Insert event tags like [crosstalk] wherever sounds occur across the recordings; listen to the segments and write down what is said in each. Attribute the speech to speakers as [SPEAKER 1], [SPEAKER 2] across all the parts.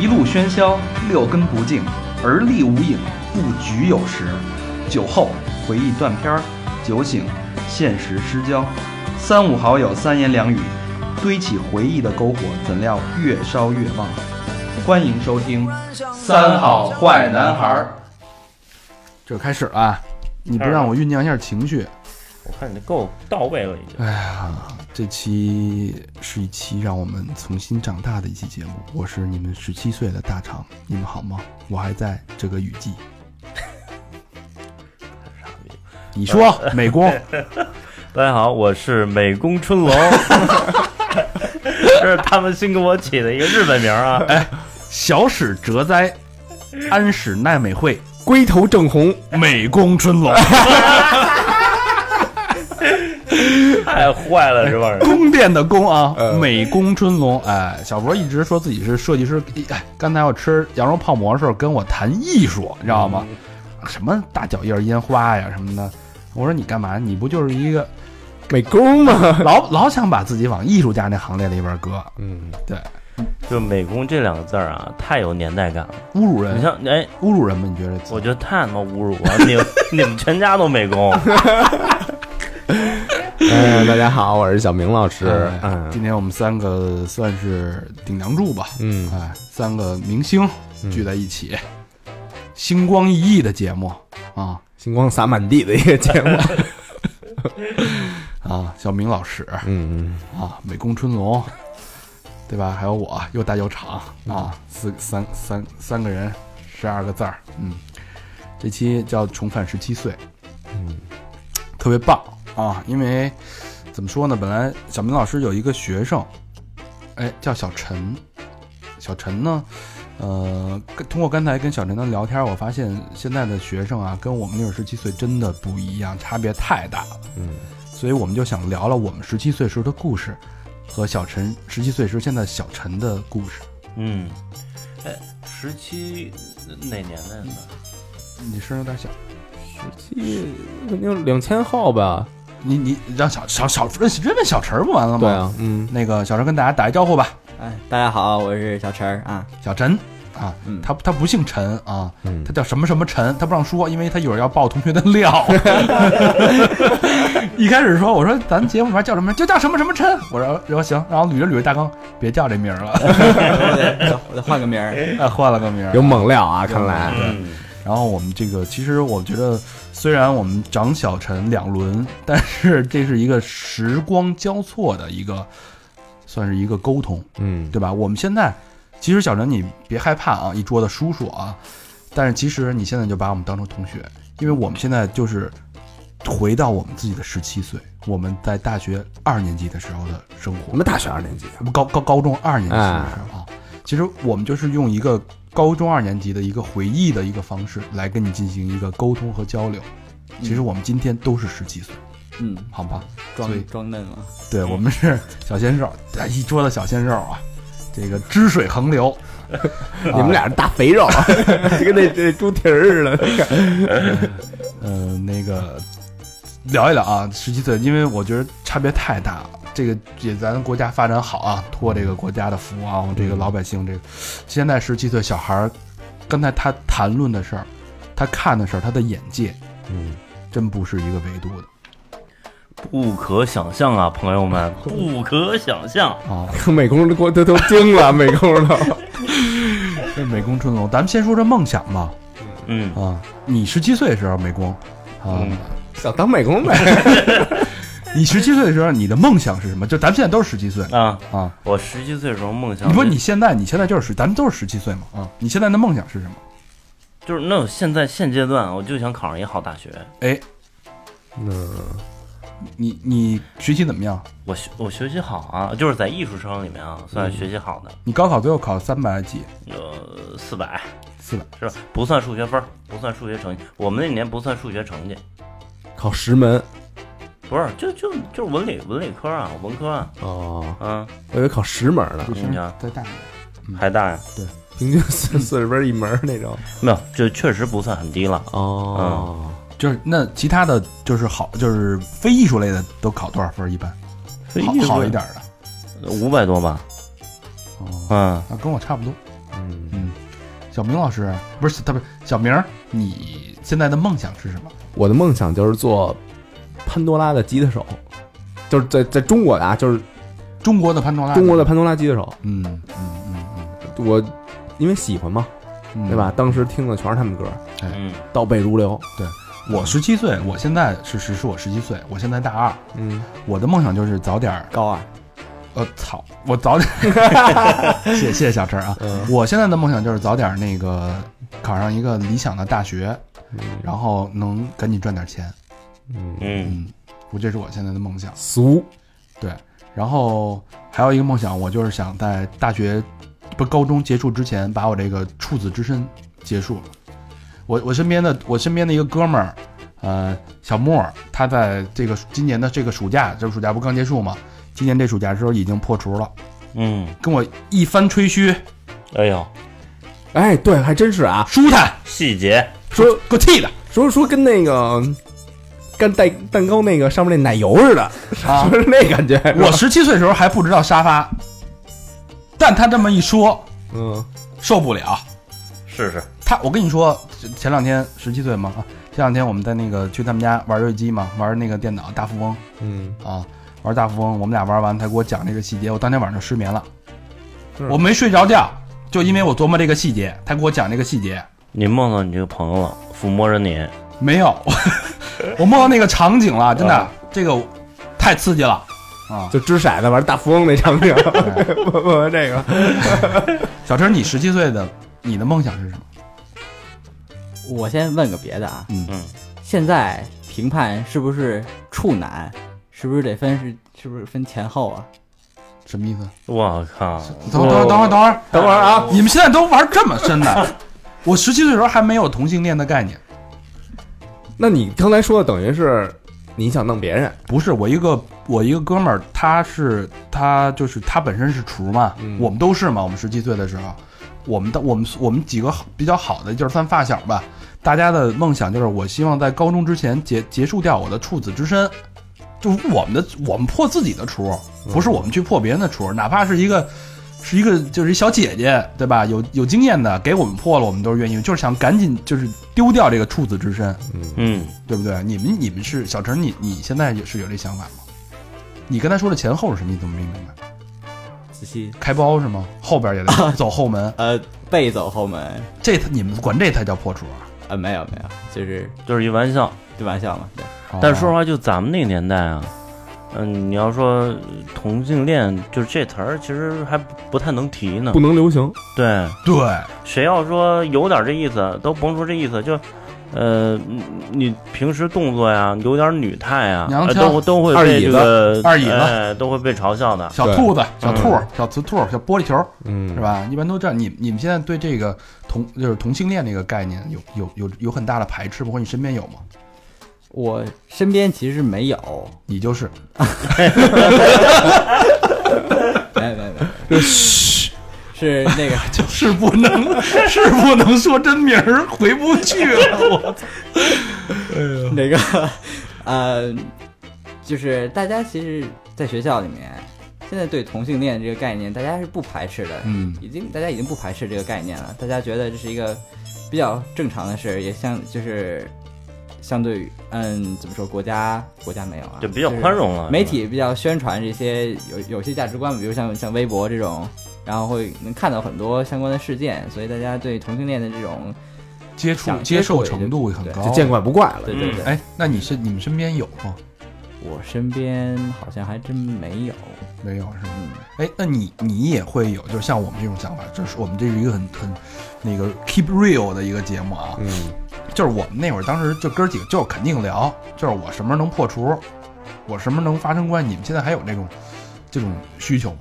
[SPEAKER 1] 一路喧嚣，六根不净，而立无影，不局有时。酒后回忆断片儿，酒醒现实失焦。三五好友三言两语，堆起回忆的篝火，怎料越烧越旺。欢迎收听《三好坏男孩儿》。
[SPEAKER 2] 这开始了啊，你不让我酝酿一下情绪，
[SPEAKER 3] 我看你够到位了，已经。
[SPEAKER 2] 哎呀，这期是一期让我们重新长大的一期节目。我是你们十七岁的大肠，你们好吗？我还在这个雨季。你说 [laughs] 美工，
[SPEAKER 3] 大家好，我是美工春 [laughs] 龙，这是他们新给我起的一个日本名啊。
[SPEAKER 2] 哎小史哲哉，安史奈美惠，
[SPEAKER 4] 龟头正红，
[SPEAKER 2] 美工春龙，
[SPEAKER 3] 太哎坏了，这帮人。
[SPEAKER 2] [laughs] 宫殿的宫啊，
[SPEAKER 4] 呃
[SPEAKER 2] 美工春龙。哎，小博一直说自己是设计师。哎，刚才我吃羊肉泡馍的时候跟我谈艺术，你知道吗？啊什么大脚印儿烟花呀什么的。我说你干嘛？你不就是一个
[SPEAKER 4] 美工嘛。
[SPEAKER 2] 老 [laughs] 老想把自己往艺术家那行列里边搁，
[SPEAKER 4] 嗯，
[SPEAKER 3] 就美工这两个字儿啊，太有年代感了。
[SPEAKER 2] 侮辱
[SPEAKER 3] 你
[SPEAKER 2] 人，
[SPEAKER 3] 像，哎，
[SPEAKER 2] 侮辱人吗？你觉得这词？
[SPEAKER 3] 我觉得太他妈侮辱我，
[SPEAKER 2] [laughs]
[SPEAKER 3] 你们你们全家都美工，
[SPEAKER 4] 哎，大家好，我是小明老师。
[SPEAKER 2] 哎
[SPEAKER 4] [laughs] 嗯
[SPEAKER 2] 今天我们三个算是顶梁柱吧，
[SPEAKER 4] 嗯，
[SPEAKER 2] 哎，三个明星聚在一起，星光熠熠的节目啊
[SPEAKER 4] 星光洒满地的一个节目。
[SPEAKER 2] 啊，小明老师
[SPEAKER 4] 嗯，
[SPEAKER 2] 啊，美工春龙，对吧？还有我又大又长啊，四三三三个人，十二个字儿，嗯，这期叫重返十七岁，嗯，特别棒啊，因为怎么说呢，本来小明老师有一个学生，哎，叫小陈，小陈呢。呃，跟通过刚才跟小陈的聊天，我发现现在的学生啊，跟我们那会儿十七岁真的不一样，差别太大了。所以我们就想聊聊我们十七岁时候的故事，和小陈十七岁时候现在小陈的故事。
[SPEAKER 3] 嗯，哎，十七哪年代的？
[SPEAKER 2] 你声音有点小，
[SPEAKER 4] 十七肯定两千后吧？
[SPEAKER 2] 你你让小小小认识认问小陈不完了吗？
[SPEAKER 4] 对啊，嗯，
[SPEAKER 2] 那个小陈跟大家打一招呼吧，
[SPEAKER 5] 哎，大家好，我是小陈儿啊。
[SPEAKER 2] 小陈啊，
[SPEAKER 5] 嗯
[SPEAKER 2] 他他不姓陈啊，
[SPEAKER 4] 嗯
[SPEAKER 2] 他叫什么什么陈，他不让说，因为他一会儿要爆同学的
[SPEAKER 5] [laughs]
[SPEAKER 2] 料。一开始说我说咱节目里面叫什么，就叫什么什么陈，我说我说行，然后捋着捋着大纲，别叫这
[SPEAKER 5] [laughs]
[SPEAKER 2] 名儿了，
[SPEAKER 5] 我得我得换个名儿。
[SPEAKER 2] [laughs] 哎换了个名儿，
[SPEAKER 4] 有猛料啊，看来。
[SPEAKER 3] 嗯，
[SPEAKER 2] 然后我们这个，其实我觉得，虽然我们长小陈两轮，但是这是一个时光交错的一个，算是一个沟通，
[SPEAKER 4] 嗯，
[SPEAKER 2] 对吧？我们现在，其实小陈你别害怕啊，一桌子叔叔啊，但是其实你现在就把我们当成同学，因为我们现在就是回到我们自己的十七岁，我们在大学二年级的时候的生活
[SPEAKER 4] 我。们大学二年级啊。
[SPEAKER 2] 高高高中二年级的时候啊，其实我们就是用一个高中二年级的一个回忆的一个方式来跟你进行一个沟通和交流。其实我们今天都是十七岁，
[SPEAKER 5] 嗯，
[SPEAKER 2] 好吧？所以
[SPEAKER 5] 装装嫩了。
[SPEAKER 2] 对我们是小鲜肉，哎一桌子小鲜肉啊，这个汁水横流。
[SPEAKER 4] 你们俩是大肥 [laughs] 肉，就跟那这猪蹄儿似的。
[SPEAKER 2] 呃，那个聊一聊啊，十七岁，因为我觉得差别太大了。这个也咱国家发展好啊，托这个国家的福啊，我这
[SPEAKER 3] 嗯
[SPEAKER 2] 个老百姓这个，现在十七岁小孩儿，刚才他谈论的事儿，他看的事儿，他的眼界，
[SPEAKER 4] 嗯，
[SPEAKER 2] 真不是一个维度的
[SPEAKER 3] 不可想象啊，朋友们，不可想象。
[SPEAKER 2] 啊。
[SPEAKER 4] 美工都都都惊了，美工都。
[SPEAKER 2] [laughs] 这美工春龙，咱们先说说梦想吧
[SPEAKER 3] 嗯，
[SPEAKER 2] 啊，你十七岁的时候，美工啊，
[SPEAKER 3] 嗯
[SPEAKER 4] [laughs] 想当美工呗。
[SPEAKER 2] 你十七岁的时候，你的梦想是什么？就咱们现在都是十七岁
[SPEAKER 3] 啊，
[SPEAKER 2] 啊，
[SPEAKER 3] 我十七岁的时候梦想，
[SPEAKER 2] 你说你现在，你现在就是十，咱们都是十七岁嘛啊，你现在的梦想是什么？
[SPEAKER 3] 就是那我现在现阶段，我就想考上一好大学。
[SPEAKER 2] 哎，
[SPEAKER 4] 嗯，
[SPEAKER 2] 你你学习怎么样？
[SPEAKER 3] 我学我学习好啊，就是在艺术生里面啊，算是学习好的，
[SPEAKER 2] 你高考最后考三百几？
[SPEAKER 3] 呃，四百
[SPEAKER 2] 四百？
[SPEAKER 3] 是吧？不算数学分儿，不算数学成绩。我们那年不算数学成绩，
[SPEAKER 4] 考十门
[SPEAKER 3] 不是，就就就是文理文理科啊，文科啊，
[SPEAKER 4] 哦，
[SPEAKER 3] 嗯，
[SPEAKER 4] 我以为考十门呢，
[SPEAKER 3] 你呢
[SPEAKER 2] 再大一点。嗯
[SPEAKER 3] 还大呀？
[SPEAKER 4] 平均 [laughs] 四四十分一门那种。
[SPEAKER 3] 没有，就确实不算很低了。
[SPEAKER 4] 哦，
[SPEAKER 2] 就是那其他的就是好，就是非艺术类的都考多少分儿？一般好好一点儿的，
[SPEAKER 3] 五百多吧，
[SPEAKER 2] 哦，
[SPEAKER 3] 嗯，
[SPEAKER 2] 啊，跟我差不多。
[SPEAKER 4] 嗯嗯，
[SPEAKER 2] 嗯，小明老师不是他不是小明儿，你现在的梦想是什么？
[SPEAKER 4] 我的梦想就是做潘多拉的吉他手，就是在在中国的啊，就是
[SPEAKER 2] 中国的潘多拉，
[SPEAKER 4] 中国的，潘多拉吉他手。
[SPEAKER 2] 嗯嗯嗯
[SPEAKER 4] 我因为喜欢嘛，
[SPEAKER 2] 嗯，
[SPEAKER 4] 对吧？？当时听的全是他们歌，
[SPEAKER 3] 嗯，
[SPEAKER 4] 倒背如流。
[SPEAKER 2] 我十七岁，我现在是是是我十七岁，我现在大二，
[SPEAKER 4] 嗯，
[SPEAKER 2] 我的梦想就是早点儿，
[SPEAKER 5] 高二，
[SPEAKER 2] 呃，操，我早
[SPEAKER 4] [laughs]
[SPEAKER 2] 点，谢谢谢小陈啊， [laughs] 我现在的梦想就是早点儿那个考上一个理想的大学，然后能赶紧赚点钱，
[SPEAKER 4] 嗯，
[SPEAKER 3] 嗯，
[SPEAKER 2] 嗯，我这是我现在的梦想。
[SPEAKER 4] 俗，
[SPEAKER 2] 对，然后还有一个梦想，我就是想在大学不高中结束之前，把我这个处子之身结束了。我我身边的我身边的一个哥们儿，呃，小莫，他在这个今年的这个暑假，这个暑假不刚结束吗？今年这暑假的时候已经破除了，
[SPEAKER 3] 嗯，
[SPEAKER 2] 跟我一番吹嘘，
[SPEAKER 3] 哎呦，
[SPEAKER 4] 哎，对，还真是啊。
[SPEAKER 2] 舒坦，
[SPEAKER 3] 细节，
[SPEAKER 4] 说
[SPEAKER 2] 给我气的
[SPEAKER 4] 说说跟那个跟蛋蛋糕那个上面那奶油似的， [laughs]
[SPEAKER 2] 啊！
[SPEAKER 4] 就是那感觉。
[SPEAKER 2] 我十七岁的时候还不知道沙发，但他这么一说，
[SPEAKER 4] 嗯，
[SPEAKER 2] 受不了。
[SPEAKER 3] 试试，
[SPEAKER 2] 他，我跟你说，前前两天十七岁嘛啊，前两天我们在那个去他们家玩游戏机嘛，玩那个电脑大富翁
[SPEAKER 4] 嗯，
[SPEAKER 2] 啊，玩大富翁，我们俩玩完，他给我讲这个细节，我当天晚上就失眠了，
[SPEAKER 4] 是
[SPEAKER 2] 我没睡着觉，就因为我琢磨这个细节，他给我讲这个细节，
[SPEAKER 3] 你梦到你这个朋友了，抚摸着你，
[SPEAKER 2] 没有， [laughs] 我梦到那个场景了，真的，这个太刺激了啊！
[SPEAKER 4] 就掷骰子玩大富翁那场
[SPEAKER 2] [laughs]
[SPEAKER 4] 景。 [laughs]
[SPEAKER 2] 对
[SPEAKER 4] 我我这个，
[SPEAKER 2] 小陈，你十七岁的，你的梦想是什么？
[SPEAKER 5] 我先问个别的啊，
[SPEAKER 2] 嗯
[SPEAKER 3] 嗯，
[SPEAKER 5] 现在评判是不是处男，是不是得分是是不是分前后啊？
[SPEAKER 2] 什么意思？
[SPEAKER 3] 我靠，
[SPEAKER 2] 等会儿等会儿等会儿
[SPEAKER 4] 等会儿啊，
[SPEAKER 2] 等会儿，你们现在都玩这么深的，我十七岁的时候还没有同性恋的概念。
[SPEAKER 4] 那你刚才说的等于是你想弄别人，
[SPEAKER 2] 不是我一个我一个哥们儿，他是他就是他本身是厨嘛，
[SPEAKER 4] 嗯
[SPEAKER 2] 我们都是嘛，我们十七岁的时候，我们的我们我们几个好比较好的就是算发小吧，大家的梦想就是我希望在高中之前结结束掉我的处子之身，就是我们的我们破自己的厨，不是我们去破别人的厨，哪怕是一个。是一个就是一小姐姐，对吧？有有经验的给我们破了，我们都是愿意，就是想赶紧就是丢掉这个处子之身。
[SPEAKER 3] 嗯，
[SPEAKER 2] 对不对？你们你们是小陈，你你现在也是有这想法吗？你刚才说的前后是什么意思？我没明白。
[SPEAKER 5] 仔细，
[SPEAKER 2] 开包是吗？后边也
[SPEAKER 3] [laughs]
[SPEAKER 2] 得走后门，
[SPEAKER 5] 呃，背走后门，
[SPEAKER 2] 这你们管这才叫破处啊？
[SPEAKER 5] 呃，没有没有，就是
[SPEAKER 3] 就是一玩笑。
[SPEAKER 5] 开玩笑嘛，对，
[SPEAKER 2] 啊
[SPEAKER 3] 但是说实
[SPEAKER 2] 哦
[SPEAKER 3] 话，就咱们那个年代啊，嗯，你要说呃同性恋，就是这词儿，其实还不不太能提呢
[SPEAKER 4] 不。能流行。
[SPEAKER 3] 对，
[SPEAKER 2] 对，
[SPEAKER 3] 谁要说有点这意思，都甭说这意思，就，呃，你你平时动作呀，有点女态呀，
[SPEAKER 2] 娘
[SPEAKER 3] 呃
[SPEAKER 2] 腔
[SPEAKER 3] 都都会
[SPEAKER 4] 二
[SPEAKER 3] 被
[SPEAKER 4] 椅
[SPEAKER 3] 这
[SPEAKER 4] 子
[SPEAKER 3] 个
[SPEAKER 2] 二椅子
[SPEAKER 3] 哎都会被嘲笑的。
[SPEAKER 2] 小
[SPEAKER 4] 对
[SPEAKER 2] 兔子、小兔儿
[SPEAKER 3] 嗯、
[SPEAKER 2] 小瓷兔儿、小玻璃球儿
[SPEAKER 4] 嗯
[SPEAKER 2] 是？吧？一般都这样。你你们现在对这个同就是同性恋这个概念有有有有很大的排斥吗？或者你身边有吗？
[SPEAKER 5] 我身边其实没有，
[SPEAKER 2] 你就是
[SPEAKER 5] 没没没， [laughs] 是那个
[SPEAKER 2] [laughs] 就是不能是不能说真名儿，回不去了。我
[SPEAKER 5] 那个， [laughs] 呃，就是大家其实，在学校里面，现在对同性恋这个概念，大家是不排斥的，
[SPEAKER 2] 嗯
[SPEAKER 5] 已经大家已经不排斥这个概念了，大家觉得这是一个比较正常的事儿，也相就是相对于嗯怎么说，国家国家没有啊，
[SPEAKER 3] 就比较宽容了
[SPEAKER 5] 就是媒体比较宣传这些有有些价值观，比如像像微博这种。然后会能看到很多相关的事件，所以大家对同性恋的这种，
[SPEAKER 2] 接触
[SPEAKER 5] 想
[SPEAKER 2] 接
[SPEAKER 5] 接触
[SPEAKER 2] 受
[SPEAKER 5] 也就
[SPEAKER 2] 程度很
[SPEAKER 5] 对
[SPEAKER 2] 高，
[SPEAKER 4] 就见怪不怪了。
[SPEAKER 5] 对对
[SPEAKER 3] 嗯
[SPEAKER 5] 对，
[SPEAKER 2] 哎，那你是你们身边有吗？
[SPEAKER 5] 我身边好像还真没有，
[SPEAKER 2] 没有是吗？
[SPEAKER 5] 嗯，
[SPEAKER 2] 哎，那你你也会有，就是像我们这种想法，这是我们这是一个很很那个 keep real 的一个节目啊，
[SPEAKER 4] 嗯，
[SPEAKER 2] 就是我们那会儿当时就哥几个就肯定聊，就是我什么时候能破除，我什么时候能发生关系，你们现在还有这种这种需求吗？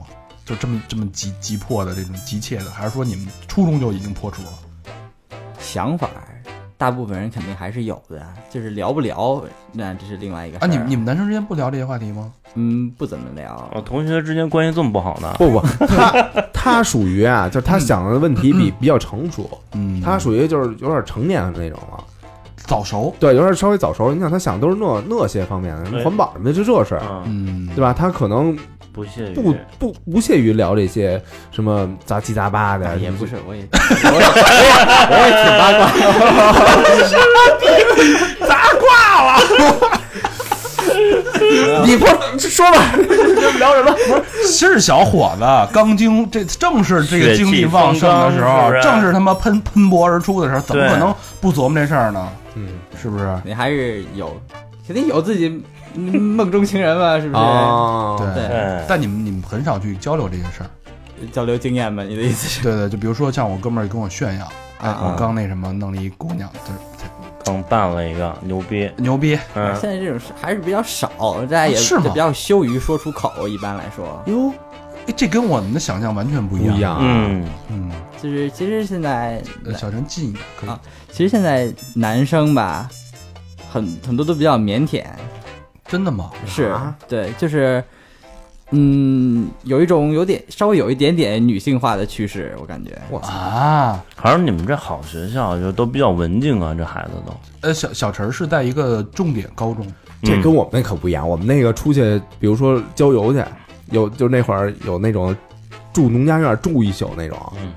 [SPEAKER 2] 就这么这么急急迫的这种急切的，还是说你们初中就已经破除了？
[SPEAKER 5] 想法儿，大部分人肯定还是有的，就是聊不聊，那这是另外一个事
[SPEAKER 2] 啊，
[SPEAKER 5] 儿。
[SPEAKER 2] 你们你哦们男生之间不聊这些话题吗？
[SPEAKER 5] 嗯，不怎么聊
[SPEAKER 3] 我，哦同学之间关系这么不好呢？
[SPEAKER 4] 不不，他他属于啊，就是他想的问题比比较成熟，
[SPEAKER 2] 嗯
[SPEAKER 4] 他属于就是有点成年的那种了。啊
[SPEAKER 2] 早熟，
[SPEAKER 4] 对，有点稍微早熟。你想，他想都是那那些方面的，什么
[SPEAKER 3] 对
[SPEAKER 4] 环保什么的，就这事儿，
[SPEAKER 3] 嗯，
[SPEAKER 2] 嗯，
[SPEAKER 4] 对吧？他可能
[SPEAKER 3] 不屑于
[SPEAKER 4] 不不不屑于聊这些什么杂七杂八
[SPEAKER 2] 啊
[SPEAKER 4] 的，
[SPEAKER 5] 哎也不是，我也
[SPEAKER 4] 你不说吧，
[SPEAKER 2] 是小伙子，刚经这正是这个
[SPEAKER 3] 血气
[SPEAKER 2] 精力旺盛的时
[SPEAKER 3] 方
[SPEAKER 2] 候，
[SPEAKER 3] 刚是不是
[SPEAKER 2] 正是他妈喷喷薄而出的时候，怎么
[SPEAKER 3] 对
[SPEAKER 2] 可能不琢磨这事儿呢？
[SPEAKER 4] 嗯
[SPEAKER 2] 是不是？
[SPEAKER 5] 你还是有，肯定有自己嗯梦中情人嘛，是不是？
[SPEAKER 2] 哦
[SPEAKER 4] 啊，
[SPEAKER 2] 对
[SPEAKER 3] 对
[SPEAKER 2] 但你们你们很少去交流这些事儿，
[SPEAKER 5] 交流经验嘛，你的意思是？
[SPEAKER 2] 对对，就比如说像我哥们儿跟我炫耀，哎，
[SPEAKER 5] 啊
[SPEAKER 2] 我刚那什么弄了一姑娘，这
[SPEAKER 3] 刚办了一个牛逼，
[SPEAKER 2] 这牛逼，
[SPEAKER 3] 嗯，
[SPEAKER 5] 现在这种事还是比较少，大家也
[SPEAKER 2] 啊是吗
[SPEAKER 5] 比较羞于说出口。一般来说，
[SPEAKER 2] 哟，哎这跟我们的想象完全不
[SPEAKER 4] 不
[SPEAKER 2] 一样，
[SPEAKER 4] 一，样，，
[SPEAKER 3] 嗯，
[SPEAKER 2] 嗯，
[SPEAKER 5] 就是其实现在，
[SPEAKER 2] 呃小陈近一点可以
[SPEAKER 5] 啊，其实现在男生吧，很很多都比较腼腆，
[SPEAKER 2] 真的吗？
[SPEAKER 5] 是
[SPEAKER 4] 啊
[SPEAKER 5] 对，就是，嗯，有一种有点稍微有一点点女性化的趋势，我感觉。
[SPEAKER 2] 啊，
[SPEAKER 3] 还是你们这好学校就都比较文静啊，这孩子都
[SPEAKER 2] 呃，小小陈儿是在一个重点高中，
[SPEAKER 4] 这
[SPEAKER 3] 嗯
[SPEAKER 4] 跟我们那可不一样。我们那个出去，比如说郊游去，有就那会儿有那种住农家院住一宿那种，
[SPEAKER 3] 嗯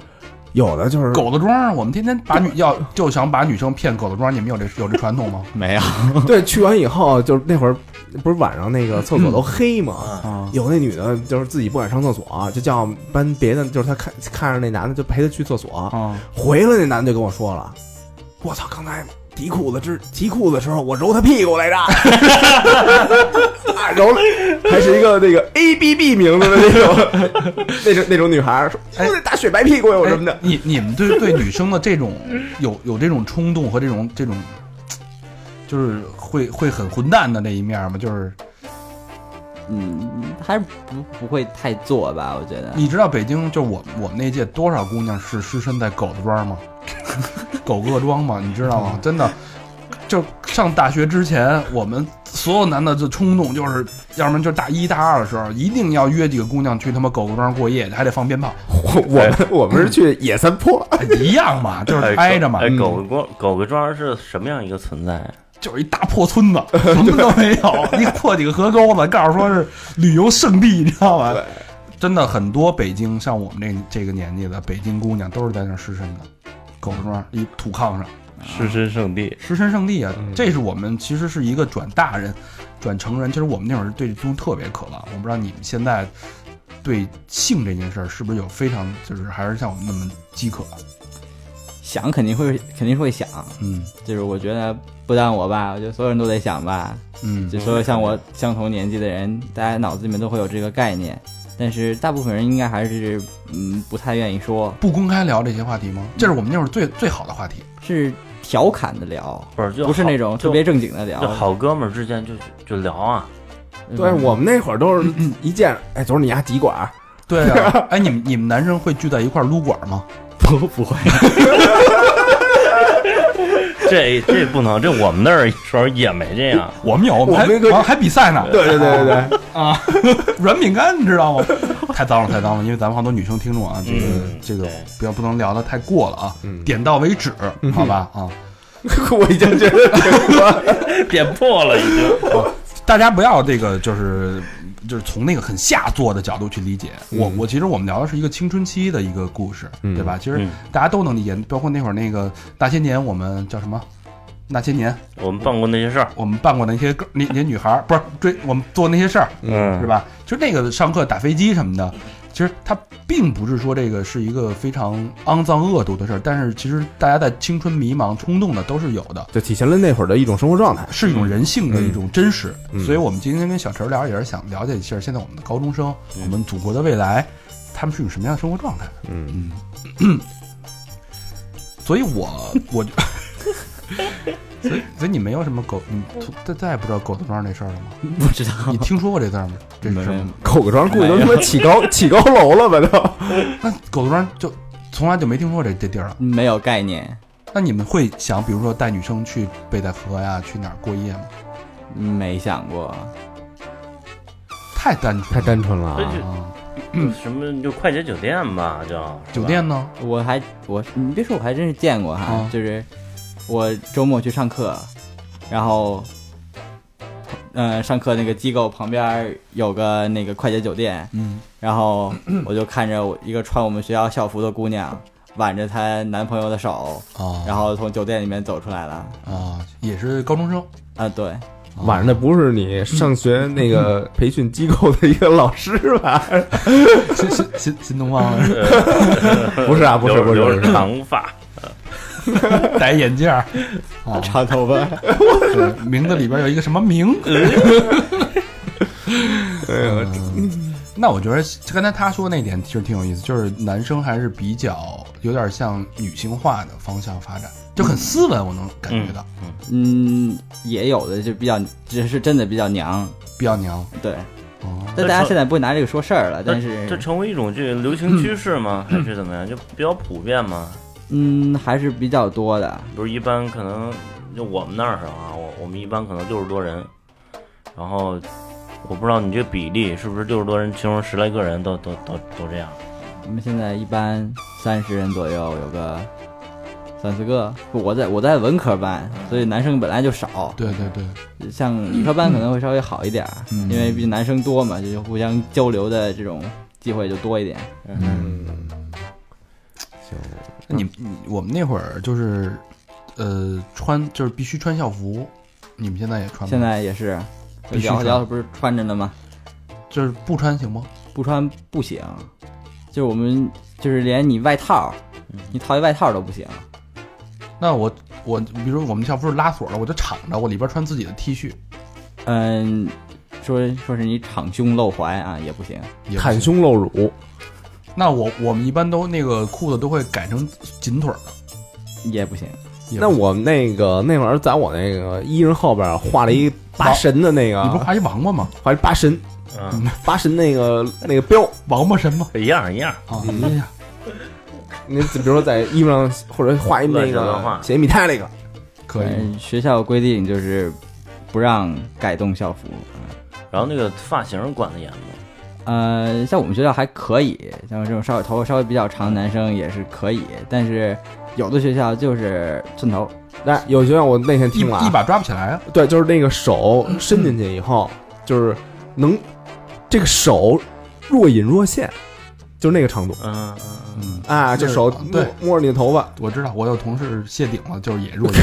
[SPEAKER 4] 有的就是
[SPEAKER 2] 狗子庄，我们天天把女要就想把女生骗狗子庄，你们有这有这传统吗？
[SPEAKER 5] 没有，
[SPEAKER 4] 对，去完以后就是那会儿不是晚上那个厕所都黑嘛，
[SPEAKER 5] 哦
[SPEAKER 2] 嗯啊，
[SPEAKER 4] 有那女的就是自己不敢上厕所，就叫班别的，就是她看看着那男的就陪她去厕所，
[SPEAKER 5] 哦
[SPEAKER 2] 啊，
[SPEAKER 4] 回来那男的就跟我说了，我操，刚才。提裤子之提裤子的时候，我揉她屁股 [laughs] 来着，啊、揉了，还是一个那个 A B B 名字的那种，那种那种女孩儿说，
[SPEAKER 2] 哎
[SPEAKER 4] 我那大雪白屁股 [laughs] 有什么的
[SPEAKER 2] 哎，你你们对对女生的这种有有这种冲动和这种这种，就是会会很混蛋的那一面吗？就是
[SPEAKER 5] 嗯，还是不不会太做吧，我觉得。
[SPEAKER 2] 你知道北京就我我们那届多少姑娘是失身在狗子庄吗？ [laughs] 狗恶庄吗？你知道吗？真的。就上大学之前，我们所有男的就冲动，就是要么就大一大二的时候，一定要约几个姑娘去他妈狗子庄过夜，还得放鞭炮，
[SPEAKER 4] 我我们我们是去野三坡，
[SPEAKER 2] 哎一样嘛，就是
[SPEAKER 3] 哎
[SPEAKER 2] 挨着嘛
[SPEAKER 3] 狗，哎，
[SPEAKER 4] 嗯
[SPEAKER 3] 狗狗狗个庄是什么样一个存在啊？
[SPEAKER 2] 就是一大破村子，什么都没有，你破几个河沟子，告诉说是旅游胜地，你知道吧
[SPEAKER 4] 对？
[SPEAKER 2] 真的很多北京像我们这这个年纪的北京姑娘都是在那儿失身的，狗子庄一土炕上
[SPEAKER 3] 狮身圣地，
[SPEAKER 2] 失身圣地啊
[SPEAKER 4] 嗯！
[SPEAKER 2] 这是我们其实是一个转大人、转成人，其实我们那会儿对这东西特别渴望。我不知道你们现在对性这件事儿是不是有非常就是还是像我们那么饥渴？
[SPEAKER 5] 想肯定会，肯定会想，
[SPEAKER 2] 嗯
[SPEAKER 5] 就是我觉得不但我吧，我觉得所有人都得想吧。
[SPEAKER 2] 嗯
[SPEAKER 5] 就所有像我相同年纪的人，大家脑子里面都会有这个概念，但是大部分人应该还是嗯不太愿意说，
[SPEAKER 2] 不公开聊这些话题吗？这是我们那会儿最最好的话题。
[SPEAKER 5] 是调侃的聊，
[SPEAKER 3] 不是就
[SPEAKER 5] 不是
[SPEAKER 3] 好
[SPEAKER 5] 那种
[SPEAKER 3] 就
[SPEAKER 5] 特别正经的
[SPEAKER 3] 就
[SPEAKER 5] 聊。
[SPEAKER 3] 好哥们儿之间就就聊啊，
[SPEAKER 5] 嗯
[SPEAKER 4] [laughs] 对我们那会儿都是一见，哎，昨儿你家几管 [laughs] 儿？
[SPEAKER 2] 对啊，哎，你们你们男生会聚在一块儿撸管吗？
[SPEAKER 5] 不不会，
[SPEAKER 3] 这这不能，这我们那儿时候也没这样，
[SPEAKER 2] 我们有，我
[SPEAKER 4] 们还
[SPEAKER 2] 还还比赛呢。
[SPEAKER 4] 对对对对 [laughs] 对，
[SPEAKER 2] 啊，软饼干你知道 [laughs] 吗？太脏了，太脏了，因为咱们好多女生听众啊，这个、
[SPEAKER 3] 嗯
[SPEAKER 2] 这个
[SPEAKER 3] 对
[SPEAKER 2] 不要不能聊的太过了啊，
[SPEAKER 4] 嗯
[SPEAKER 2] 点到为止，好吧啊。
[SPEAKER 4] [laughs] 我已经觉得
[SPEAKER 3] 点破了已经。哦
[SPEAKER 2] 大家不要这个就是就是从那个很下作的角度去理解。我我其实我们聊的是一个青春期的一个故事，
[SPEAKER 4] 嗯
[SPEAKER 2] 对吧？其实
[SPEAKER 3] 嗯
[SPEAKER 2] 大家都能理解，包括那会儿那个那些年我们叫什么？那些年
[SPEAKER 3] 我们办过那些事儿，
[SPEAKER 2] 我们办过那些个那那些女孩儿，不是追我们做那些事儿，
[SPEAKER 3] 嗯
[SPEAKER 2] 是？吧？就那个上课打飞机什么的，其实它并不是说这个是一个非常肮脏恶毒的事儿，但是其实大家在青春迷茫冲动的都是有的。
[SPEAKER 4] 就体现了那会儿的一种生活状态。
[SPEAKER 2] 是一种人性的一种真实。
[SPEAKER 4] 嗯
[SPEAKER 2] 所以我们今天跟小陈聊，也是想了解一下现在我们的高中生，
[SPEAKER 3] 嗯
[SPEAKER 2] 我们祖国的未来，他们是一种什么样的生活状态。
[SPEAKER 4] 嗯，
[SPEAKER 2] 嗯，所以我我就。 [laughs] 所以，所以你没有什么狗，你再再也不知道狗子庄那事儿了吗？
[SPEAKER 5] 不知道。
[SPEAKER 2] 你听说过这字儿吗？这是什么？
[SPEAKER 4] 口个庄估计都他妈起高起高楼了吧都。
[SPEAKER 2] 那狗子庄就从来就没听说过这这地儿了。
[SPEAKER 5] 嗯没有概念，
[SPEAKER 2] 那你们会想，比如说带女生去北戴河呀，去哪儿过夜吗？
[SPEAKER 5] 没想过。
[SPEAKER 2] 太单纯
[SPEAKER 4] 太
[SPEAKER 2] 了，
[SPEAKER 4] 单纯了
[SPEAKER 3] 嗯所以
[SPEAKER 4] [laughs] 啊，
[SPEAKER 2] 啊！
[SPEAKER 3] 就什么就快捷酒店吧，就是吧
[SPEAKER 2] 酒店呢？
[SPEAKER 5] 我还我你别说，我还真是见过哈，
[SPEAKER 2] 啊
[SPEAKER 5] 就是我周末去上课，然后，呃，上课那个机构旁边有个那个快捷酒店，
[SPEAKER 2] 嗯，
[SPEAKER 5] 然后我就看着我一个穿我们学校校服的姑娘挽着她男朋友的手，
[SPEAKER 2] 哦，
[SPEAKER 5] 然后从酒店里面走出来了。
[SPEAKER 2] 啊，也是高中生，
[SPEAKER 5] 啊，对，
[SPEAKER 2] 啊
[SPEAKER 4] 晚上那不是你上学那个 [laughs] 培训机构的一个老师吧？
[SPEAKER 2] 新新新新东方
[SPEAKER 4] [laughs] 不是啊，不是，
[SPEAKER 3] 留
[SPEAKER 4] 不是，
[SPEAKER 3] 留
[SPEAKER 4] 不
[SPEAKER 3] 着
[SPEAKER 4] 是，
[SPEAKER 3] 长发，
[SPEAKER 2] [laughs] 戴眼镜儿，啊，
[SPEAKER 5] 长头发，
[SPEAKER 2] 对名字里边有一个什么明？ [laughs]
[SPEAKER 4] 哎呦
[SPEAKER 2] 那我觉得刚才他说那点其实挺有意思，就是男生还是比较有点向女性化的方向发展，就很斯文，我能感觉到，
[SPEAKER 5] 嗯，也有的就比较，只是真的比较娘，
[SPEAKER 2] 比较娘。
[SPEAKER 5] 对。
[SPEAKER 2] 哦，
[SPEAKER 5] 但大家现在不会拿这个说事儿了，但是
[SPEAKER 3] 这成为一种这个流行趋势吗？还是怎么样？就比较普遍吗？
[SPEAKER 5] 嗯，还是比较多的。
[SPEAKER 3] 不是一般可能就我们那儿啊，我我们一般可能六十多人，然后我不知道你这个比例是不是六十多人，其中十来个人都都都都这样。
[SPEAKER 5] 我们现在一般三十人左右，有个三四个。不我在我在文科班，所以男生本来就少，
[SPEAKER 2] 对对对，
[SPEAKER 5] 像理科班可能会稍微好一点儿，
[SPEAKER 2] 嗯
[SPEAKER 5] 因为毕竟男生多嘛，就是互相交流的这种机会就多一点。
[SPEAKER 4] 嗯，行，
[SPEAKER 2] 那你你我们那会儿就是，呃，穿就是必须穿校服，你们现在也穿吗？
[SPEAKER 5] 现在也是，
[SPEAKER 2] 必须
[SPEAKER 5] 聊
[SPEAKER 2] 穿
[SPEAKER 5] 聊不是穿着呢吗？
[SPEAKER 2] 就是不穿行吗？
[SPEAKER 5] 不穿不行，就是我们就是连你外套，你套一外套都不行。
[SPEAKER 2] 那我我比如我们校服是拉锁的，我就敞着，我里边穿自己的 T 恤，
[SPEAKER 5] 嗯，说说是你敞胸露怀啊也不行。
[SPEAKER 2] 也不
[SPEAKER 4] 袒
[SPEAKER 2] 行。
[SPEAKER 4] 胸露乳，
[SPEAKER 2] 那我我们一般都那个裤子都会改成紧腿儿的。
[SPEAKER 5] 也不行，
[SPEAKER 2] 也不
[SPEAKER 4] 那
[SPEAKER 2] 行
[SPEAKER 4] 我们那个那会儿在我那个衣裳后边画了一八神的那个，
[SPEAKER 2] 你不是画一王八吗？
[SPEAKER 4] 画一八神
[SPEAKER 3] 嗯，
[SPEAKER 4] 八神那 [laughs] 个那个标，
[SPEAKER 2] 王八神吗？
[SPEAKER 3] 一样一样。
[SPEAKER 2] 啊，
[SPEAKER 4] 嗯
[SPEAKER 2] 哎呀，
[SPEAKER 4] 你比如说在衣服上或者画一那
[SPEAKER 3] 乱神文化
[SPEAKER 4] 个写米泰那个，
[SPEAKER 2] [laughs] 可以。
[SPEAKER 4] 哎
[SPEAKER 5] 嗯学校规定就是不让改动校服。
[SPEAKER 3] 然后那个发型管得严吗？
[SPEAKER 5] 呃，像我们学校还可以，像这种稍微头发稍微比较长的男生也是可以，但是有的学校就是寸头，
[SPEAKER 4] 来有学校我那天
[SPEAKER 2] 一
[SPEAKER 4] 听了啊，
[SPEAKER 2] 一把抓不起来啊！
[SPEAKER 4] 对，就是那个手伸进去以后，就是能这个手若隐若现，就是那个长度
[SPEAKER 3] 嗯嗯嗯。
[SPEAKER 2] 嗯，
[SPEAKER 4] 啊，就手
[SPEAKER 2] 那个
[SPEAKER 4] 摸
[SPEAKER 2] 对
[SPEAKER 4] 摸着你的头发，
[SPEAKER 2] 我知道，我有同事谢顶了，就是也
[SPEAKER 4] [laughs]
[SPEAKER 2] 弱点。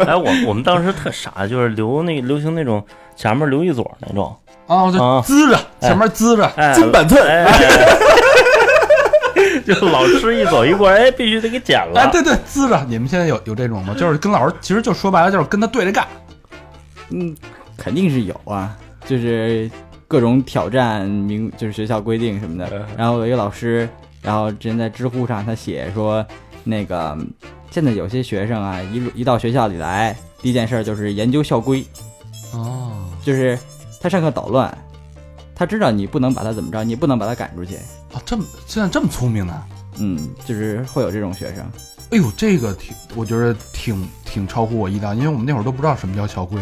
[SPEAKER 3] [laughs] 哎，我我们当时特傻，就是留那流行那种前面留一撮那种，
[SPEAKER 2] 啊，就
[SPEAKER 3] 啊
[SPEAKER 2] 滋着，
[SPEAKER 3] 哎
[SPEAKER 2] 前面滋着，
[SPEAKER 3] [laughs] 哎，
[SPEAKER 4] 金板寸
[SPEAKER 3] 哎，哎哎就老师一走一过，哎，必须得给剪了。
[SPEAKER 2] 哎，对对，滋着。你们现在有有这种吗？就是跟老师，其实就说白了，就是跟他对着干。
[SPEAKER 5] 嗯，肯定是有啊，就是各种挑战明就是学校规定什么的。然后有一个老师，然后之前在知乎上他写说，那个现在有些学生啊，一入一到学校里来，第一件事儿就是研究校规，
[SPEAKER 2] 哦，
[SPEAKER 5] 就是他上课捣乱，他知道你不能把他怎么着，你不能把他赶出去。
[SPEAKER 2] 啊，这么现在这么聪明啊呢？
[SPEAKER 5] 嗯，就是会有这种学生，
[SPEAKER 2] 哎呦，这个挺，我觉得挺挺超乎我意料，因为我们那会儿都不知道什么叫校规，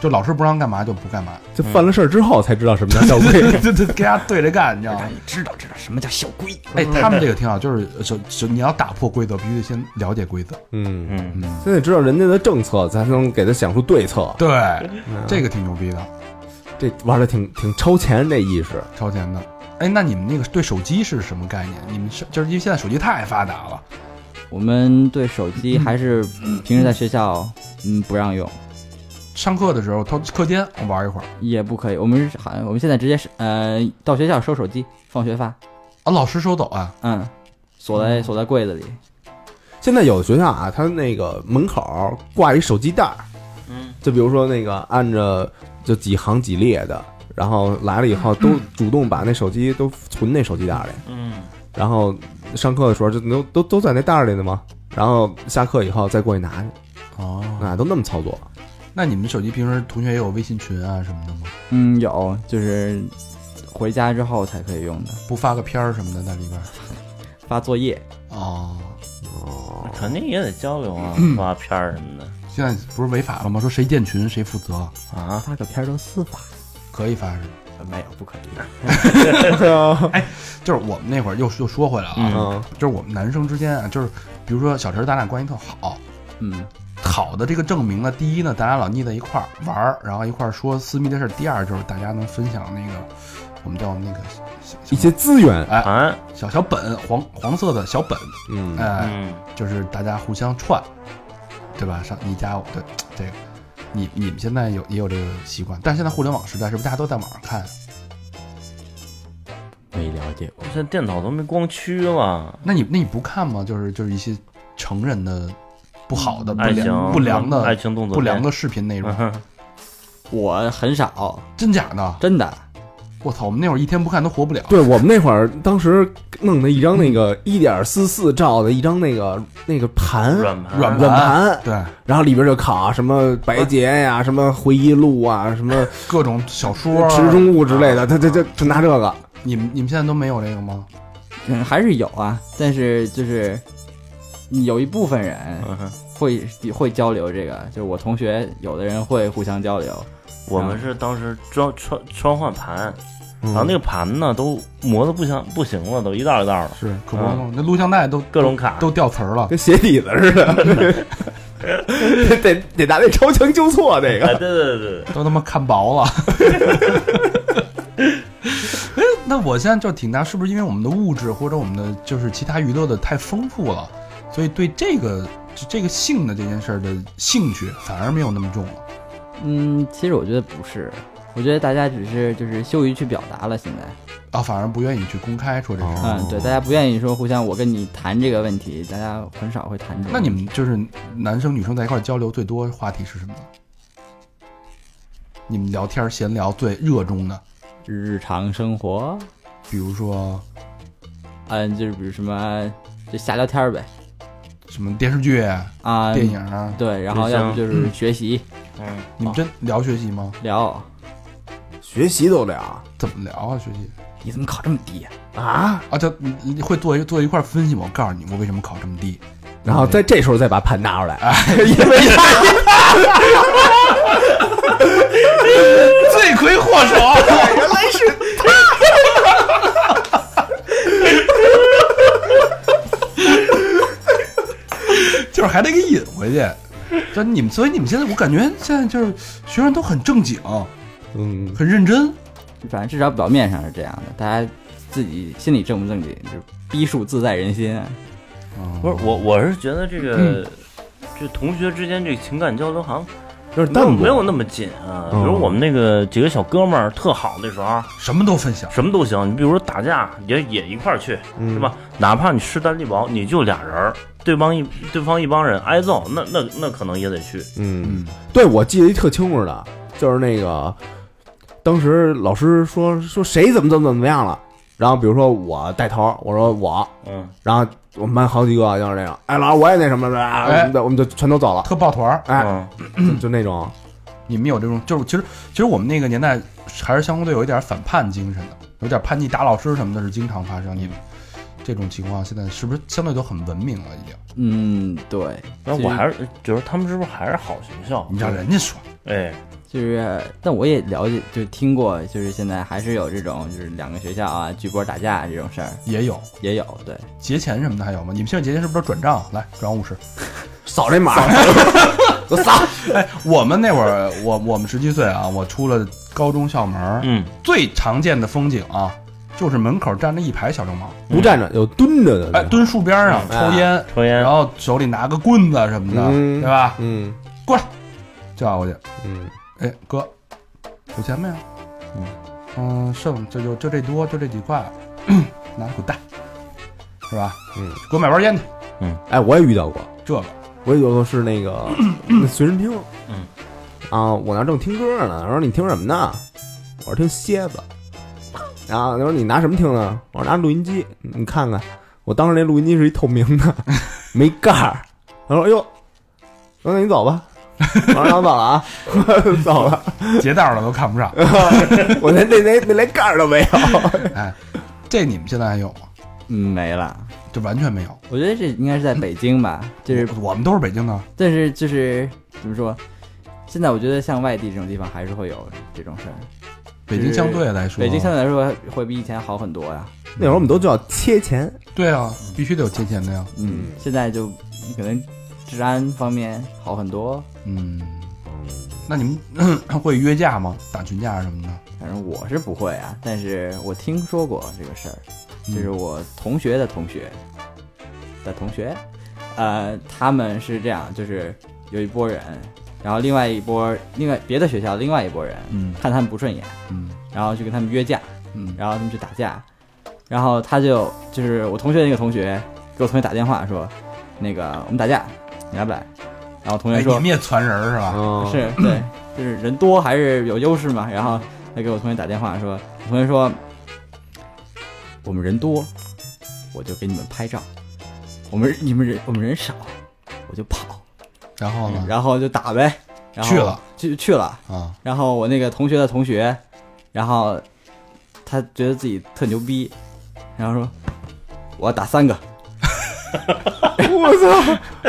[SPEAKER 2] 就老师不让干嘛就不干嘛， [laughs]
[SPEAKER 4] 就犯了事儿之后才知道什么 [laughs] 叫校规。
[SPEAKER 2] 对对，跟他对着干，你知道吗？
[SPEAKER 5] 你知道知道什么叫校规。
[SPEAKER 2] [laughs] 哎，他们这个挺好，就是就就你要打破规则，必须得先了解规则。
[SPEAKER 4] 嗯，
[SPEAKER 3] 嗯，
[SPEAKER 2] 嗯，
[SPEAKER 4] 先得知道人家的政策，才能给他想出对策。
[SPEAKER 2] 对，
[SPEAKER 4] 嗯
[SPEAKER 2] 这个挺牛逼的，
[SPEAKER 4] 这玩的挺挺超前，这意识。
[SPEAKER 2] 超前的。哎，那你们那个对手机是什么概念？你们是就是因为现在手机太发达了，
[SPEAKER 5] 我们对手机还是平时在学校，嗯，不让用。
[SPEAKER 2] 上课的时候偷课间我玩一会儿
[SPEAKER 5] 也不可以，我们是好像我们现在直接是呃到学校收手机，放学发，
[SPEAKER 2] 啊，老师收走啊，
[SPEAKER 5] 嗯，锁在锁在柜子里，
[SPEAKER 4] 现在有的学校啊，它那个门口挂一手机袋儿，
[SPEAKER 3] 嗯，
[SPEAKER 4] 就比如说那个按着就几行几列的，然后来了以后都主动把那手机都存那手机袋儿里，
[SPEAKER 3] 嗯，
[SPEAKER 4] 然后上课的时候就都都都在那袋儿里呢嘛，然后下课以后再过去拿去，
[SPEAKER 2] 哦，
[SPEAKER 4] 啊，都那么操作。
[SPEAKER 2] 那你们手机平时同学也有微信群啊什么的吗？
[SPEAKER 5] 嗯，有就是回家之后才可以用的，
[SPEAKER 2] 不发个片儿什么的在里边儿？
[SPEAKER 5] 发作业，
[SPEAKER 2] 哦，
[SPEAKER 4] 哦，
[SPEAKER 3] 肯定也得交流啊，发片儿什么的
[SPEAKER 2] 现在不是违法了吗？说谁建群谁负责，
[SPEAKER 3] 啊。
[SPEAKER 5] 发个片儿都私发，
[SPEAKER 2] 可以发是吗？
[SPEAKER 5] 没有不可以，
[SPEAKER 2] 哎就是我们那会儿又又说回来了啊，
[SPEAKER 3] 嗯
[SPEAKER 4] 嗯
[SPEAKER 2] 就是我们男生之间啊，就是比如说小陈儿咱俩关系特好，
[SPEAKER 5] 嗯
[SPEAKER 2] 好的这个证明呢，第一呢，大家老腻在一块儿玩儿，然后一块儿说私密的事儿；第二就是大家能分享那个我们叫那个小
[SPEAKER 4] 一些资源，
[SPEAKER 2] 哎
[SPEAKER 3] 啊，
[SPEAKER 2] 小小本黄黄色的小本，
[SPEAKER 4] 嗯
[SPEAKER 2] 哎、
[SPEAKER 3] 嗯，
[SPEAKER 2] 就是大家互相串，对吧？上你家我的这个，你你们现在有也有这个习惯，但是现在互联网时代，是不是大家都在网上看？
[SPEAKER 5] 没了解过，
[SPEAKER 3] 现在电脑都没光驱了，
[SPEAKER 2] 那你那你不看吗？就是就是一些成人的不好的不
[SPEAKER 3] 爱情
[SPEAKER 2] 良不良
[SPEAKER 3] 爱
[SPEAKER 2] 的
[SPEAKER 3] 情动作
[SPEAKER 2] 不良
[SPEAKER 3] 片
[SPEAKER 2] 的视频内容，
[SPEAKER 3] 嗯哼
[SPEAKER 5] 我很少，
[SPEAKER 2] 真假的？
[SPEAKER 5] 真的。
[SPEAKER 2] 我操，我们那会儿一天不看都活不了。
[SPEAKER 4] 对我们那会儿，当时弄的一张那
[SPEAKER 3] 嗯
[SPEAKER 4] 个一点四四兆的一张那个那个
[SPEAKER 2] 嗯
[SPEAKER 4] 盘
[SPEAKER 3] 软盘
[SPEAKER 2] 软
[SPEAKER 4] 软
[SPEAKER 3] 嗯
[SPEAKER 4] 盘，
[SPEAKER 2] 对，
[SPEAKER 4] 然后里边就卡什么白洁呀、什么回忆录啊、什么
[SPEAKER 2] 各种小说，啊
[SPEAKER 4] 池中物之类
[SPEAKER 3] 啊
[SPEAKER 4] 的，他他他就拿这个，
[SPEAKER 2] 你们你们现在都没有这个吗？
[SPEAKER 5] 嗯，还是有啊，但是就是有一部分人
[SPEAKER 3] 嗯哼
[SPEAKER 5] 会会交流这个，就是我同学有的人会互相交流，
[SPEAKER 3] 我们是当时装穿穿换
[SPEAKER 2] 嗯
[SPEAKER 3] 盘，然后那个盘呢都磨的不行不行了，都一道一道的，
[SPEAKER 2] 是，可不嘛，那录像带都
[SPEAKER 3] 嗯各种卡
[SPEAKER 2] 都掉词儿了。
[SPEAKER 4] 跟鞋底子似的，
[SPEAKER 3] [laughs]
[SPEAKER 4] 得得拿那超强纠错这
[SPEAKER 3] 哎，
[SPEAKER 4] 个。
[SPEAKER 3] 对对对对，
[SPEAKER 2] 都他妈看薄了。 [laughs] 哎，那我现在就挺大，是不是因为我们的物质或者我们的就是其他娱乐的太丰富了，所以对这个就这个性的这件事儿的兴趣反而没有那么重了？
[SPEAKER 5] 嗯，其实我觉得不是，我觉得大家只是就是羞于去表达了，现在，
[SPEAKER 2] 啊，反而不愿意去公开说这事儿。
[SPEAKER 4] 哦
[SPEAKER 5] 嗯，对，大家不愿意说互相我跟你谈这个问题，大家很少会谈这个。
[SPEAKER 2] 那你们就是男生女生在一块儿交流最多话题是什么？你们聊天儿闲聊最热衷的，
[SPEAKER 5] 日常生活，
[SPEAKER 2] 比如说
[SPEAKER 5] 嗯，就是比如什么就瞎聊天儿呗，
[SPEAKER 2] 什么电视剧、
[SPEAKER 5] 啊，
[SPEAKER 2] 电影啊，
[SPEAKER 5] 对，然后要不就是学习
[SPEAKER 3] 嗯，
[SPEAKER 2] 你们真聊学习吗？
[SPEAKER 5] 聊，
[SPEAKER 4] 学习都聊
[SPEAKER 2] 怎么聊啊？学习？
[SPEAKER 5] 你怎么考这么低呀？
[SPEAKER 4] 啊，
[SPEAKER 2] 啊，就你你会做一做一块分析吗？我告诉你，我为什么考这么低。
[SPEAKER 4] 然后在这时候再把盘拿出来，因
[SPEAKER 3] 哎
[SPEAKER 4] 为
[SPEAKER 2] 罪魁祸首，原来是他。就是还得给引回去，就你们，所以你们现在，我感觉现在就是学生都很正经，
[SPEAKER 4] [laughs] 嗯，
[SPEAKER 2] 很认真。
[SPEAKER 5] 反正至少表面上是这样的，大家自己心里正不正经，就是逼数自在人心。啊
[SPEAKER 3] 不是我我是觉得这
[SPEAKER 2] 嗯
[SPEAKER 3] 个这同学之间这情感交流好像
[SPEAKER 4] 有点
[SPEAKER 3] 没
[SPEAKER 4] 淡
[SPEAKER 3] 有
[SPEAKER 4] 薄，
[SPEAKER 3] 没有那么紧啊，比
[SPEAKER 4] 嗯
[SPEAKER 3] 如我们那个几个小哥们儿特好那时候，
[SPEAKER 2] 什么都分享，
[SPEAKER 3] 什么都行，你比如说打架也也一块儿去，
[SPEAKER 4] 嗯
[SPEAKER 3] 是吧？哪怕你势单力薄，你就俩人儿，对方一对方一帮人挨揍，那那那可能也得去。
[SPEAKER 4] 嗯，对，我记得一特清楚的，就是那个当时老师说说谁怎么怎么怎么样了，然后比如说我带头，我说我，
[SPEAKER 3] 嗯，
[SPEAKER 4] 然后我们班好几个就是那种，哎，老师我也那什么了，啊
[SPEAKER 2] 哎
[SPEAKER 4] 我们就我们就全都走了，
[SPEAKER 2] 特抱团儿。
[SPEAKER 4] 哎，
[SPEAKER 3] 嗯
[SPEAKER 4] 就就那种，
[SPEAKER 2] 你们有这种，就是其实其实我们那个年代还是相对有一点反叛精神的，有点叛逆打老师什么的是经常发生。你们这种情况现在是不是相对都很文明了？已经？
[SPEAKER 5] 嗯，对，
[SPEAKER 3] 那我还是觉得他们是不是还是好学校？
[SPEAKER 2] 你让人家说，
[SPEAKER 3] 哎，
[SPEAKER 5] 就是，但我也了解，就听过，就是现在还是有这种，就是两个学校啊聚波打架这种事儿
[SPEAKER 2] 也有
[SPEAKER 5] 也有，对，
[SPEAKER 2] 节前什么的还有吗？你们现在节前是不是都转账？来转五十。
[SPEAKER 4] 扫这码儿， [laughs] 我扫，
[SPEAKER 2] 哎，我们那会儿， [laughs] 我我们十七岁啊，我出了高中校门儿，
[SPEAKER 3] 嗯，
[SPEAKER 2] 最常见的风景啊，就是门口站着一排小流氓，
[SPEAKER 4] 不站着有蹲着的，
[SPEAKER 2] 哎，蹲树边儿上
[SPEAKER 4] 嗯
[SPEAKER 2] 抽烟，
[SPEAKER 3] 抽烟
[SPEAKER 2] 然，后手里拿个棍子什么的，
[SPEAKER 4] 嗯
[SPEAKER 2] 对吧？
[SPEAKER 4] 嗯
[SPEAKER 2] 叫过去，
[SPEAKER 4] 嗯，
[SPEAKER 2] 哎，哥，有钱没有？啊嗯，剩这就就这多，就这几块， [clears throat] 拿滚蛋，是吧？
[SPEAKER 4] 嗯，
[SPEAKER 2] 给我买包烟去，
[SPEAKER 4] 哎，我也遇到过，
[SPEAKER 2] 这个
[SPEAKER 4] 我也遇到过是那个那随身听，
[SPEAKER 3] 嗯，
[SPEAKER 4] 啊，我那正听歌呢，他说你听什么呢？我说听蝎子，然后他说你拿什么听呢？我说拿录音机，你看看，我当时那录音机是一透明的，没盖儿。他说哎呦，我说那你走吧，我说那我走了啊， [laughs] 我走了，
[SPEAKER 2] 劫道的都看不上。
[SPEAKER 4] 我连那那那连盖儿都没有。
[SPEAKER 2] 哎，这你们现在还有吗？
[SPEAKER 5] 嗯，没了。
[SPEAKER 2] 这完全没有。
[SPEAKER 5] 我觉得这应该是在北京吧，
[SPEAKER 2] [laughs]
[SPEAKER 5] 就是，
[SPEAKER 2] 我我们都是北京啊的，
[SPEAKER 5] 但是就是怎么说，现在我觉得像外地这种地方还是会有这种事儿，
[SPEAKER 2] 北京相对来说，
[SPEAKER 5] 北京相对来说会比以前好很多啊嗯呀、
[SPEAKER 4] 那会儿我们都叫切钱，
[SPEAKER 2] 对啊，必须得有借钱的呀。
[SPEAKER 5] 嗯，现在就可能治安方面好很多。
[SPEAKER 2] 嗯，那你们 [clears throat] 会约架吗？打群架什么的？
[SPEAKER 5] 反正我是不会啊，但是我听说过这个事儿，
[SPEAKER 2] 嗯
[SPEAKER 5] 就是我同学的同学的同学，呃，他们是这样，就是有一波人，然后另外一波，另外别的学校另外一波人
[SPEAKER 2] 嗯
[SPEAKER 5] 看他们不顺眼，
[SPEAKER 2] 嗯
[SPEAKER 5] 然后就跟他们约架，
[SPEAKER 2] 嗯
[SPEAKER 5] 然后他们就打架，然后他就就是我同学那个同学给我同学打电话说，那个我们打架，你来不来？然后同学
[SPEAKER 2] 哎，
[SPEAKER 5] 说、
[SPEAKER 2] 你们也传人儿啊是吧？
[SPEAKER 4] 嗯，
[SPEAKER 5] 是对，就是人多还是有优势嘛。然后他给我同学打电话说，我同学说我们人多，我就给你们拍照；我们你们人我们人少，我就跑，
[SPEAKER 2] 然后呢？
[SPEAKER 5] 然后就打呗。然后
[SPEAKER 2] 去了
[SPEAKER 5] 就去了。
[SPEAKER 2] 啊，
[SPEAKER 5] 嗯然后我那个同学的同学，然后他觉得自己特牛逼，然后说我要打三
[SPEAKER 2] [laughs]
[SPEAKER 5] 个。我操！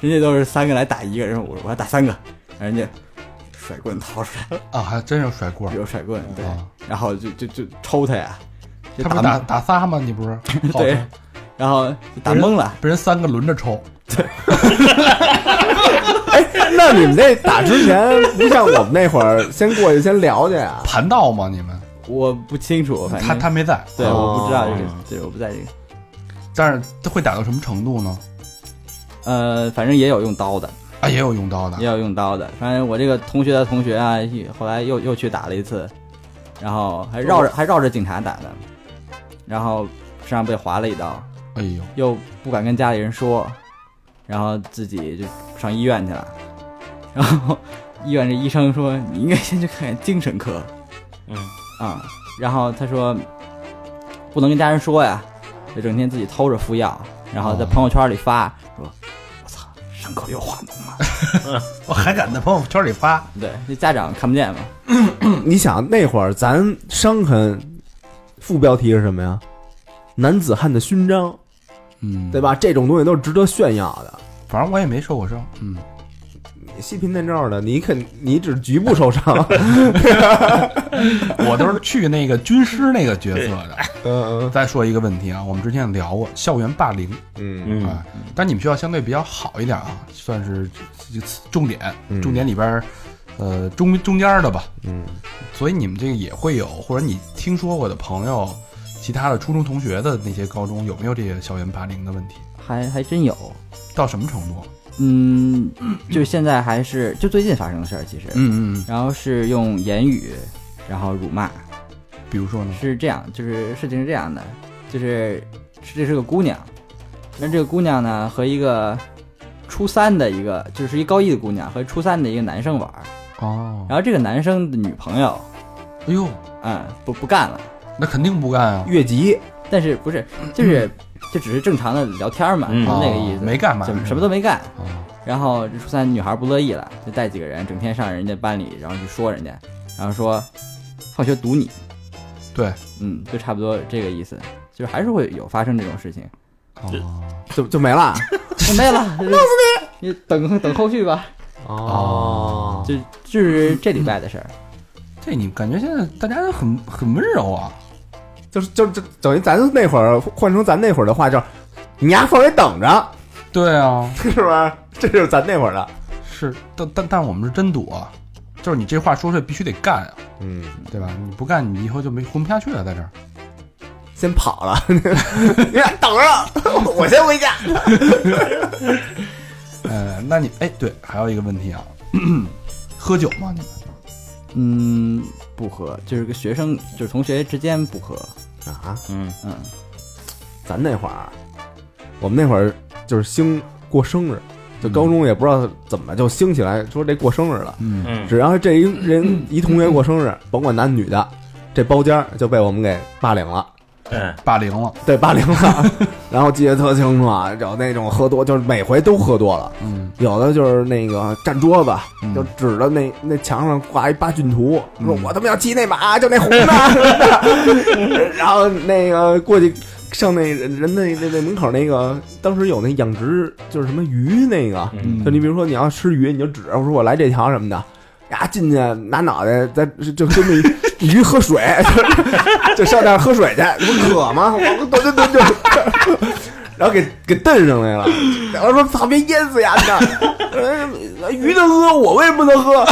[SPEAKER 5] 人家都是三个来打一个人，我说我要打三个，人家甩棍掏出来，
[SPEAKER 2] 啊，还真有甩棍儿。
[SPEAKER 5] 有甩棍，对，
[SPEAKER 2] 啊
[SPEAKER 5] 然后就就就抽他呀，就
[SPEAKER 2] 他不是打打仨吗？你不是？好
[SPEAKER 5] [laughs] 对
[SPEAKER 2] 像，
[SPEAKER 5] 然后就打懵了，
[SPEAKER 2] 被人三个轮着抽。
[SPEAKER 4] 哎那你们这打之前，不像我们那会儿，先过去先聊去啊。
[SPEAKER 2] 盘道吗？你们？
[SPEAKER 5] 我不清楚，反正
[SPEAKER 2] 他他没在，
[SPEAKER 5] 对，我不知道这个
[SPEAKER 3] 哦，
[SPEAKER 5] 对，我不在这个，
[SPEAKER 2] 但是他会打到什么程度呢？
[SPEAKER 5] 呃，反正也有用刀的，
[SPEAKER 2] 啊，也有用刀的
[SPEAKER 5] 也。有用刀的，反正我这个同学的同学啊，后来又又去打了一次，然后还绕着还绕着警察打的，然后身上被划了一刀，
[SPEAKER 2] 哎呦，
[SPEAKER 5] 又不敢跟家里人说，然后自己就上医院去了。然后医院这医生说：“你应该先去看看精神科。
[SPEAKER 3] 嗯，”
[SPEAKER 5] 啊、然后他说：“不能跟家人说呀，就整天自己偷着服药，然后在
[SPEAKER 2] 哦
[SPEAKER 5] 朋友圈里发，说我操，伤口又化脓了。
[SPEAKER 2] 我还敢在朋友圈里发，”
[SPEAKER 5] 对，那家长看不见嘛，
[SPEAKER 4] 你想那会儿咱伤痕，副标题是什么呀？男子汉的勋章，
[SPEAKER 2] 嗯，
[SPEAKER 4] 对？吧？这种东西都是值得炫耀的。
[SPEAKER 2] 反正我也没受过伤，嗯，
[SPEAKER 4] 你细皮嫩肉的，你肯你只是局部 [laughs] 受伤，
[SPEAKER 2] 我都是去那个军师那个角色的。
[SPEAKER 4] 嗯
[SPEAKER 2] 再说一个问题啊，我们之前聊过校园霸凌
[SPEAKER 4] 嗯
[SPEAKER 3] 嗯
[SPEAKER 2] 啊，但你们学校相对比较好一点啊，算是重点
[SPEAKER 4] 嗯，
[SPEAKER 2] 重点里边儿，呃，中中间儿的吧，
[SPEAKER 4] 嗯，
[SPEAKER 2] 所以你们这个也会有，或者你听说过的朋友，其他的初中同学的那些高中有没有这些校园霸凌的问题？
[SPEAKER 5] 还还真有。
[SPEAKER 2] 到什么程度？
[SPEAKER 5] 嗯，就现在还是就最近发生的事儿，其实，
[SPEAKER 2] 嗯嗯
[SPEAKER 5] 然后是用言语，然后辱骂，
[SPEAKER 2] 嗯，比如说呢？
[SPEAKER 5] 是这样，就是事情是这样的，就是这是个姑娘，那这个姑娘呢和一个初三的一个，就是一高一的姑娘和初三的一个男生玩儿，
[SPEAKER 2] 哦，
[SPEAKER 5] 然后这个男生的女朋友，
[SPEAKER 2] 哎呦，
[SPEAKER 5] 嗯，不不干了，
[SPEAKER 2] 那肯定不干啊，
[SPEAKER 4] 越级
[SPEAKER 5] 但是不是就是就只是正常的聊天儿嘛，
[SPEAKER 3] 嗯
[SPEAKER 5] 就是那个意
[SPEAKER 2] 哦
[SPEAKER 5] 思，
[SPEAKER 2] 没干嘛，
[SPEAKER 5] 就什么都没干。
[SPEAKER 2] 哦。
[SPEAKER 5] 然后这初三女孩不乐意了，就带几个人整天上人家班里，然后去说人家，然后说放学堵你，
[SPEAKER 2] 对，
[SPEAKER 5] 嗯，就差不多这个意思，就是还是会有发生这种事情。
[SPEAKER 2] 哦，
[SPEAKER 4] 就就没了。
[SPEAKER 5] 我没了，弄死 [laughs] 你！你等等后续吧，
[SPEAKER 2] 哦
[SPEAKER 5] 就就是这礼拜的事儿。
[SPEAKER 2] 这你感觉现在大家都很很温柔啊，
[SPEAKER 4] 就是就就等于咱那会儿换成咱那会儿的话，就是你丫放学等着， [laughs]
[SPEAKER 2] 对啊，
[SPEAKER 4] 是不是？这就是咱那会儿的。
[SPEAKER 2] 是，但但但我们是真赌啊，就是你这话说出来必须得干啊，
[SPEAKER 4] 嗯，
[SPEAKER 2] 对吧？你不干，你以后就没混不下去了，在这儿。
[SPEAKER 4] 先跑了， [laughs] 你俩等着，我先回家。
[SPEAKER 2] 呃，那你哎，对，还有一个问题啊， [clears throat] 喝酒吗？你们
[SPEAKER 5] 嗯，不和，就是跟学生，就是同学之间不和。
[SPEAKER 4] 啊，
[SPEAKER 3] 嗯，
[SPEAKER 5] 嗯，
[SPEAKER 4] 咱那会儿，啊我们那会儿就是兴过生日，就高中也不知道怎么就兴起来说这过生日了。
[SPEAKER 2] 嗯，
[SPEAKER 3] 嗯，
[SPEAKER 4] 只要这一
[SPEAKER 2] [laughs]
[SPEAKER 4] 人一同学过生日，甭管男女的，这包间儿就被我们给霸凌了。
[SPEAKER 3] 哎，
[SPEAKER 2] 霸凌了，
[SPEAKER 4] 对，霸凌
[SPEAKER 2] [laughs]
[SPEAKER 4] 了，然后记得特清楚啊，有那种喝多，就是每回都喝多了，
[SPEAKER 2] 嗯，
[SPEAKER 4] 有的就是那个占桌子，
[SPEAKER 2] 嗯
[SPEAKER 4] 就指着那那墙上挂一八骏图，说
[SPEAKER 2] 嗯
[SPEAKER 4] 我他妈要骑那马，就那红的， [laughs] 然后那个过去上那人人那那那门口那个，当时有那养殖就是什么鱼那个，
[SPEAKER 3] 嗯
[SPEAKER 4] 就你比如说你要吃鱼，你就指着我说我来这条什么的。呀，进去拿脑袋，在就跟那鱼喝水， [laughs] 就就上那儿喝水去，你不渴吗？我都都都就，然后给给蹬上来 [laughs] 了，然后说操，别淹死丫的， [laughs] 呃鱼能喝，我为什么不能喝？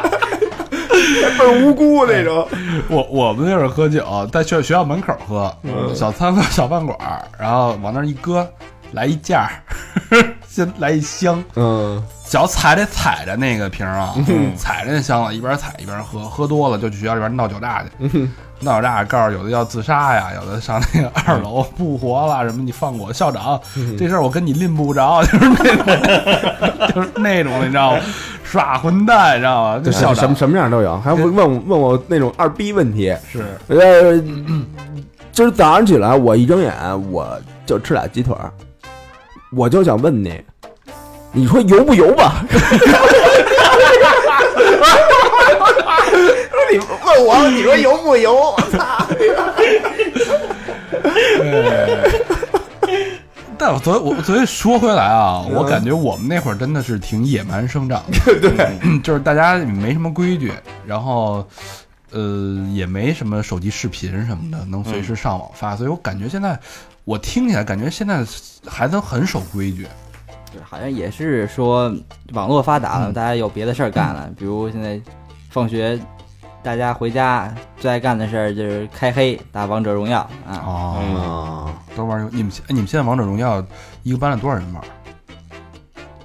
[SPEAKER 4] [laughs] 倍儿无辜那种，
[SPEAKER 2] 我我们那会儿喝酒，啊在学学校门口喝，小餐馆、小饭馆儿，然后往那儿一搁，来一架儿， [laughs] 先来一箱，
[SPEAKER 4] 嗯，
[SPEAKER 2] 脚踩得踩着那个瓶儿啊，踩着那箱子，一边踩一边喝，喝多了就去学校里边闹酒大去，
[SPEAKER 4] 嗯
[SPEAKER 2] 闹酒大告诉有的要自杀呀，有的上那个二
[SPEAKER 4] 嗯
[SPEAKER 2] 楼不活了，什么你放过校长，这事儿我跟你拎不着，就是那
[SPEAKER 4] [laughs]
[SPEAKER 2] 种，就是那种你知道吗？耍混蛋，你知道吗？就校
[SPEAKER 4] 什
[SPEAKER 2] 长
[SPEAKER 4] 么什么样都有，还问问我问我那种二逼问题，
[SPEAKER 2] 是
[SPEAKER 4] 呃，今儿早上起来我一睁眼我就吃俩鸡腿儿，我就想问你，你说油不油吧？ [laughs] 说你问我，你说油不油？我操！
[SPEAKER 2] 但我昨我所以说回来啊，
[SPEAKER 4] 嗯
[SPEAKER 2] 我感觉我们那会儿真的是挺野蛮生长的，对， [laughs] 就是大家没什么规矩，然后呃也没什么手机视频什么的能随时上网发，所以我感觉现在我听起来感觉现在孩子很守规矩，
[SPEAKER 5] 就是好像也是说网络发达了，大家有别的事儿干了，比如现在放学，大家回家最爱干的事儿就是开黑打王者荣耀啊。
[SPEAKER 2] 哦，
[SPEAKER 3] 嗯，
[SPEAKER 4] 啊，
[SPEAKER 2] 都玩儿你们现哎你们现在王者荣耀一个班里多少人玩儿？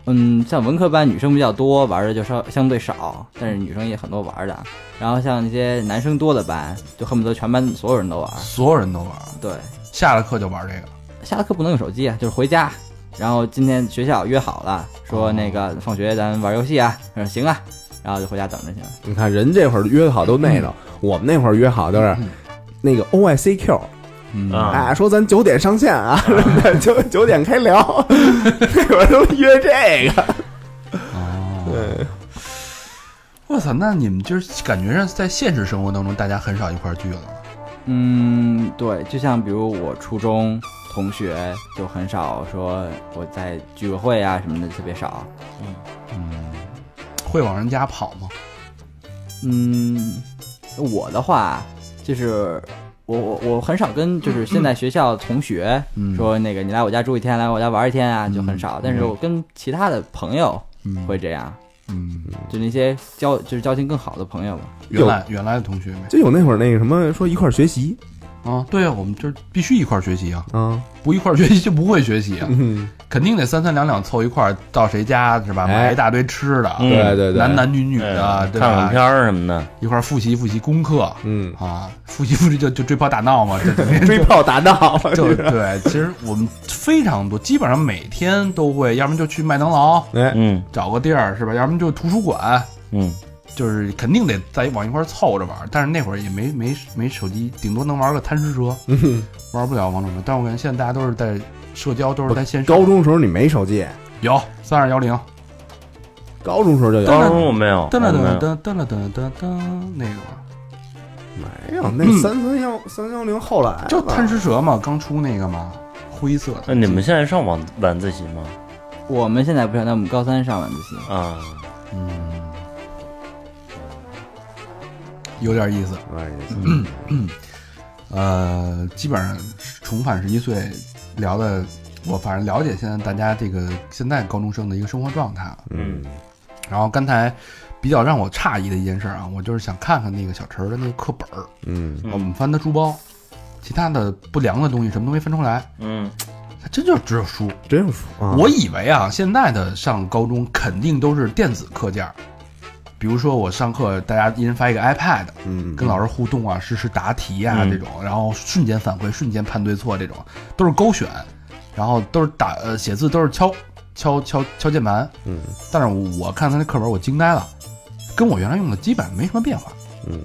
[SPEAKER 5] 嗯，像文科班女生比较多，玩的就稍相对少，但是女生也很多玩的。然后像那些男生多的班，就恨不得全班所有人都玩。
[SPEAKER 2] 啊所有人都玩儿，
[SPEAKER 5] 对，
[SPEAKER 2] 下了课就玩儿这个。
[SPEAKER 5] 下了课不能用手机啊，就是回家。然后今天学校约好了，说那个放学咱玩游戏啊。我说行啊，然后就回家等着去了。
[SPEAKER 4] 你看人这会儿约好都那种，我们那会儿约好就是那个 O I C Q，
[SPEAKER 2] 嗯
[SPEAKER 3] 啊
[SPEAKER 4] 哎，说咱九点上线啊， [laughs] 什么的九九点开聊， [laughs] 那会儿都约这个。
[SPEAKER 2] 哦，
[SPEAKER 4] 对，
[SPEAKER 2] 我操！那你们就是感觉上在现实生活当中，大家很少一块儿聚了。
[SPEAKER 5] 嗯，对，就像比如我初中同学就很少说我在聚个会啊什么的特别少。
[SPEAKER 2] 嗯，会往人家跑吗？
[SPEAKER 5] 嗯，我的话就是我我我很少跟就是现在学校同学
[SPEAKER 2] 嗯
[SPEAKER 5] 说那个你来我家住一天，来我家玩一天啊，就很少。但是我跟其他的朋友
[SPEAKER 2] 嗯，
[SPEAKER 5] 会，这样，
[SPEAKER 2] 嗯，
[SPEAKER 5] 就那些交就是交情更好的朋友吧。
[SPEAKER 2] 原来原来的同学没
[SPEAKER 4] 就有那会儿那个什么说一块儿学习
[SPEAKER 2] 啊？对啊，我们就是必须一块儿学习啊，
[SPEAKER 4] 啊，
[SPEAKER 2] 不一块儿学习就不会学习啊，
[SPEAKER 4] 嗯，
[SPEAKER 2] 肯定得三三两两凑一块儿到谁家是吧？
[SPEAKER 4] 哎
[SPEAKER 2] 买一大堆吃的，
[SPEAKER 3] 嗯
[SPEAKER 4] 对对对，
[SPEAKER 2] 男男女女的
[SPEAKER 3] 哎，
[SPEAKER 2] 啊对
[SPEAKER 3] 看看
[SPEAKER 2] 吧？
[SPEAKER 3] 片儿什么的，
[SPEAKER 2] 一块儿复习复习功课
[SPEAKER 4] [laughs] 嗯，
[SPEAKER 2] 啊，复习复习就就追跑打闹嘛，这肯定
[SPEAKER 4] [laughs] 追炮打闹，
[SPEAKER 2] 就
[SPEAKER 4] 就是
[SPEAKER 2] 对。其实我们非常多，基本上每天都会，要么就去麦当劳
[SPEAKER 4] [laughs] 哎，
[SPEAKER 3] 嗯
[SPEAKER 2] 找个地儿是吧？要么就图书馆，
[SPEAKER 3] 嗯，
[SPEAKER 2] 就是肯定得在往一块儿凑着玩儿，但是那会儿也没没没手机，顶多能玩个贪吃蛇，
[SPEAKER 4] 嗯
[SPEAKER 2] 玩不了王者荣耀。但是我感觉现在大家都是在社交，都是在线上。
[SPEAKER 4] 高中时候你没手机，
[SPEAKER 2] 有三二幺零，
[SPEAKER 4] 高中时候就有，
[SPEAKER 3] 高中我没有，
[SPEAKER 2] 噔
[SPEAKER 3] 我
[SPEAKER 2] 噔
[SPEAKER 3] 没有
[SPEAKER 2] 噔噔噔噔噔噔，那个嘛
[SPEAKER 4] 没有哎那
[SPEAKER 2] 嗯
[SPEAKER 4] 三三幺三幺零后来
[SPEAKER 2] 就
[SPEAKER 4] 吧
[SPEAKER 2] 贪吃蛇嘛，刚出那个嘛，灰色的。
[SPEAKER 3] 那你们现在上网晚自习吗？
[SPEAKER 5] 我们现在不是，那我们高三上晚自习。
[SPEAKER 3] 啊，
[SPEAKER 2] 嗯，有点意思。
[SPEAKER 4] 哎
[SPEAKER 2] 呃，基本上重返十一岁聊的，我反正了解现在大家这个现在高中生的一个生活状态了。
[SPEAKER 4] 嗯，
[SPEAKER 2] 然后刚才比较让我诧异的一件事啊，我就是想看看那个小陈儿的那个课本儿，
[SPEAKER 4] 嗯
[SPEAKER 3] 嗯
[SPEAKER 2] 我们翻他书包，其他的不良的东西什么都没翻出来，
[SPEAKER 3] 嗯，
[SPEAKER 2] 还真就只有书。
[SPEAKER 4] 真有说啊，
[SPEAKER 2] 我以为啊，现在的上高中肯定都是电子课件儿，比如说我上课大家一人发一个 iPad，
[SPEAKER 4] 嗯
[SPEAKER 2] 跟老师互动啊，实时答题啊
[SPEAKER 3] 嗯
[SPEAKER 2] 这种，然后瞬间反馈、瞬间判对错这种，都是勾选，然后都是打呃写字都是敲敲敲敲键盘，
[SPEAKER 4] 嗯
[SPEAKER 2] 但是我看他那课本我惊呆了，跟我原来用的基本上没什么变化，
[SPEAKER 4] 嗯，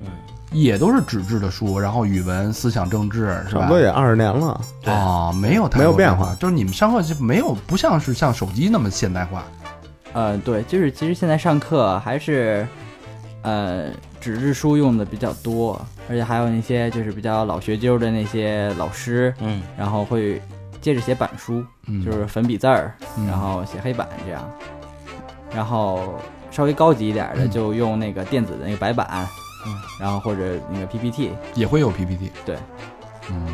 [SPEAKER 3] 嗯
[SPEAKER 2] 也都是纸质的书，然后语文、思想、政治是
[SPEAKER 4] 差
[SPEAKER 2] 吧
[SPEAKER 4] 不？多也二十年了，
[SPEAKER 3] 对
[SPEAKER 2] 啊、没有太
[SPEAKER 4] 没有
[SPEAKER 2] 多变
[SPEAKER 4] 变化
[SPEAKER 2] 就是你们上课就没有不像是像手机那么现代化，
[SPEAKER 5] 呃，对，就是其实现在上课还是，呃，纸质书用的比较多，而且还有那些就是比较老学究的那些老师，
[SPEAKER 3] 嗯
[SPEAKER 5] 然后会接着写板书，
[SPEAKER 2] 嗯，
[SPEAKER 5] 就是粉笔字儿，
[SPEAKER 2] 嗯
[SPEAKER 5] 然后写黑板这样，然后稍微高级一点
[SPEAKER 2] 嗯
[SPEAKER 5] 的就用那个电子的那个白板，
[SPEAKER 3] 嗯
[SPEAKER 5] 然后或者那个 PPT，
[SPEAKER 2] 也会有 PPT，
[SPEAKER 5] 对，
[SPEAKER 2] 嗯，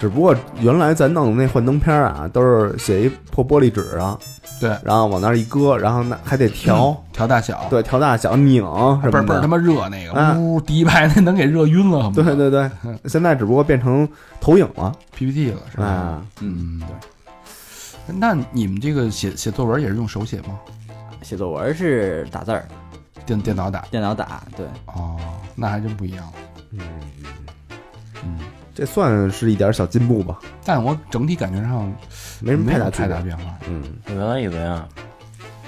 [SPEAKER 4] 只不过原来咱弄的那幻灯片儿啊，都是写一破玻璃纸上，
[SPEAKER 2] 对，
[SPEAKER 4] 然后往那儿一搁，然后那还得调，
[SPEAKER 2] 调大小，，
[SPEAKER 4] 对，调大小、拧什
[SPEAKER 2] 倍儿
[SPEAKER 4] 么
[SPEAKER 2] 倍儿他
[SPEAKER 4] 的。
[SPEAKER 2] 妈热那个，
[SPEAKER 4] 啊
[SPEAKER 2] 呜，第一排那能给热晕了，
[SPEAKER 4] 对
[SPEAKER 2] [laughs]
[SPEAKER 4] 对对，现在只不过变成投影了，
[SPEAKER 2] ，PPT 了是吧？
[SPEAKER 4] 啊，
[SPEAKER 2] 嗯，对。那你们这个写写作文也是用手写吗？
[SPEAKER 5] 写作文是打字儿，
[SPEAKER 2] 电电脑打？
[SPEAKER 5] 电脑打，对，
[SPEAKER 2] 哦，那还真不一样了。嗯，
[SPEAKER 4] 这算是一点小进步吧，
[SPEAKER 2] 但我整体感觉上
[SPEAKER 4] 没什么
[SPEAKER 2] 没
[SPEAKER 4] 太
[SPEAKER 2] 有
[SPEAKER 4] 大区
[SPEAKER 2] 太大
[SPEAKER 4] 别。
[SPEAKER 2] 变化。
[SPEAKER 4] 嗯，
[SPEAKER 3] 我原来以为啊，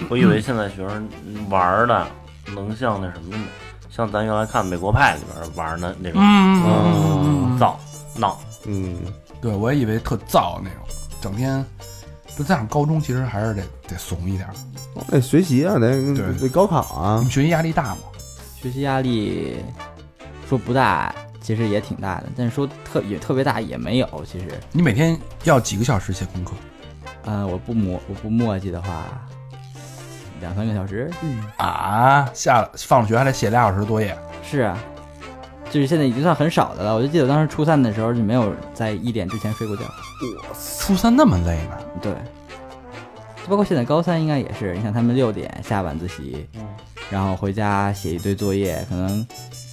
[SPEAKER 3] 我以为现在学生玩儿的能像那什么呢，像咱原来看美国派里边玩儿的那种，
[SPEAKER 2] 嗯，
[SPEAKER 3] 造闹，
[SPEAKER 4] 啊嗯，
[SPEAKER 2] 对，我也以为特燥那种，整天不加上高中其实还是得得怂一点儿。
[SPEAKER 4] 那学习啊，得
[SPEAKER 2] 对
[SPEAKER 4] 得高考
[SPEAKER 2] 你
[SPEAKER 4] 啊
[SPEAKER 2] 们，学习压力大吗？
[SPEAKER 5] 学习压力说不大，其实也挺大的，但是说特也特别大也没有，其实，
[SPEAKER 2] 你每天要几个小时写功课？
[SPEAKER 5] 呃，我不磨我不磨叽的话，两三个小时，
[SPEAKER 2] 啊，下了放了学还得写俩小时作业，
[SPEAKER 5] 是啊，就是现在已经算很少的了。我就记得我当时初三的时候就没有在一点之前睡过觉，
[SPEAKER 2] 初三那么累呢？
[SPEAKER 5] 对。包括现在高三应该也是，你看他们六点下晚自习，然后回家写一堆作业，可能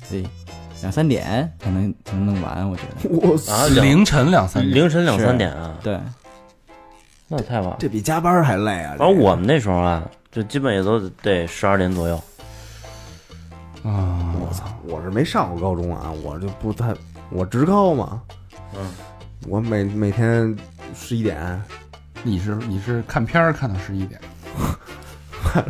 [SPEAKER 5] 对两三点才能才能弄完，我觉
[SPEAKER 2] 嗯
[SPEAKER 5] 得。
[SPEAKER 4] 我
[SPEAKER 3] 啊两
[SPEAKER 2] 凌晨两三点，
[SPEAKER 3] 凌晨两
[SPEAKER 5] 是
[SPEAKER 3] 三点啊，
[SPEAKER 5] 对，
[SPEAKER 3] 那太晚了。
[SPEAKER 4] 这比加班还累啊！
[SPEAKER 3] 反正我们那时候啊，就基本也都得十二点左右。
[SPEAKER 2] 啊，
[SPEAKER 4] 我操，我是没上过高中啊，我就不太，我职高嘛，
[SPEAKER 3] 嗯，
[SPEAKER 4] 我每每天十一点， [laughs]
[SPEAKER 2] 你是你是看片儿看到十一点，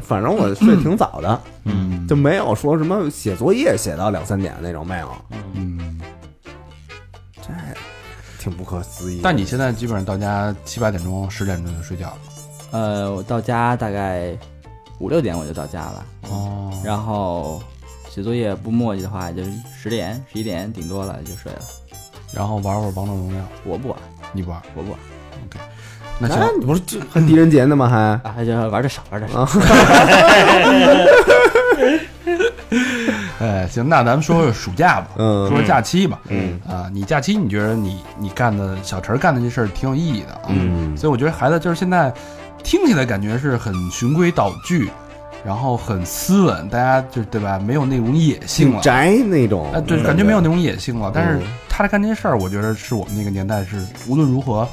[SPEAKER 4] 反正我睡挺早的，
[SPEAKER 2] 嗯
[SPEAKER 4] 就没有说什么写作业写到两三点那种，没有，
[SPEAKER 2] 嗯，
[SPEAKER 4] 挺不可思议的。
[SPEAKER 2] 但你现在基本上到家七八点钟、十点钟就睡觉了。
[SPEAKER 5] 呃，我到家大概五六点我就到家了，
[SPEAKER 2] 哦，
[SPEAKER 5] 然后写作业不磨叽的话，也就十点十一点顶多了就睡了。
[SPEAKER 2] 然后玩会儿王者荣耀，
[SPEAKER 5] 我不玩，
[SPEAKER 2] 你玩？
[SPEAKER 5] 我不玩
[SPEAKER 2] 那行，
[SPEAKER 4] 啊，你不是这还狄仁杰呢吗？还啊
[SPEAKER 5] 啊，还就玩的少，玩的
[SPEAKER 2] 啊
[SPEAKER 5] 少。
[SPEAKER 2] [laughs] 哎，行，那咱们说说暑假吧，
[SPEAKER 4] 嗯
[SPEAKER 2] 说说假期吧。
[SPEAKER 4] 嗯
[SPEAKER 2] 啊，你假期你觉得你你干的小陈儿干的这事儿挺有意义的啊。
[SPEAKER 4] 嗯
[SPEAKER 2] 所以我觉得孩子就是现在听起来感觉是很循规蹈矩，然后很斯文，大家就对吧？没有那种野性
[SPEAKER 4] 挺
[SPEAKER 2] 了。
[SPEAKER 4] 宅那种，
[SPEAKER 2] 哎，对，
[SPEAKER 4] 嗯
[SPEAKER 2] 感觉没有那种野性了。但是
[SPEAKER 4] 嗯
[SPEAKER 2] 他干这些事儿，我觉得是我们那个年代是无论如何，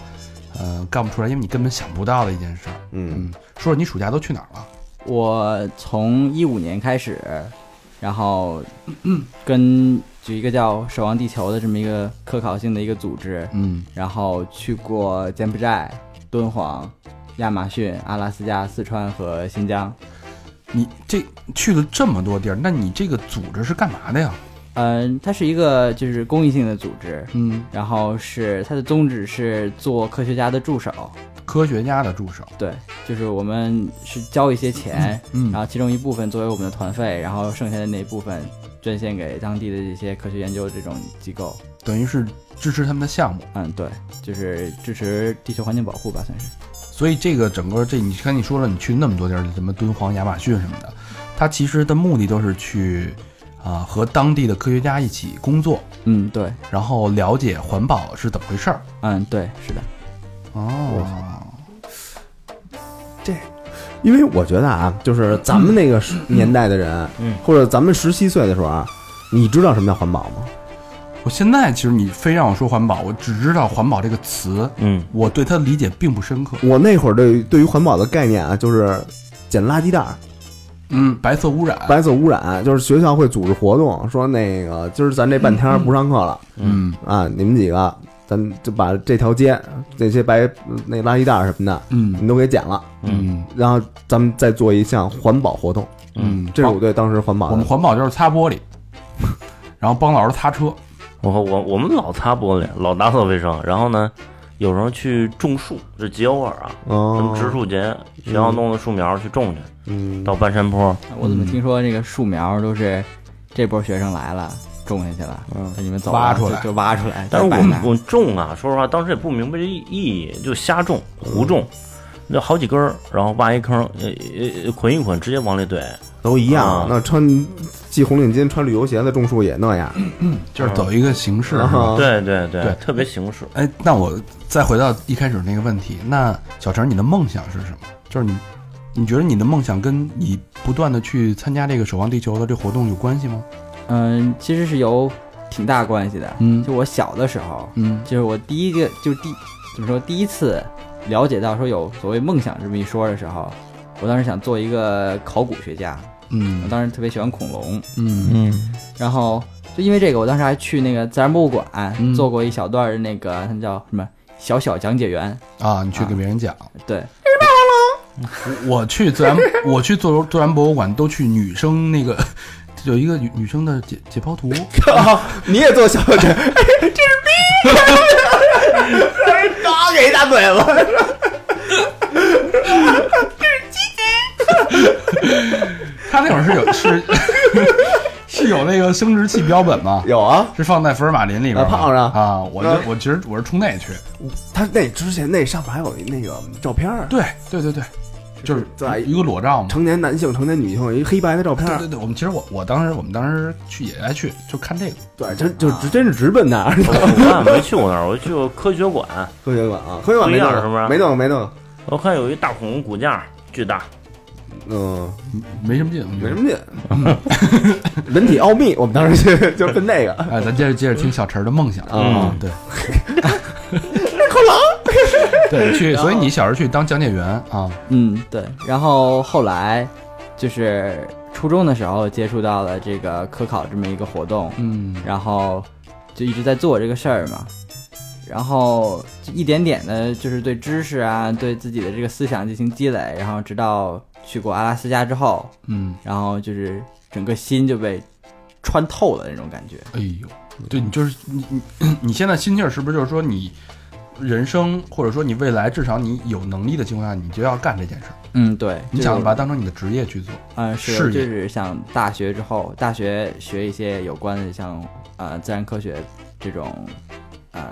[SPEAKER 2] 呃，干不出来，因为你根本想不到的一件事儿。
[SPEAKER 4] 嗯
[SPEAKER 2] 嗯，说说你暑假都去哪儿了？
[SPEAKER 5] 我从一五年开始，然后跟就一个叫“守望地球”的这么一个科考性的一个组织，
[SPEAKER 2] 嗯
[SPEAKER 5] 然后去过柬埔寨、敦煌、亚马逊、阿拉斯加、四川和新疆。
[SPEAKER 2] 你这去了这么多地儿，那你这个组织是干嘛的呀？
[SPEAKER 5] 嗯、它是一个就是公益性的组织，
[SPEAKER 2] 嗯，
[SPEAKER 5] 然后是它的宗旨是做科学家的助手，
[SPEAKER 2] 科学家的助手。
[SPEAKER 5] 对，就是我们是交一些钱，
[SPEAKER 2] 嗯
[SPEAKER 5] 然后其中一部分作为我们的团费，然后剩下的那一部分捐献给当地的这些科学研究这种机构。
[SPEAKER 2] 等于是支持他们的项目。
[SPEAKER 5] 嗯，对，就是支持地球环境保护吧，算是。
[SPEAKER 2] 所以这个整个这，你看你说了，你去那么多地儿，什么敦煌、亚马逊什么的，它其实的目的都是去啊、和当地的科学家一起工作，
[SPEAKER 5] 嗯，对，
[SPEAKER 2] 然后了解环保是怎么回事儿。
[SPEAKER 5] 嗯，对，是的，
[SPEAKER 2] 哦，
[SPEAKER 4] 因为我觉得啊，就是咱们那个时年代的人，
[SPEAKER 3] 嗯
[SPEAKER 4] 或者咱们十七岁的时候啊，你知道什么叫环保吗？
[SPEAKER 2] 我现在其实你非让我说环保，我只知道环保这个词，
[SPEAKER 3] 嗯，
[SPEAKER 2] 我对它的理解并不深刻。
[SPEAKER 4] 我那会儿对于对于环保的概念啊，就是捡垃圾袋儿。
[SPEAKER 2] 嗯，白色污染，
[SPEAKER 4] 白色污染，就是学校会组织活动，说那个今儿咱这半天儿不上课了、
[SPEAKER 2] 嗯
[SPEAKER 4] 啊，你们几个，咱就把这条街那些白那垃圾袋儿什么的，
[SPEAKER 2] 嗯
[SPEAKER 4] 你都给捡了，
[SPEAKER 2] 嗯
[SPEAKER 4] 然后咱们再做一项环保活动。
[SPEAKER 2] 嗯，
[SPEAKER 4] 这是我对当时环保
[SPEAKER 2] 我们
[SPEAKER 4] 的。
[SPEAKER 2] 环保就是擦玻璃， [laughs] 然后帮老师擦车。
[SPEAKER 3] 我我我们老擦玻璃，老打扫卫生，然后呢，有时候去种树，这节偶尔啊，什
[SPEAKER 4] 哦
[SPEAKER 3] 么，植树节，学校弄的树苗去种去，
[SPEAKER 4] 嗯，
[SPEAKER 3] 到半山坡，
[SPEAKER 5] 我怎么听说这个树苗都是这波学生来了种下去了，嗯，你们走了
[SPEAKER 2] 挖出来
[SPEAKER 5] 就就挖出来，
[SPEAKER 3] 但
[SPEAKER 5] 再
[SPEAKER 3] 是我
[SPEAKER 5] 摆那
[SPEAKER 3] 们
[SPEAKER 5] 儿
[SPEAKER 3] 我们种啊，说实话，当时也不明白这意义，就瞎种
[SPEAKER 2] 嗯
[SPEAKER 3] 胡种，那好几根儿，然后挖一坑，呃呃呃捆一捆，直接往里怼，
[SPEAKER 4] 都一
[SPEAKER 3] 啊
[SPEAKER 4] 样。那穿系红领巾、穿旅游鞋的种树也那样。
[SPEAKER 2] 就是走一个形 [laughs] 式。
[SPEAKER 4] 啊
[SPEAKER 2] 是吧
[SPEAKER 3] 对对对
[SPEAKER 2] 嗯对
[SPEAKER 3] 特别形式。
[SPEAKER 2] 哎，那我再回到一开始那个问题，那小陈，你的梦想是什么？就是你，你觉得你的梦想跟你不断的去参加这个《守望地球》的这活动有关系吗？
[SPEAKER 5] 嗯，其实是有挺大关系的。
[SPEAKER 2] 嗯
[SPEAKER 5] 就我小的时候，
[SPEAKER 2] 嗯
[SPEAKER 5] 就是我第一个，就是第怎么说，第一次了解到说有所谓梦想这么一说的时候，我当时想做一个考古学家，我
[SPEAKER 2] 嗯
[SPEAKER 5] 当时特别喜欢恐龙，
[SPEAKER 2] 嗯
[SPEAKER 3] 嗯
[SPEAKER 5] 然后就因为这个，我当时还去那个自然博物馆、
[SPEAKER 2] 嗯
[SPEAKER 5] 做过一小段儿那个，他们叫什么小小讲解员，
[SPEAKER 2] 啊，你去给别人讲。
[SPEAKER 5] 对，
[SPEAKER 2] 我去自然，我去自然自然博物馆都去女生那个，有一个女女生的解解剖图，
[SPEAKER 4] 哦你也做小姐，哎这是 [laughs] 逼，嘎给一大嘴巴。
[SPEAKER 2] 她那会儿是有是是有那个生殖器标本吗？
[SPEAKER 4] 有啊，
[SPEAKER 2] 是放在福尔马林里边吗
[SPEAKER 4] 啊胖上
[SPEAKER 2] 啊，我
[SPEAKER 4] 啊
[SPEAKER 2] 就我其实我是冲那去，
[SPEAKER 4] 他那之前那上面还有那个照片儿，
[SPEAKER 2] 对对对对，就是
[SPEAKER 4] 在
[SPEAKER 2] 一个裸照嘛。
[SPEAKER 4] 成年男性、成年女性有一黑白的照片
[SPEAKER 2] 对
[SPEAKER 4] 儿
[SPEAKER 2] 对，对，我们其实我我当时我们当时去也爱去，就看这个。
[SPEAKER 4] 对，真就直真是直奔那儿。
[SPEAKER 3] 我我看没去过那儿，我去过科学馆，
[SPEAKER 4] 科学馆啊，科学馆
[SPEAKER 3] 不
[SPEAKER 4] 没
[SPEAKER 3] 一样
[SPEAKER 4] 弄
[SPEAKER 3] 是不是
[SPEAKER 4] 没弄没弄，
[SPEAKER 3] 我看有一大恐龙骨架，巨大。
[SPEAKER 4] 嗯，
[SPEAKER 2] 没什么劲，我觉
[SPEAKER 4] 没
[SPEAKER 2] 得
[SPEAKER 4] 什么劲。人体奥秘，我们当时去就奔那个
[SPEAKER 2] 哎，咱接着接着听小陈儿的梦想
[SPEAKER 5] 啊
[SPEAKER 2] 啊
[SPEAKER 4] 嗯， [laughs]
[SPEAKER 2] 对，对，去，所以你小时候去当讲解员啊，
[SPEAKER 5] 嗯对，然后后来就是初中的时候接触到了这个科考这么一个活动，
[SPEAKER 2] 嗯
[SPEAKER 5] 然后就一直在做这个事儿嘛，然后就一点点的，就是对知识啊，对自己的这个思想进行积累，然后直到去过阿拉斯加之后，
[SPEAKER 2] 嗯，
[SPEAKER 5] 然后就是整个心就被穿透了那种感觉。
[SPEAKER 2] 哎呦，对你就是你你你现在心气儿是不是就是说你人生或者说你未来至少你有能力的情况下，你就要干这件事儿，
[SPEAKER 5] 嗯，对，
[SPEAKER 2] 你
[SPEAKER 5] 就是
[SPEAKER 2] 想把它当成你的职业去做，
[SPEAKER 5] 呃，是
[SPEAKER 2] 事
[SPEAKER 5] 的，
[SPEAKER 2] 业
[SPEAKER 5] 就是想大学之后，大学学一些有关的像呃自然科学这种呃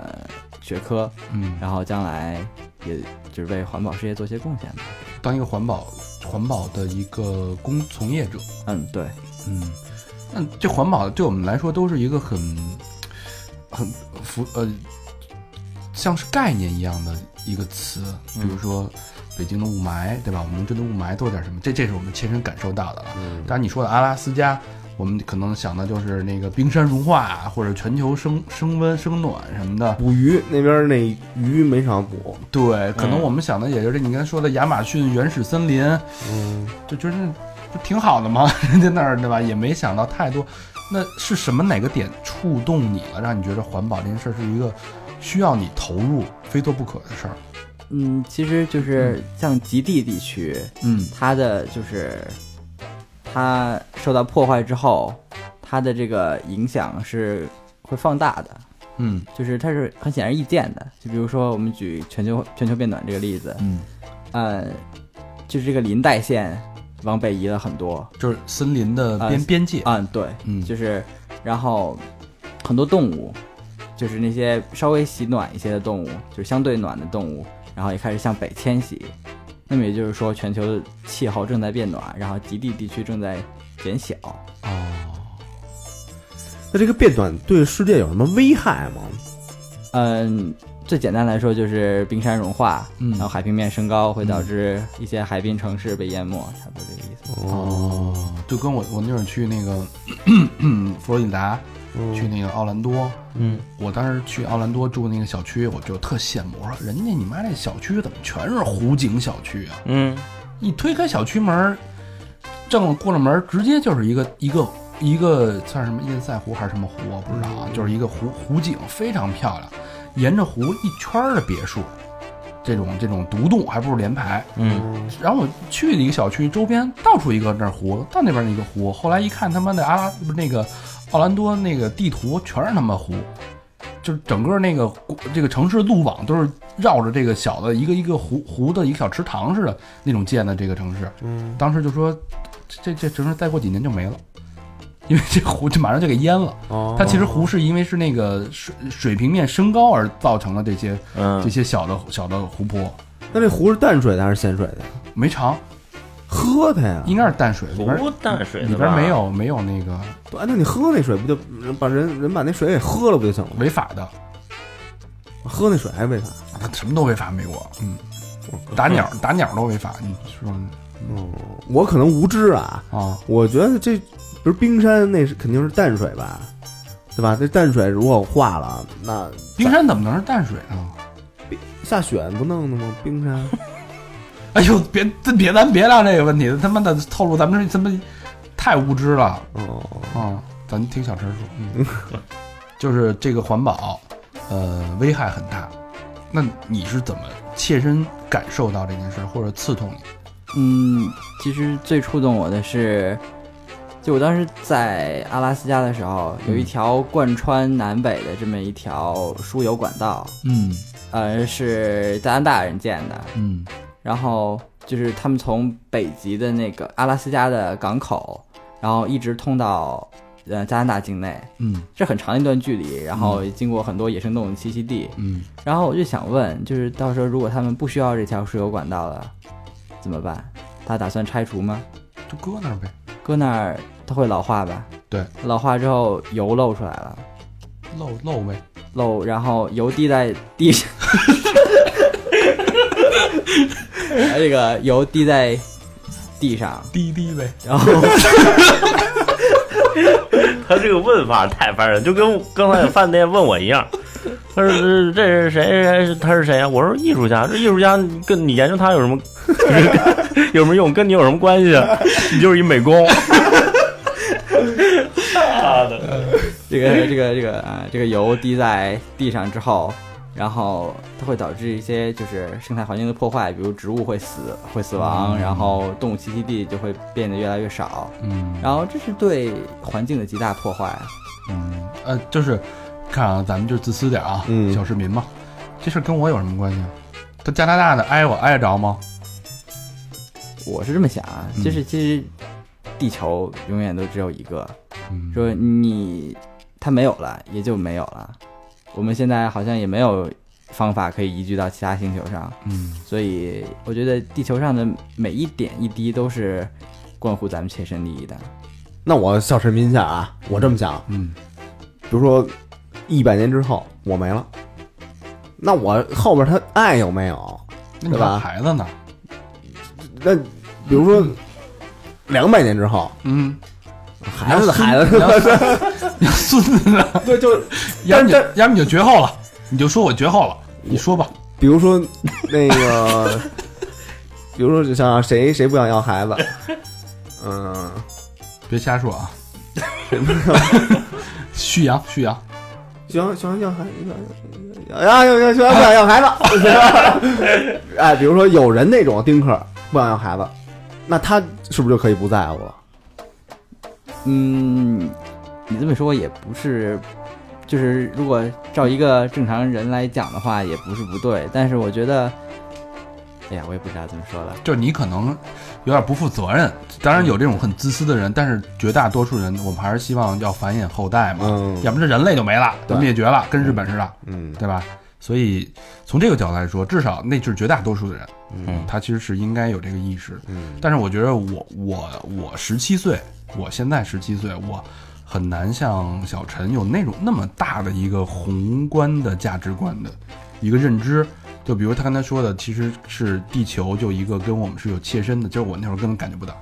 [SPEAKER 5] 学科，
[SPEAKER 2] 嗯，
[SPEAKER 5] 然后将来也就是为环保事业做些贡献吧。
[SPEAKER 2] 当一个环保环保的一个工从业者，
[SPEAKER 5] 嗯，对，
[SPEAKER 2] 嗯，那这环保对我们来说都是一个很很符呃，像是概念一样的一个词，比如说北京的雾霾，对吧？我们针对雾霾做点什么，这这是我们切身感受到的了。当然，你说的阿拉斯加，我们可能想的就是那个冰山融化啊或者全球升升温升暖什么的。
[SPEAKER 4] 捕鱼，那边儿那鱼没少捕。
[SPEAKER 2] 对，可能
[SPEAKER 3] 嗯
[SPEAKER 2] 我们想的也就是你刚才说的亚马逊原始森林，
[SPEAKER 4] 嗯，
[SPEAKER 2] 就觉得不挺好的吗？ [laughs] 人家那儿对吧？也没想到太多。那是什么哪个点触动你了，让你觉得环保这件事儿是一个需要你投入、非做不可的事儿？
[SPEAKER 5] 嗯，其实就是像极地地区，
[SPEAKER 2] 嗯
[SPEAKER 5] 它的就是它受到破坏之后，它的这个影响是会放大的，
[SPEAKER 2] 嗯
[SPEAKER 5] 就是它是很显而易见的。就比如说，我们举全球全球变暖这个例子，
[SPEAKER 2] 嗯，
[SPEAKER 5] 呃，就是这个林带线往北移了很多，
[SPEAKER 2] 就是森林的边、
[SPEAKER 5] 呃
[SPEAKER 2] 边界，
[SPEAKER 5] 嗯，对，
[SPEAKER 2] 嗯
[SPEAKER 5] 就是然后很多动物，就是那些稍微喜暖一些的动物，就是相对暖的动物，然后也开始向北迁徙。那么也就是说，全球的气候正在变暖，然后极地地区正在减小。
[SPEAKER 2] 哦，
[SPEAKER 4] 那这个变短对世界有什么危害吗？
[SPEAKER 5] 嗯，最简单来说就是冰山融化，
[SPEAKER 2] 嗯
[SPEAKER 5] 然后海平面升高会导致一些海滨城市被淹没，差不多这个意思。
[SPEAKER 2] 哦，就跟我我那会儿去那个 [clears throat] 佛罗里达，去那个奥兰多，
[SPEAKER 3] 嗯，
[SPEAKER 2] 我当时去奥兰多住那个小区，我就特羡慕，我说人家你妈这小区怎么全是湖景小区啊？
[SPEAKER 3] 嗯，
[SPEAKER 2] 一推开小区门儿，正过了门儿，直接就是一个一个一个算是什么印塞湖还是什么湖，我不知道啊，就是一个湖湖景非常漂亮，沿着湖一圈儿的别墅，这种这种独栋还不如联排。
[SPEAKER 3] 嗯，
[SPEAKER 2] 然后我去了一个小区，周边到处一个那儿湖，到那边儿一个湖，后来一看他妈的阿拉不是那个奥兰多那个地图全是他妈湖。就是整个那个国这个城市路网都是绕着这个小的一个一个湖湖的一个小池塘似的那种建的这个城市，
[SPEAKER 4] 嗯，
[SPEAKER 2] 当时就说，这这这城市再过几年就没了，因为这湖就马上就给淹了。
[SPEAKER 4] 哦
[SPEAKER 2] 它其实湖是因为是那个水水平面升高而造成了这些这
[SPEAKER 3] 嗯，
[SPEAKER 2] 些小的小的湖泊，
[SPEAKER 4] 那这湖是淡水的还是咸水的呀？
[SPEAKER 2] 没长，
[SPEAKER 4] 喝它呀。
[SPEAKER 2] 应该是淡水里边
[SPEAKER 3] 不淡水的
[SPEAKER 2] 里边
[SPEAKER 3] 吧
[SPEAKER 2] 没，有没有那个
[SPEAKER 4] 对，啊那你喝那水不就把人人把那水给喝了不就行了吗？
[SPEAKER 2] 违法的，
[SPEAKER 4] 喝那水还违法。
[SPEAKER 2] 啊什么都违法，美国，嗯，打鸟打鸟都违法，你说
[SPEAKER 4] 哦，我可能无知啊，
[SPEAKER 2] 啊？
[SPEAKER 4] 我觉得这比如冰山那是肯定是淡水吧，对吧？这淡水如果化了，那
[SPEAKER 2] 冰山怎么能是淡水呢？ [laughs]
[SPEAKER 4] 下雪不弄的吗？冰山
[SPEAKER 2] 哎呦，别别咱别聊这个问题，他妈的透露咱们这他妈太无知了。
[SPEAKER 4] 哦，
[SPEAKER 2] 啊，咱听小陈说，嗯， [laughs] 就是这个环保，呃，危害很大。那你是怎么切身感受到这件事儿，或者刺痛你？
[SPEAKER 5] 嗯，其实最触动我的是，就我当时在阿拉斯加的时候，有一条贯穿南北的这么一条输油管道，
[SPEAKER 2] 嗯
[SPEAKER 5] 呃，是加拿大人建的，
[SPEAKER 2] 嗯
[SPEAKER 5] 然后就是他们从北极的那个阿拉斯加的港口，然后一直通到呃加拿大境内，
[SPEAKER 2] 嗯
[SPEAKER 5] 这很长一段距离，然后经过很多野生动物栖息地，
[SPEAKER 2] 嗯，
[SPEAKER 5] 然后我就想问，就是到时候如果他们不需要这条输油管道了，怎么办？他打算拆除吗？
[SPEAKER 2] 就搁那儿呗，
[SPEAKER 5] 搁那儿它会老化吧？
[SPEAKER 2] 对，
[SPEAKER 5] 老化之后油漏出来了，
[SPEAKER 2] 漏漏呗。
[SPEAKER 5] 漏，然后油滴在地上， [laughs] 哎这个油滴在地上，
[SPEAKER 2] 滴滴呗，
[SPEAKER 5] 然后
[SPEAKER 3] 他这个问法太烦人，就跟刚才有饭店问我一样。他说这这是谁谁谁？他是谁啊？我说艺术家，这艺术家跟你研究他有什么 [laughs] 有什么用？跟你有什么关系？啊你就是一美工。妈的！
[SPEAKER 5] 这个这个这个啊、这个油滴在地上之后，然后它会导致一些就是生态环境的破坏，比如植物会死会死亡，然后动物栖息地就会变得越来越少，
[SPEAKER 2] 嗯
[SPEAKER 5] 然后这是对环境的极大破坏。
[SPEAKER 2] 嗯呃，就是看啊，咱们就自私点啊，
[SPEAKER 4] 嗯
[SPEAKER 2] 小市民嘛，这事儿跟我有什么关系啊？他加拿大的挨我挨得着吗？
[SPEAKER 5] 我是这么想啊，
[SPEAKER 2] 嗯
[SPEAKER 5] 就是其实地球永远都只有一个，
[SPEAKER 2] 嗯
[SPEAKER 5] 说你它没有了也就没有了，我们现在好像也没有方法可以移居到其他星球上。
[SPEAKER 2] 嗯
[SPEAKER 5] 所以我觉得地球上的每一点一滴都是关乎咱们切身利益的。
[SPEAKER 4] 那我小市民一下啊，我这么想，
[SPEAKER 2] 嗯
[SPEAKER 4] 比如说一百年之后我没了，那我后边他爱有没有？
[SPEAKER 2] 那你
[SPEAKER 4] 对吧
[SPEAKER 2] 看孩子呢？
[SPEAKER 4] 那比如说两百年之后，
[SPEAKER 2] 嗯，
[SPEAKER 4] 孩子的孩子，
[SPEAKER 2] 你孙子呢？
[SPEAKER 4] 对，就
[SPEAKER 2] 要不你
[SPEAKER 4] 但但
[SPEAKER 2] 要不你就绝后了，你就说我绝后了，你说吧。
[SPEAKER 4] 比如说那个，比如说就像谁谁不想要孩子，嗯，
[SPEAKER 2] 别瞎说啊！
[SPEAKER 4] [laughs]
[SPEAKER 2] 旭阳，旭阳，
[SPEAKER 4] 喜欢喜欢要孩子，啊，要要喜欢不想要孩子，哎，比如说有人那种丁克不想要孩子，那他是不是就可以不在乎了？
[SPEAKER 5] 嗯，你这么说也不是，就是如果照一个正常人来讲的话，也不是不对。但是我觉得，哎呀，我也不知道怎么说了。
[SPEAKER 2] 就是你可能有点不负责任。当然有这种很自私的人，但是绝大多数人，我们还是希望要繁衍后代嘛，
[SPEAKER 4] 嗯
[SPEAKER 2] 要不然这人类就没了，就
[SPEAKER 4] 对
[SPEAKER 2] 灭绝了，跟日本似的，
[SPEAKER 4] 嗯
[SPEAKER 2] 对吧？所以从这个角度来说，至少那就是绝大多数的人，
[SPEAKER 3] 嗯
[SPEAKER 2] 他其实是应该有这个意识的。
[SPEAKER 4] 嗯
[SPEAKER 2] 但是我觉得我我我十七岁，我现在十七岁，我很难像小陈有那种那么大的一个宏观的价值观的一个认知。就比如他刚才说的，其实是地球就一个跟我们是有切身的，就是我那会儿根本感觉不到。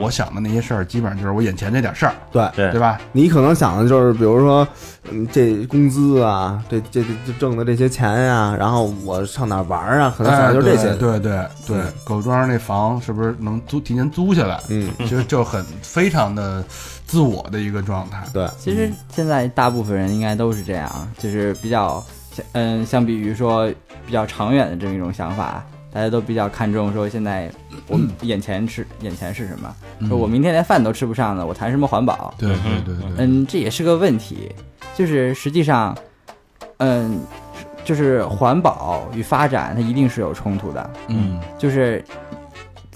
[SPEAKER 2] 我想的那些事儿，基本上就是我眼前这点事儿，
[SPEAKER 4] 对
[SPEAKER 3] 对
[SPEAKER 2] 对吧？
[SPEAKER 4] 你可能想的就是，比如说，嗯，这工资啊，这这这这挣的这些钱呀、然后我上哪儿玩儿啊，可能想
[SPEAKER 2] 哎
[SPEAKER 4] 的就是这些。
[SPEAKER 2] 对对对对，狗庄那房是不是能租提前租下来？
[SPEAKER 4] 嗯，
[SPEAKER 2] 其实就很非常的自我的一个状态。
[SPEAKER 4] 对，
[SPEAKER 5] 其实现在大部分人应该都是这样，就是比较，嗯，相比于说比较长远的这么一种想法，大家都比较看重说现在我们眼前吃、眼前是什么，说我明天连饭都吃不上了，我谈什么环保？
[SPEAKER 2] 嗯对对对对，
[SPEAKER 5] 嗯，这也是个问题，就是实际上，嗯，就是环保与发展它一定是有冲突的，
[SPEAKER 2] 嗯
[SPEAKER 5] 就是，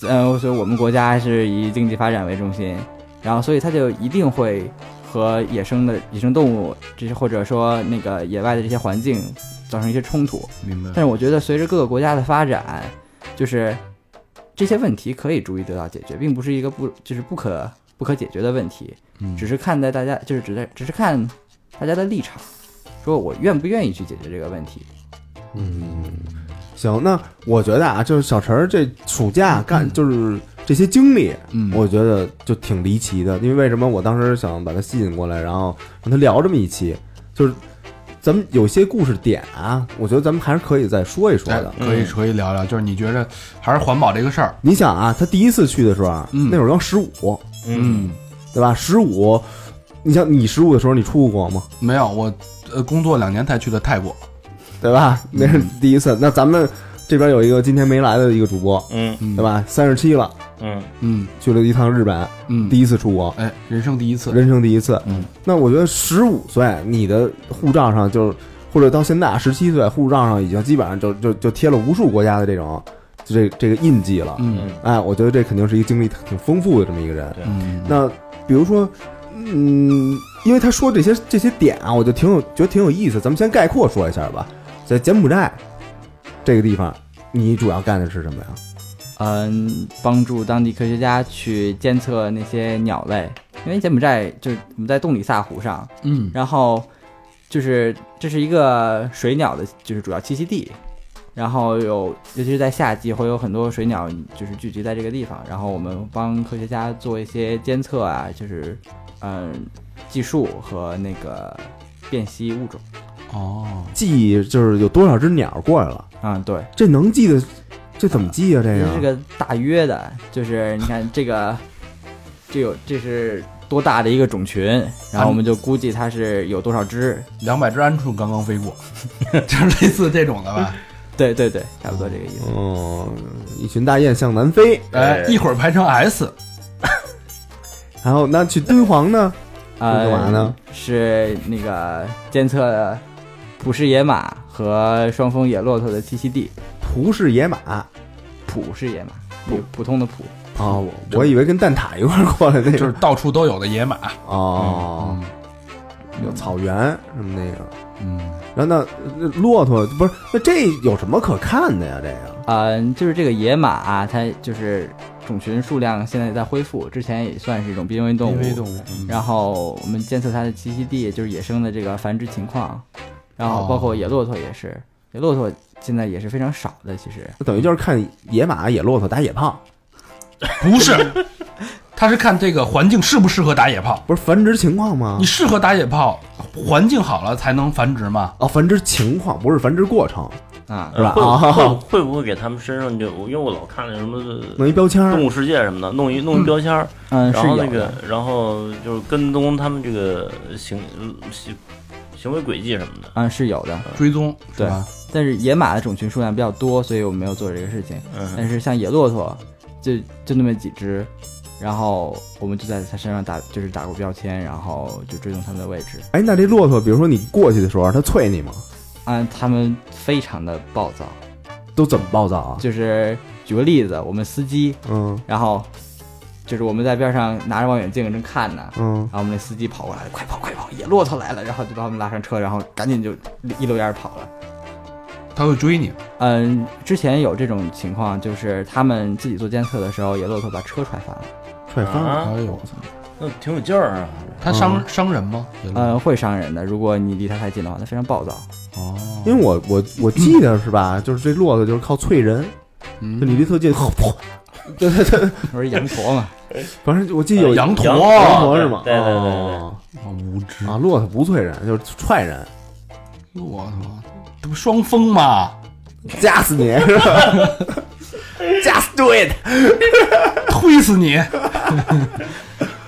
[SPEAKER 5] 嗯，所以我们国家是以经济发展为中心，然后所以它就一定会和野生的野生动物这些或者说那个野外的这些环境
[SPEAKER 2] 嗯
[SPEAKER 5] 造成一些冲突。
[SPEAKER 2] 明白。
[SPEAKER 5] 但是我觉得随着各个国家的发展，就是这些问题可以逐一得到解决，并不是一个不就是不可不可解决的问题，
[SPEAKER 2] 嗯
[SPEAKER 5] 只是看待大家就是只在只是看大家的立场，说我愿不愿意去解决这个问题。
[SPEAKER 4] 嗯，行，那我觉得啊，就是小陈儿这暑假干就是这些经历，
[SPEAKER 2] 嗯
[SPEAKER 4] 我觉得就挺离奇的。因为为什么我当时想把他吸引过来，然后让他聊这么一期，就是咱们有些故事点啊，我觉得咱们还是可以再说一说
[SPEAKER 2] 哎
[SPEAKER 4] 的。
[SPEAKER 2] 可以可以聊聊，就是你觉得还是环保这个事儿，
[SPEAKER 4] 你想啊，他第一次去的时候啊，
[SPEAKER 2] 嗯
[SPEAKER 4] 那会儿刚十五，
[SPEAKER 3] 嗯，
[SPEAKER 4] 对吧？十五，你像你十五的时候，你出过国吗？
[SPEAKER 2] 没有我呃工作两年才去的泰国，
[SPEAKER 4] 对吧？
[SPEAKER 2] 嗯
[SPEAKER 4] 那是第一次。那咱们这边有一个今天没来的一个主播，
[SPEAKER 3] 嗯
[SPEAKER 2] 嗯
[SPEAKER 4] 对？吧？三十七了，
[SPEAKER 3] 嗯
[SPEAKER 2] 嗯
[SPEAKER 4] 去了一趟日本，
[SPEAKER 2] 嗯，
[SPEAKER 4] 第一次出国，
[SPEAKER 2] 哎人生第一次，
[SPEAKER 4] 人生第一次。
[SPEAKER 2] 嗯，
[SPEAKER 4] 那我觉得十五岁，你的护照上就是，或者到现在十七岁，护照上已经基本上就就就贴了无数国家的这种，就这这个印记了。
[SPEAKER 2] 嗯
[SPEAKER 3] 嗯
[SPEAKER 4] 哎，我觉得这肯定是一个经历挺丰富的这么一个人。
[SPEAKER 2] 嗯，
[SPEAKER 4] 那比如说，嗯，因为他说这些这些点啊，我就挺有觉得挺有意思。咱们先概括说一下吧，在柬埔寨这个地方，你主要干的是什么呀？
[SPEAKER 5] 嗯，帮助当地科学家去监测那些鸟类，因为柬埔寨就是我们在洞里萨湖上，
[SPEAKER 2] 嗯
[SPEAKER 5] 然后就是这是一个水鸟的，就是主要栖息地。然后有，尤其是在夏季，会有很多水鸟就是聚集在这个地方。然后我们帮科学家做一些监测啊，就是嗯计数和那个辨析物种。
[SPEAKER 2] 哦，
[SPEAKER 4] 记就是有多少只鸟过来了，
[SPEAKER 5] 嗯，对，
[SPEAKER 4] 这能记得，这怎么记啊？这
[SPEAKER 5] 这
[SPEAKER 4] 个
[SPEAKER 5] 是个大约的，就是你看这个，这有这是多大的一个种群，
[SPEAKER 4] 啊
[SPEAKER 5] 然后我们就估计它是有多少只。
[SPEAKER 2] 两百只鹌鹑刚刚飞过， [laughs] 就是类似这种的
[SPEAKER 4] [laughs]
[SPEAKER 2] 吧？
[SPEAKER 5] 对对对，差不多这个意思。
[SPEAKER 4] 哦，一群大雁向南飞。
[SPEAKER 2] 哎，一会儿排成
[SPEAKER 4] [laughs]
[SPEAKER 2] S，
[SPEAKER 4] 然后那去敦煌呢？
[SPEAKER 5] 呃，
[SPEAKER 4] 啊是干嘛呢？
[SPEAKER 5] 是那个监测普氏野马和双峰野骆驼的栖息地。
[SPEAKER 4] 蒲氏野马啊、
[SPEAKER 5] 普氏野马，普普通的普。
[SPEAKER 4] 哦，我我以为跟蛋挞一块儿过来那个，
[SPEAKER 2] 就是到处都有的野马。
[SPEAKER 4] 哦，
[SPEAKER 1] 嗯
[SPEAKER 4] 有草原什么那个。
[SPEAKER 2] 嗯，
[SPEAKER 4] 然后那那骆驼不是？那这有什么可看的呀？这个
[SPEAKER 5] 嗯，就是这个野马、啊，它就是种群数量现在在恢复，之前也算是一种濒危动物。
[SPEAKER 2] 物，
[SPEAKER 3] 嗯
[SPEAKER 5] 然后我们监测它的栖息地，就是野生的这个繁殖情况，然后包括野骆驼也是，野骆驼现在也是非常少的，其实
[SPEAKER 4] 那等于就是看野马、野骆驼打野炮，
[SPEAKER 2] 不
[SPEAKER 4] [laughs]
[SPEAKER 2] 是，他是看这个环境适不适合打野炮。
[SPEAKER 4] 不是繁殖情况吗
[SPEAKER 2] 你？适合打野炮，环境好了才能繁殖嘛。
[SPEAKER 4] 哦，繁殖情况不是繁殖过程，
[SPEAKER 5] 啊，
[SPEAKER 4] 是吧
[SPEAKER 3] 会
[SPEAKER 4] 啊
[SPEAKER 3] 会会不会给他们身上就，因为我老看那什么
[SPEAKER 4] 弄一标签儿
[SPEAKER 3] 动物世界什么的，弄一弄一标签儿，
[SPEAKER 5] 嗯，
[SPEAKER 3] 然
[SPEAKER 5] 是
[SPEAKER 3] 后那
[SPEAKER 5] 有
[SPEAKER 3] 个
[SPEAKER 5] 的，，
[SPEAKER 3] 然后就是跟踪他们这个行行行为轨迹什么的。
[SPEAKER 5] 嗯，是有的，
[SPEAKER 2] 追踪是
[SPEAKER 5] 对
[SPEAKER 2] 吧？
[SPEAKER 5] 但是野马的种群数量比较多，所以我们没有做这个事情。
[SPEAKER 3] 嗯
[SPEAKER 5] 但是像野骆驼，就就那么几只，然后我们就在它身上打，就是打过标签，然后就追踪它们的位置。
[SPEAKER 4] 哎，那这骆驼，比如说你过去的时候，它啐你吗？
[SPEAKER 5] 啊，它们非常的暴躁，
[SPEAKER 4] 都怎么暴躁啊？
[SPEAKER 5] 就是举个例子，我们司机
[SPEAKER 4] 嗯
[SPEAKER 5] 然后就是我们在边上拿着望远镜正看呢，
[SPEAKER 4] 嗯
[SPEAKER 5] 然后我们那司机跑过来了，快跑快跑，野骆驼来了，然后就把我们拉上车，然后赶紧就一溜烟儿跑了。
[SPEAKER 2] 他会追你。
[SPEAKER 5] 嗯，之前有这种情况，就是他们自己做监测的时候，野骆驼把车踹翻了，
[SPEAKER 4] 踹翻了。
[SPEAKER 2] 哎
[SPEAKER 3] 啊，
[SPEAKER 2] 呦我操！
[SPEAKER 3] 那挺有劲儿啊！
[SPEAKER 2] 他伤伤人吗？
[SPEAKER 5] 呃，会伤人的，如果你离它太近的话，它非常暴躁。
[SPEAKER 2] 哦，
[SPEAKER 4] 因为我我我记得是吧，就是这骆驼就是靠啐人，
[SPEAKER 2] 嗯
[SPEAKER 4] 就你离特近，噗，对对对，
[SPEAKER 5] 我说羊驼嘛，
[SPEAKER 4] 反正我记得有
[SPEAKER 2] 羊驼
[SPEAKER 3] 驼
[SPEAKER 4] 羊驼哦是吗？
[SPEAKER 3] 对对对对对
[SPEAKER 4] 哦
[SPEAKER 2] 啊无知，
[SPEAKER 4] 啊，骆驼不啐人，就是踹人， [laughs]
[SPEAKER 2] 我操，这不双峰吗？
[SPEAKER 4] 夹死你是吧 [laughs] ？Just do it，
[SPEAKER 2] [laughs] 推死你！ [laughs]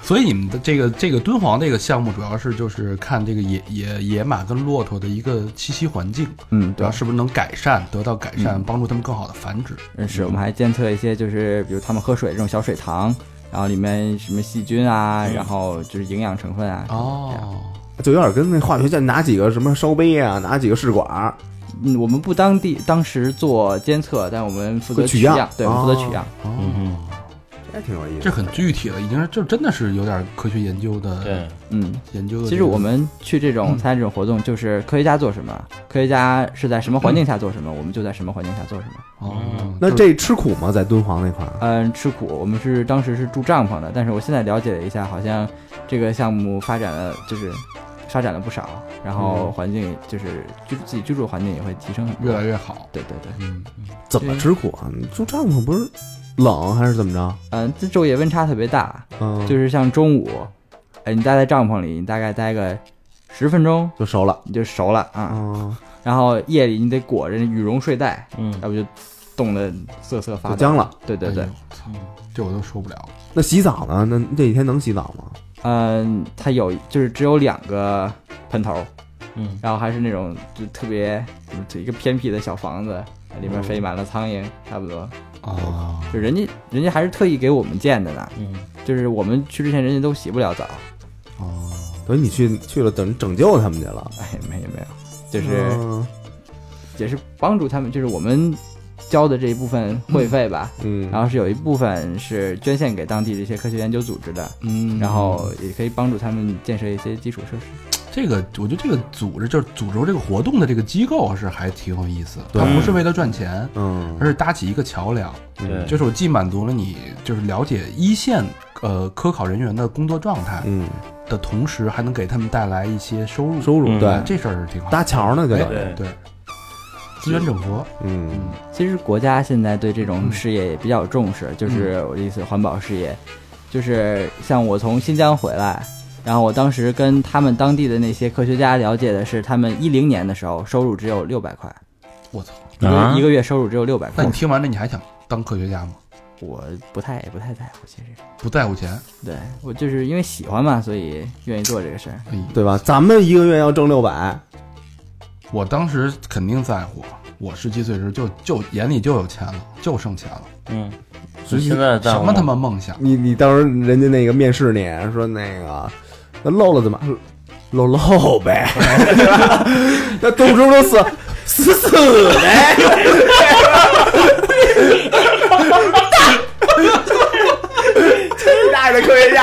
[SPEAKER 2] 所以你们的这个这个敦煌这个项目，主要是就是看这个野野野马跟骆驼的一个栖息环境，
[SPEAKER 5] [laughs] 嗯，
[SPEAKER 2] 主
[SPEAKER 5] 对
[SPEAKER 2] 要，是不是能改善，得到改善，帮助他们更好的繁殖。
[SPEAKER 5] 嗯是我们还监测一些，就是比如他们喝水这种小水塘，然后里面什么细菌啊，然后就是营养成分啊，这样，
[SPEAKER 2] 哦，
[SPEAKER 4] 就有点跟那化学家拿几个什么烧杯啊，拿几个试管儿，
[SPEAKER 5] 嗯，我们不当地当时做监测，但我们负责
[SPEAKER 4] 会取
[SPEAKER 5] 样，
[SPEAKER 4] 样
[SPEAKER 5] 对，
[SPEAKER 4] 哦
[SPEAKER 3] 嗯
[SPEAKER 5] 我们负责取样。
[SPEAKER 2] 哦，
[SPEAKER 4] 还挺有意
[SPEAKER 2] 这
[SPEAKER 4] 思。
[SPEAKER 2] 很具体了，已经是就真的是有点科学研究的
[SPEAKER 3] 对，
[SPEAKER 5] 嗯，
[SPEAKER 2] 研究的这个。
[SPEAKER 5] 其实我们去这种参加这种活动，就是科学家做什么，科学家是在什么环境下做什么，我们就在什么环境下做什么。
[SPEAKER 2] 哦，
[SPEAKER 4] 那
[SPEAKER 2] 就是
[SPEAKER 4] 这吃苦吗？在敦煌那块儿，
[SPEAKER 5] 嗯，吃苦，我们是当时是住帐篷的，但是我现在了解了一下，好像这个项目发展了，就是发展了不少，然后环境就是居自己居住环境也会提升很多。
[SPEAKER 2] 越来越好。
[SPEAKER 5] 对对对，
[SPEAKER 2] 嗯，
[SPEAKER 4] 怎么吃苦啊？你住帐篷不是冷还是怎么着？
[SPEAKER 5] 嗯，这昼夜温差特别大，
[SPEAKER 4] 嗯，
[SPEAKER 5] 就是像中午，哎，你待在帐篷里，你大概待个十分钟
[SPEAKER 4] 就熟了。
[SPEAKER 5] 你就熟了啊，
[SPEAKER 4] 嗯，
[SPEAKER 5] 然后夜里你得裹着羽绒睡袋，
[SPEAKER 3] 嗯，
[SPEAKER 5] 要不就冻得瑟瑟发
[SPEAKER 4] 就
[SPEAKER 5] 抖。
[SPEAKER 4] 僵了。
[SPEAKER 5] 对对对
[SPEAKER 2] 哎呦，，操这我都受不了。
[SPEAKER 4] 那洗澡呢？那那几天能洗澡吗？
[SPEAKER 5] 嗯，它有就是只有两个喷头，
[SPEAKER 3] 嗯，
[SPEAKER 5] 然后还是那种就特别就一个偏僻的小房子，里
[SPEAKER 4] 嗯
[SPEAKER 5] 面飞满了苍蝇，差不多。
[SPEAKER 2] 哦，
[SPEAKER 5] 就人家人家还是特意给我们建的呢，
[SPEAKER 3] 嗯，
[SPEAKER 5] 就是我们去之前人家都洗不了澡，
[SPEAKER 2] 啊
[SPEAKER 4] 等于你去去了，等于拯救他们去了。
[SPEAKER 5] 哎，没有没有，就是
[SPEAKER 4] 嗯
[SPEAKER 5] 也是帮助他们，就是我们交的这一部分会费吧，
[SPEAKER 4] 嗯，
[SPEAKER 5] 然后是有一部分是捐献给当地这些科学研究组织的，
[SPEAKER 2] 嗯
[SPEAKER 5] 然后也可以帮助他们建设一些基础设施。
[SPEAKER 2] 这个，我觉得这个组织就是组织这个活动的这个机构是还挺有意思的，
[SPEAKER 4] 对
[SPEAKER 2] 它不是为了赚钱，
[SPEAKER 4] 嗯，
[SPEAKER 2] 而是搭起一个桥梁，
[SPEAKER 3] 对，
[SPEAKER 2] 就是我既满足了你就是了解一线呃科考人员的工作状态
[SPEAKER 4] 嗯，
[SPEAKER 2] 的同时，还能给他们带来一些收入，
[SPEAKER 4] 收入
[SPEAKER 3] 嗯
[SPEAKER 4] 对，
[SPEAKER 2] 这事儿是挺好的。
[SPEAKER 4] 搭桥呢就等于
[SPEAKER 3] 对
[SPEAKER 2] 哎对，资源整合，
[SPEAKER 4] 嗯
[SPEAKER 5] 其实国家现在对这种
[SPEAKER 2] 嗯
[SPEAKER 5] 事业也比较重视，就是我的意思，环保事业，就是像我从新疆回来。然后我当时跟他们当地的那些科学家了解的是，他们一零年的时候收入只有六百块，
[SPEAKER 2] 我操！
[SPEAKER 5] 一个
[SPEAKER 3] 啊
[SPEAKER 5] 一个月收入只有六百
[SPEAKER 2] 那
[SPEAKER 5] 块
[SPEAKER 2] 你，听完这，你还想当科学家吗？
[SPEAKER 5] 我不太不太在乎，其实。
[SPEAKER 2] 不在乎钱，
[SPEAKER 5] 对我就是因为喜欢嘛，所以愿意做这个事儿。
[SPEAKER 2] 哎呦，
[SPEAKER 4] 对吧？咱们一个月要挣六百，
[SPEAKER 2] 我当时肯定在乎。我十七岁时就就眼里就有钱了，就剩钱了，
[SPEAKER 3] 嗯，所以现在在
[SPEAKER 2] 什么他妈梦想？
[SPEAKER 4] 你你当时人家那个面试你说那个那漏了怎么漏漏 [laughs] 呗，那动不动都死死死呗，真 [laughs] 大的科学家，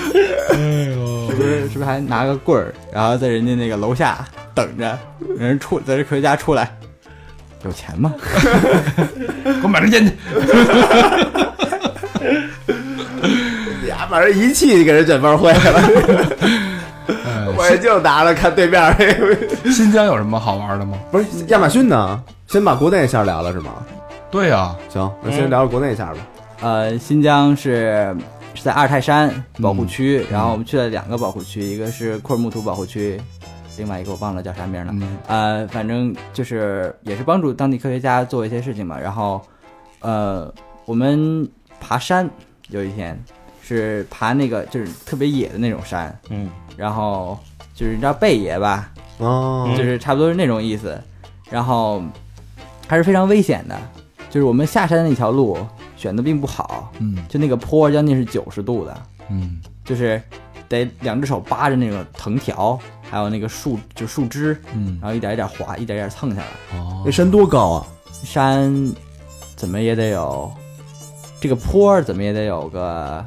[SPEAKER 5] 是不是是不是还拿个棍儿，然后在人家那个楼下等着，人出在这科学家出来，有钱吗？
[SPEAKER 2] 给我买根烟去。
[SPEAKER 4] 哎呀，把人一气给人卷班会了，我也就拿了看对面儿那个，
[SPEAKER 2] 新疆有什么好玩的吗？
[SPEAKER 4] 不是亚马逊呢？先把国内线聊了是吗？
[SPEAKER 2] 对啊呀，
[SPEAKER 4] 行，那
[SPEAKER 2] 嗯
[SPEAKER 4] 先聊聊国内线吧。
[SPEAKER 5] 呃，新疆是是在阿尔泰山保护区，然后我们去了两个保护区，一个是库尔木图保护区，另外一个我忘了叫啥名了。
[SPEAKER 2] 嗯，
[SPEAKER 5] 呃，反正就是也是帮助当地科学家做一些事情嘛。然后，呃，我们爬山有一天是爬那个就是特别野的那种山，
[SPEAKER 3] 嗯
[SPEAKER 5] 然后就是你知道贝爷吧，
[SPEAKER 4] 哦，
[SPEAKER 2] 嗯
[SPEAKER 5] 就是差不多是那种意思。然后还是非常危险的，就是我们下山的那条路选的并不好，
[SPEAKER 2] 嗯
[SPEAKER 5] 就那个坡将近是九十度的，
[SPEAKER 2] 嗯，
[SPEAKER 5] 就是得两只手扒着那个藤条，还有那个树就树枝，
[SPEAKER 2] 嗯，
[SPEAKER 5] 然后一点一点滑，一点一点蹭下来。
[SPEAKER 2] 哦
[SPEAKER 4] 那，山多高啊？
[SPEAKER 5] 山怎么也得有这个坡儿怎么也得有个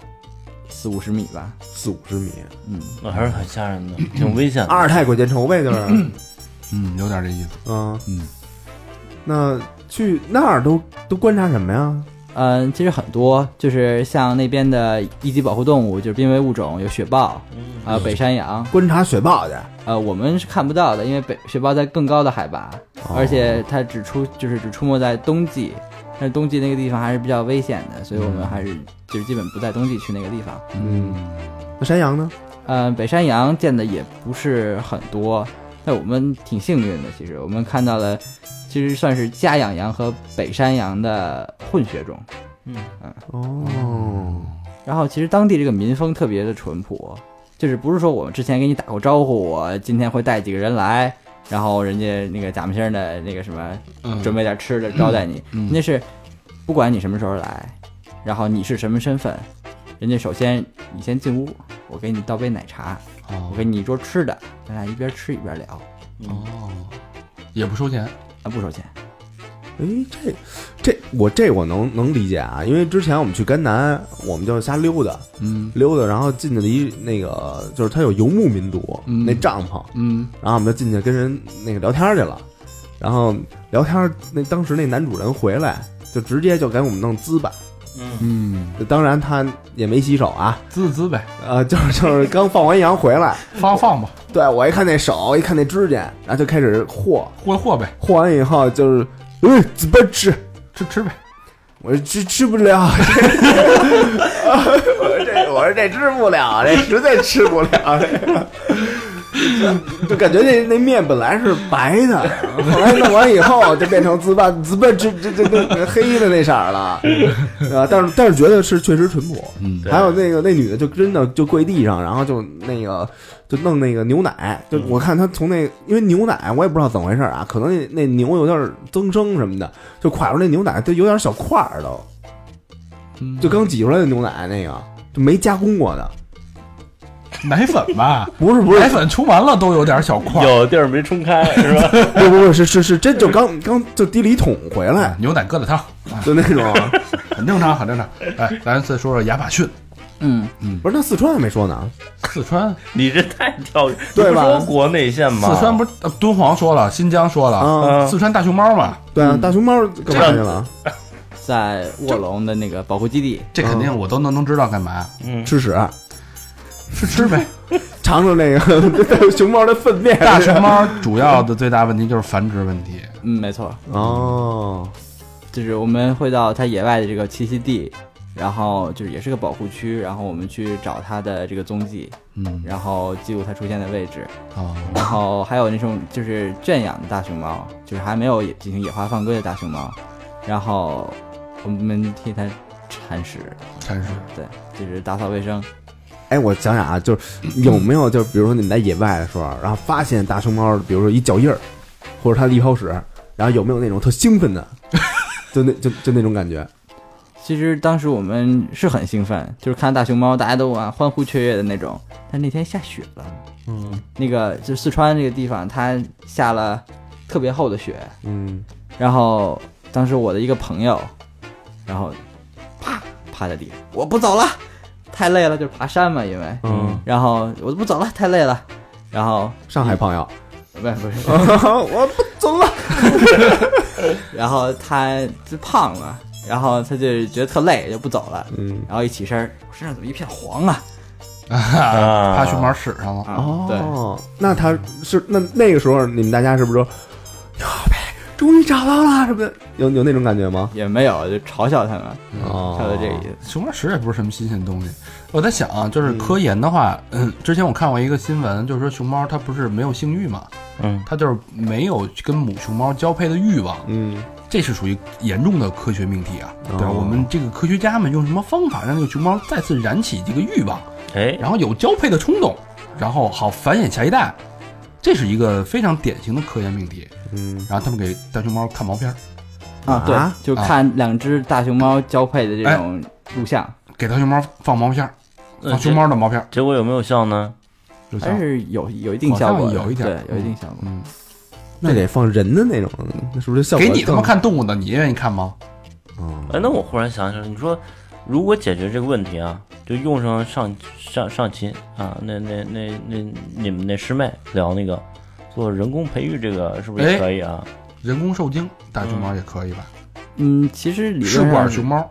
[SPEAKER 5] 四五十米吧，
[SPEAKER 4] 四五十米，
[SPEAKER 5] 嗯，
[SPEAKER 3] 那还是很吓人的，挺危险
[SPEAKER 4] 阿
[SPEAKER 3] 的。
[SPEAKER 4] 尔泰鬼见愁呗，就是。
[SPEAKER 2] 嗯，有点这意思。
[SPEAKER 4] [clears throat] 嗯
[SPEAKER 2] 嗯，
[SPEAKER 4] 那去那儿都都观察什么呀？
[SPEAKER 5] 嗯，其实很多就是像那边的一级保护动物，就是濒危物种，有雪豹，
[SPEAKER 3] 嗯
[SPEAKER 5] 啊、北山羊，
[SPEAKER 4] 观察雪豹去。
[SPEAKER 5] 呃，我们是看不到的，因为北雪豹在更高的海拔，而且它只出就是只出没在冬季，但是冬季那个地方还是比较危险的，所以我们还是就是基本不在冬季去那个地方。
[SPEAKER 4] 嗯，那山羊呢？
[SPEAKER 5] 呃，北山羊见的也不是很多，但我们挺幸运的。其实我们看到了，其实算是家养羊和北山羊的混血种。嗯
[SPEAKER 4] 哦，
[SPEAKER 5] 然后其实当地这个民风特别的淳朴，就是不是说我之前给你打过招呼，我今天会带几个人来，然后人家那个假模星儿的那个什么
[SPEAKER 2] 嗯
[SPEAKER 5] 准备点吃的招待你，
[SPEAKER 2] 嗯
[SPEAKER 5] 人家是不管你什么时候来，然后你是什么身份，人家首先你先进屋，我给你倒杯奶茶，我
[SPEAKER 2] 哦
[SPEAKER 5] 给你一桌吃的，咱俩一边吃一边聊，
[SPEAKER 2] 哦，也不收钱。
[SPEAKER 5] 啊，不收钱。
[SPEAKER 4] 哎，这这我这我能能理解啊，因为之前我们去甘南，我们就瞎溜达
[SPEAKER 2] 嗯
[SPEAKER 4] 溜达，然后进去了一那个就是他有游牧民族、
[SPEAKER 2] 嗯
[SPEAKER 4] 那帐篷，
[SPEAKER 2] 嗯
[SPEAKER 4] 然后我们就进去跟人那个聊天去了，然后聊天那当时那男主人回来就直接就给我们弄滋吧，
[SPEAKER 2] 嗯，
[SPEAKER 4] 当然他也没洗手啊，
[SPEAKER 2] 滋滋呗，
[SPEAKER 4] 呃，就是 [laughs] 就是刚放完羊回来，
[SPEAKER 2] 放放吧，
[SPEAKER 4] 对我一看那手，一看那指甲，然后就开始和
[SPEAKER 2] 和和呗，
[SPEAKER 4] 和完以后就是，嗯，怎么吃？
[SPEAKER 2] 吃吃呗，
[SPEAKER 4] 我说吃吃不 [laughs] 了，我说这我说这吃不了，这实在吃不了，这 [laughs] 就感觉那那面本来是白的，后来弄完以后就变成滋吧滋吧这这这这黑的那色儿了，啊，但是但是觉得是确实淳朴，
[SPEAKER 2] 嗯
[SPEAKER 4] 还有那个那女的就真的就跪地上，然后就那个就弄那个牛奶，就我看她从那因为牛奶我也不知道怎么回事啊，可能那那牛有点增生什么的，就蒯出那牛奶就有点小块儿都，
[SPEAKER 2] 嗯
[SPEAKER 4] 就刚挤出来的牛奶那个就没加工过的，哎
[SPEAKER 2] 奶粉吧，
[SPEAKER 4] [laughs] 不是不是
[SPEAKER 2] 奶粉冲完了都有点小块儿，
[SPEAKER 3] 有地儿没冲开是吧？
[SPEAKER 2] [laughs]
[SPEAKER 4] 不是不是是是是真就刚刚就提了一桶回来
[SPEAKER 2] 牛奶疙瘩汤
[SPEAKER 4] 就那种，
[SPEAKER 2] 很正常，很正常。哎，咱再说说亚马逊，
[SPEAKER 5] 嗯，
[SPEAKER 4] [laughs] 不是那四川还没说呢，
[SPEAKER 2] 四川，
[SPEAKER 3] 你这太挑，你不
[SPEAKER 4] 对吧
[SPEAKER 3] 说国内线吗？
[SPEAKER 2] 四川不是呃敦煌说了，新疆说了，
[SPEAKER 4] 啊
[SPEAKER 3] 嗯
[SPEAKER 2] 四川大熊猫嘛，
[SPEAKER 4] 对啊大熊猫干嘛去了？
[SPEAKER 5] 在卧龙的那个保护基地，
[SPEAKER 2] 这肯定我都能能知道干嘛，
[SPEAKER 3] 嗯，
[SPEAKER 4] 吃屎，啊
[SPEAKER 2] 吃吃
[SPEAKER 3] [laughs]
[SPEAKER 2] 呗。
[SPEAKER 4] 尝尝那 [laughs] 个大熊猫的粪便，
[SPEAKER 2] 大熊猫主要的最大问题就是繁殖问题，
[SPEAKER 5] 嗯，没错，
[SPEAKER 4] 哦，
[SPEAKER 5] 就是我们会到它野外的这个栖息地，然后就是也是个保护区，然后我们去找它的这个踪迹，
[SPEAKER 2] 嗯
[SPEAKER 5] 然后记录它出现的位置，
[SPEAKER 2] 啊，
[SPEAKER 5] 然后还有那种就是圈养的大熊猫，就是还没有野进行野化放归的大熊猫，然后我们替它铲屎，
[SPEAKER 2] 真是
[SPEAKER 5] 对，就是打扫卫生，
[SPEAKER 4] 哎，我想想啊，就是有没有，就是比如说你们在野外的时候，然后发现大熊猫，比如说一脚印儿，或者它的一泡屎，然后有没有那种特兴奋 [laughs] 的，就那就就那种感觉？
[SPEAKER 5] 其实当时我们是很兴奋，就是看大熊猫，大家都啊欢呼雀跃的那种。但那天下雪了，嗯，那个就四川这个地方，它下了特别厚的雪。
[SPEAKER 4] 嗯，
[SPEAKER 5] 然后当时我的一个朋友，然后啪趴在地上，我不走了，太累了，就是爬山嘛，因为，
[SPEAKER 4] 嗯，
[SPEAKER 5] 然后我不走了，太累了，然后
[SPEAKER 4] 上海朋友，
[SPEAKER 5] 不是不是，
[SPEAKER 4] 我不走了。
[SPEAKER 5] 然后他就胖了，然后他就觉得特累，就不走了。
[SPEAKER 4] 嗯，
[SPEAKER 5] 然后一起身儿，我身上怎么一片黄啊？
[SPEAKER 2] [laughs]
[SPEAKER 3] 啊
[SPEAKER 2] 趴熊猫屎上了，
[SPEAKER 5] 啊，对，
[SPEAKER 4] 哦，那他是那那个时候，你们大家是不是说，哟呗，终于找到了什么的？有有那种感觉吗？
[SPEAKER 5] 也没有，就嘲笑他们，
[SPEAKER 4] 哦
[SPEAKER 5] 差，不多这个意思。
[SPEAKER 2] 熊猫屎也不是什么新鲜的东西。我在想啊，就是科研的话，嗯，之前我看过一个新闻，就是说熊猫它不是没有性欲嘛，
[SPEAKER 3] 嗯，
[SPEAKER 2] 它就是没有跟母熊猫交配的欲望，
[SPEAKER 4] 嗯，
[SPEAKER 2] 这是属于严重的科学命题啊。
[SPEAKER 4] 哦
[SPEAKER 2] 对吧，我们这个科学家们用什么方法让这个熊猫再次燃起这个欲望，
[SPEAKER 3] 哎，
[SPEAKER 2] 然后有交配的冲动，然后好繁衍下一代，这是一个非常典型的科研命题。
[SPEAKER 4] 嗯，
[SPEAKER 2] 然后他们给大熊猫看毛片儿，
[SPEAKER 5] 啊，
[SPEAKER 4] 啊
[SPEAKER 5] 对，就看两只大熊猫交配的这
[SPEAKER 2] 哎
[SPEAKER 5] 种录像，
[SPEAKER 2] 给大熊猫放毛片儿，
[SPEAKER 3] 嗯
[SPEAKER 2] 放啊熊猫的毛片儿，
[SPEAKER 3] 结果有没有效呢？
[SPEAKER 2] 就
[SPEAKER 5] 呃还
[SPEAKER 2] 像
[SPEAKER 5] 是有有一定效果
[SPEAKER 2] 好
[SPEAKER 5] 的，
[SPEAKER 2] 像有一点
[SPEAKER 5] 对，有一定效果。
[SPEAKER 2] 嗯，
[SPEAKER 4] 那得放人的那种，那是不是效果
[SPEAKER 2] 给
[SPEAKER 4] 更？
[SPEAKER 2] 你他妈看动物的，你愿意看吗？
[SPEAKER 4] 嗯，
[SPEAKER 3] 哎，那我忽然想起来，你说如果解决这个问题啊，就用上上上上期啊，那那那那你们那师妹聊那个做人工培育这个是不是
[SPEAKER 2] 哎
[SPEAKER 3] 也可以啊？
[SPEAKER 2] 人工受精，大熊猫也可以吧？
[SPEAKER 5] 嗯，其实理
[SPEAKER 2] 试
[SPEAKER 5] 论
[SPEAKER 2] 管
[SPEAKER 5] 上，
[SPEAKER 2] 熊猫，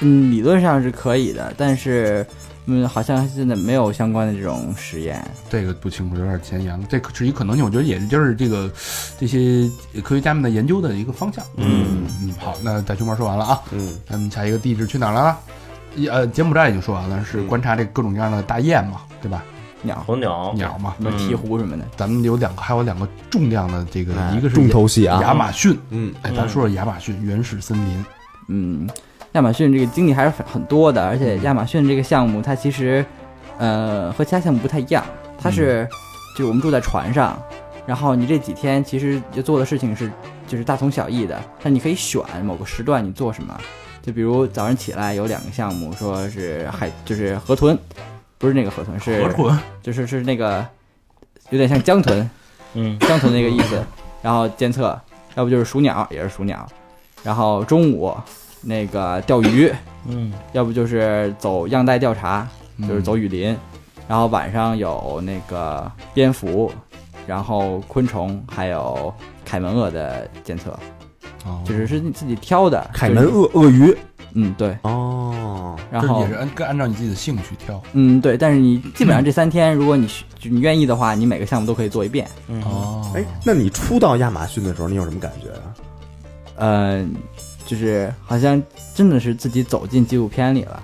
[SPEAKER 5] 嗯，理论上是可以的，但是，嗯，好像现在没有相关的这种实验。
[SPEAKER 2] 这个不清楚，有点前沿了。这可是一可能性，我觉得也就是这个这些科学家们的研究的一个方向。
[SPEAKER 3] 嗯
[SPEAKER 2] 嗯，好，那大熊猫说完了啊，
[SPEAKER 4] 嗯
[SPEAKER 2] 咱们下一个地址去哪儿了？一呃，柬埔寨已经说完了，是观察这各种各样的大雁嘛，对吧？
[SPEAKER 5] 鸟，
[SPEAKER 2] 嗯
[SPEAKER 3] 鸵鸟，
[SPEAKER 2] 鸟嘛，
[SPEAKER 5] 什么鹈鹕什么的，
[SPEAKER 2] 咱们有两个，还有两个重量的这个，一个是
[SPEAKER 4] 重头戏啊，
[SPEAKER 2] 亚马逊，
[SPEAKER 4] 嗯
[SPEAKER 2] 哎，咱说说亚马逊原始森林，
[SPEAKER 5] 嗯，亚马逊这个经历还是很很多的，而且亚马逊这个项目它其实，呃，和其他项目不太一样，它是、就是我们住在船上，然后你这几天其实就做的事情是就是大同小异的，但你可以选某个时段你做什么，就比如早上起来有两个项目，说是海就是河豚，不是那个河豚，是
[SPEAKER 2] 豚，
[SPEAKER 5] 就是是那个有点像江豚，
[SPEAKER 3] 嗯
[SPEAKER 4] [laughs]
[SPEAKER 5] 江豚那个意思，然后监测，要不就是数鸟，也是数鸟，然后中午那个钓鱼，
[SPEAKER 3] 嗯，
[SPEAKER 5] 要不就是走样带调查，
[SPEAKER 2] 嗯
[SPEAKER 4] 嗯
[SPEAKER 5] 就是走雨林，然后晚上有那个蝙蝠，然后昆虫，还有凯门鳄的监测，
[SPEAKER 2] 哦，
[SPEAKER 5] 就是是你自己挑的。
[SPEAKER 4] 哦凯
[SPEAKER 5] 就是
[SPEAKER 4] 门鳄鳄鱼
[SPEAKER 5] 嗯，对，
[SPEAKER 4] 哦，
[SPEAKER 5] 然
[SPEAKER 2] 就是
[SPEAKER 5] 后
[SPEAKER 2] 也是按按照你自己的兴趣挑。
[SPEAKER 5] 嗯，对，但是你基本上这三天，如果你需就你愿意的话，你每个项目都可以做一遍。
[SPEAKER 3] 嗯
[SPEAKER 2] 哦，
[SPEAKER 4] 哎，那你初到亚马逊的时候，你有什么感觉啊？
[SPEAKER 5] 呃，就是好像真的是自己走进纪录片里了。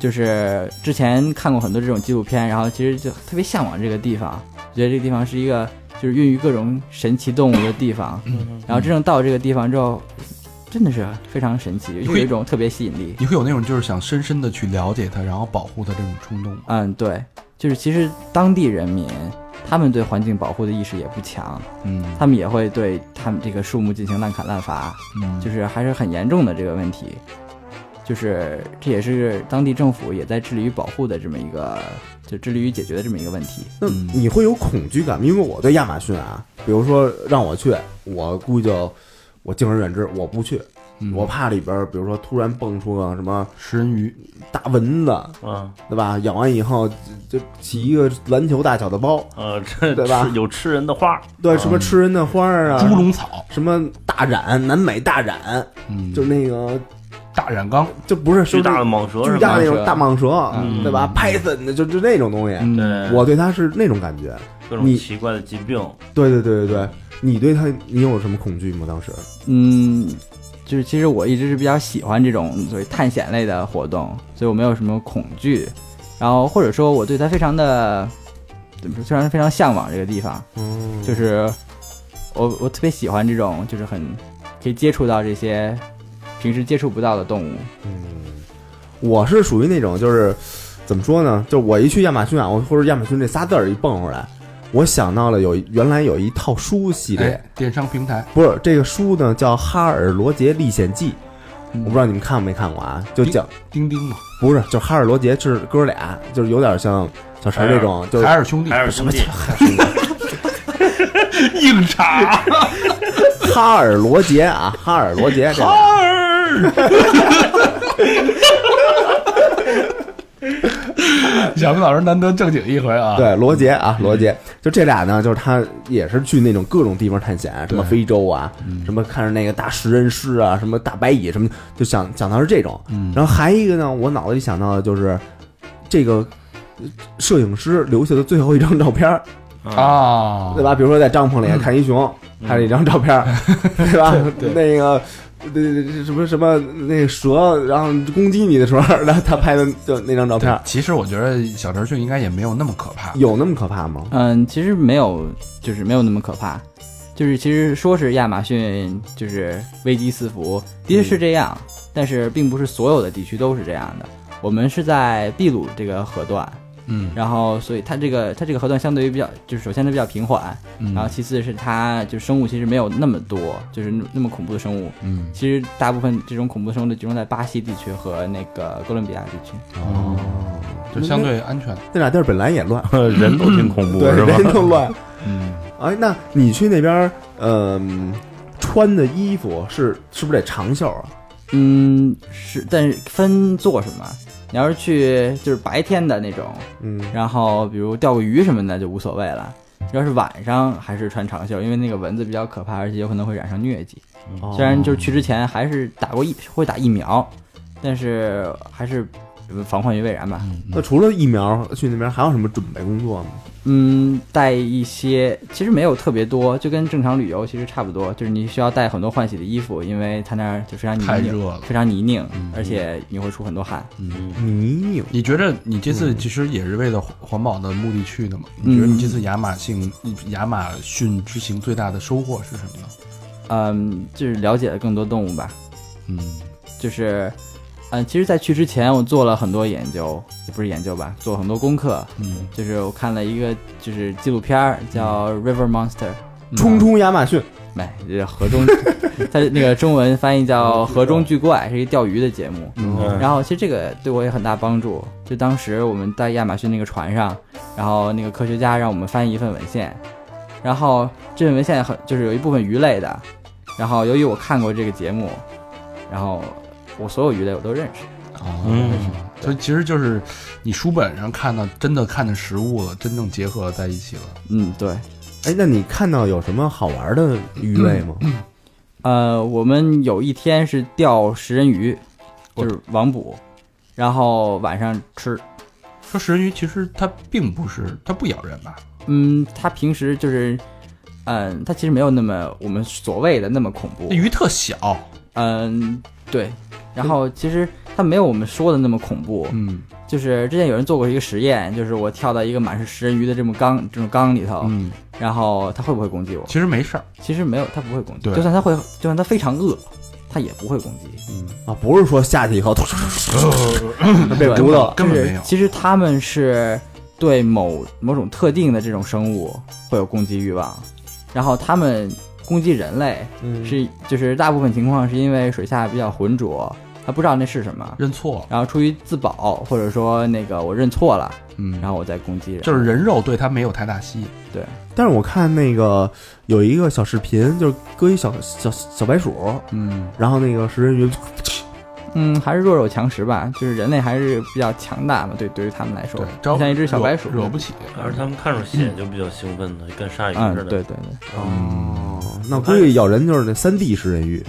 [SPEAKER 5] 就是之前看过很多这种纪录片，然后其实就特别向往这个地方，觉得这个地方是一个就是孕育各种神奇动物的地方。
[SPEAKER 3] 嗯
[SPEAKER 5] 然后真正到这个地方之后，真的是非常神奇，有一种特别吸引
[SPEAKER 2] [laughs]
[SPEAKER 5] 力。
[SPEAKER 2] 你会有那种就是想深深的去了解它，然后保护它这种冲动吗？
[SPEAKER 5] 嗯，对，就是其实当地人民他们对环境保护的意识也不强，
[SPEAKER 2] 嗯，
[SPEAKER 5] 他们也会对他们这个树木进行滥砍滥伐，
[SPEAKER 2] 嗯
[SPEAKER 5] 就是还是很严重的这个问题，就是这也是当地政府也在致力于保护的这么一个，就致力于解决的这么一个问题。
[SPEAKER 4] 那
[SPEAKER 3] 嗯
[SPEAKER 4] 你会有恐惧感吗？因为我对亚马逊啊，比如说让我去，我估计就我敬而远之，我不去，
[SPEAKER 2] 嗯
[SPEAKER 4] 我怕里边儿，比如说突然蹦出个什么
[SPEAKER 2] 食人鱼，
[SPEAKER 4] 大蚊子，
[SPEAKER 3] 嗯
[SPEAKER 4] 对吧？咬完以后就就起一个篮球大小的包，
[SPEAKER 3] 呃，这
[SPEAKER 4] 对吧
[SPEAKER 3] 吃有吃人的花儿，
[SPEAKER 4] 对，什么吃人的花儿啊，
[SPEAKER 2] 猪笼草，
[SPEAKER 4] 什么大染，南美大染，
[SPEAKER 2] 嗯，
[SPEAKER 4] 就是那个
[SPEAKER 2] 大染缸，
[SPEAKER 4] 就不是
[SPEAKER 3] 巨
[SPEAKER 4] 说
[SPEAKER 3] 大的蟒蛇
[SPEAKER 4] 巨
[SPEAKER 3] 是吧？
[SPEAKER 4] 大那
[SPEAKER 5] 蟒蛇
[SPEAKER 4] 种大蟒蛇，
[SPEAKER 3] 嗯
[SPEAKER 4] 对吧？Python 的就就那种东西，
[SPEAKER 2] 嗯
[SPEAKER 3] 对，
[SPEAKER 4] 我对它是那种感觉。
[SPEAKER 3] 各种
[SPEAKER 4] 你
[SPEAKER 3] 奇怪的疾病，
[SPEAKER 4] 对对对对对，你对它你有什么恐惧吗？当时
[SPEAKER 5] 嗯，就是其实我一直是比较喜欢这种所谓探险类的活动，所以我没有什么恐惧，然后或者说我对它非常的怎么说，非常非常向往这个地方，
[SPEAKER 4] 嗯
[SPEAKER 5] 就是我我特别喜欢这种就是很可以接触到这些平时接触不到的动物。
[SPEAKER 4] 我是属于那种就是怎么说呢？就我一去亚马逊啊，我或者亚马逊这仨字儿一蹦出来，我想到了有原来有一套书系列，
[SPEAKER 2] 哎，电商平台，
[SPEAKER 4] 不是这个书呢叫《哈尔罗杰历险记》，
[SPEAKER 2] 嗯
[SPEAKER 4] 我不知道你们看没看过啊？就讲
[SPEAKER 2] 钉钉嘛，
[SPEAKER 4] 不是，就哈尔罗杰是哥俩，就是有点像小陈这种，就是
[SPEAKER 2] 海尔兄弟，
[SPEAKER 3] 海尔兄弟，
[SPEAKER 2] 硬茬，
[SPEAKER 4] 哈尔罗杰啊，哈尔罗杰这个。
[SPEAKER 2] 小明老师难得正经一回啊，，
[SPEAKER 4] 对，罗杰啊，罗杰，就这俩呢，就是他也是去那种各种地方探险，什么
[SPEAKER 2] 对嗯
[SPEAKER 4] 非洲啊，什么看着那个大食人狮啊，什么大白蚁什么，就想想到是这种。
[SPEAKER 2] 嗯
[SPEAKER 4] 然后还一个呢，我脑子里想到的就是这个呃摄影师留下的最后一张照片儿，
[SPEAKER 3] 嗯
[SPEAKER 2] 啊，嗯
[SPEAKER 4] 对吧？比如说在帐篷里看一熊，拍了一张照
[SPEAKER 2] [laughs]
[SPEAKER 4] 片儿，对吧？那个。那什么什么那蛇，然后攻击你的时候，然后他拍的就那张照
[SPEAKER 2] 对
[SPEAKER 4] 片儿，，
[SPEAKER 2] 其实我觉得小程序应该也没有那么可怕，
[SPEAKER 4] 有那么可怕吗？
[SPEAKER 5] 嗯，其实没有，就是没有那么可怕。就是其实说是亚马逊就是危机四伏，的确是这样，但是并不是所有的地区都是这样的。我们是在秘鲁这个河段，
[SPEAKER 2] 嗯
[SPEAKER 5] 然后所以它这个它这个河段相对于比较，就是首先它比较平缓，
[SPEAKER 2] 嗯
[SPEAKER 5] 然后其次是它就生物其实没有那么多，就是那那么恐怖的生物。
[SPEAKER 2] 嗯，
[SPEAKER 5] 其实大部分这种恐怖的生物都集中在巴西地区和那个哥伦比亚地区。
[SPEAKER 2] 哦，就相对安全，
[SPEAKER 4] 那俩地儿本来也乱，
[SPEAKER 3] 人都挺恐怖
[SPEAKER 4] 对，
[SPEAKER 3] 是吧？
[SPEAKER 4] 人都乱。
[SPEAKER 2] 嗯，
[SPEAKER 4] 哎，那你去那边儿，嗯、穿的衣服是是不是得长袖啊？
[SPEAKER 5] 嗯，是，但是分做什么？你要是去就是白天的那种，
[SPEAKER 4] 嗯，
[SPEAKER 5] 然后比如钓个鱼什么的就无所谓了。要是晚上还是穿长袖，因为那个蚊子比较可怕，而且有可能会染上疟疾。虽然就是去之前还是打过疫，会打疫苗，但是还是防患于未然吧。
[SPEAKER 2] 嗯
[SPEAKER 4] 那除了疫苗，去那边还有什么准备工作吗？
[SPEAKER 5] 嗯，带一些，其实没有特别多，就跟正常旅游其实差不多，就是你需要带很多换洗的衣服，因为它那儿就非常泥
[SPEAKER 2] 太
[SPEAKER 5] 泞，
[SPEAKER 2] 热嗯了。
[SPEAKER 5] 非常泥泞，而且你会出很多汗。
[SPEAKER 4] 泥泞，
[SPEAKER 2] 你觉着你这次其实也是为了环环保的目的去的吗？你觉得你这次亚马逊亚马逊之行最大的收获是什么呢？
[SPEAKER 5] 嗯，就是了解了更多动物吧。
[SPEAKER 2] 嗯，
[SPEAKER 5] 就是，嗯，其实，在去之前，我做了很多研究，也不是研究吧，做很多功课。
[SPEAKER 2] 嗯，
[SPEAKER 5] 就是我看了一个就是纪录片儿叫《River Monster》，
[SPEAKER 4] 冲冲亚马逊，
[SPEAKER 5] 没，就是河中， [laughs] 它那个中文翻译叫《河中巨怪》，是一个钓鱼的节目。
[SPEAKER 2] 嗯
[SPEAKER 5] 然后其实这个对我也很大帮助。就当时我们在亚马逊那个船上，然后那个科学家让我们翻译一份文献，然后这份文献很就是有一部分鱼类的，然后由于我看过这个节目，然后我所有鱼类我都认识。
[SPEAKER 2] 啊，
[SPEAKER 3] 嗯，
[SPEAKER 2] 所以其实就是你书本上看到真的看见实物了，真正结合在一起了。
[SPEAKER 5] 嗯，对，
[SPEAKER 4] 哎，那你看到有什么好玩的鱼类吗？
[SPEAKER 5] 呃，我们有一天是钓食人鱼，就是网捕，然后晚上吃。
[SPEAKER 2] 说食人鱼其实它并不是，它不咬人吧？
[SPEAKER 5] 嗯，它平时就是，嗯、它其实没有那么我们所谓的那么恐怖
[SPEAKER 2] 那。鱼特小，
[SPEAKER 5] 嗯，对。然后其实它没有我们说的那么恐怖。
[SPEAKER 2] 嗯
[SPEAKER 5] 就是之前有人做过一个实验，就是我跳到一个满是食人鱼的这么缸这种缸里头，
[SPEAKER 2] 嗯，
[SPEAKER 5] 然后它会不会攻击我？
[SPEAKER 2] 其实没事儿，
[SPEAKER 5] 其实没有，它不会攻击。
[SPEAKER 2] 对
[SPEAKER 5] 就算它会，就算它非常饿，它也不会攻击。
[SPEAKER 4] 啊，不是说下去以后 [laughs] 被
[SPEAKER 5] 对
[SPEAKER 4] 毒到了，
[SPEAKER 2] 根本
[SPEAKER 5] 就是
[SPEAKER 2] 没有
[SPEAKER 5] 其实他们是对某某种特定的这种生物会有攻击欲望，然后他们攻击人类
[SPEAKER 4] 嗯
[SPEAKER 5] 是、就是大部分情况是因为水下比较浑浊，他不知道那是什么，
[SPEAKER 2] 认错了，
[SPEAKER 5] 然后出于自保或者说那个我认错了，
[SPEAKER 2] 嗯，
[SPEAKER 5] 然后我再攻击人。
[SPEAKER 2] 就是人肉对它没有太大吸引。
[SPEAKER 4] 但是我看那个有一个小视频，就是搁一小小小白鼠，
[SPEAKER 2] 嗯，
[SPEAKER 4] 然后那个食人鱼，
[SPEAKER 5] 嗯，还是弱肉强食吧，就是人类还是比较强大嘛，对，对于他们来说
[SPEAKER 2] 对，，招
[SPEAKER 5] 像一只小白鼠
[SPEAKER 2] 惹惹不起。
[SPEAKER 3] 而他们看着血就比较兴奋的，跟鲨鱼
[SPEAKER 5] 嗯，
[SPEAKER 3] 似
[SPEAKER 5] 对
[SPEAKER 3] 的。
[SPEAKER 5] 对对，
[SPEAKER 3] 嗯
[SPEAKER 4] 哦，那估计咬人就是那三 D 食人鱼，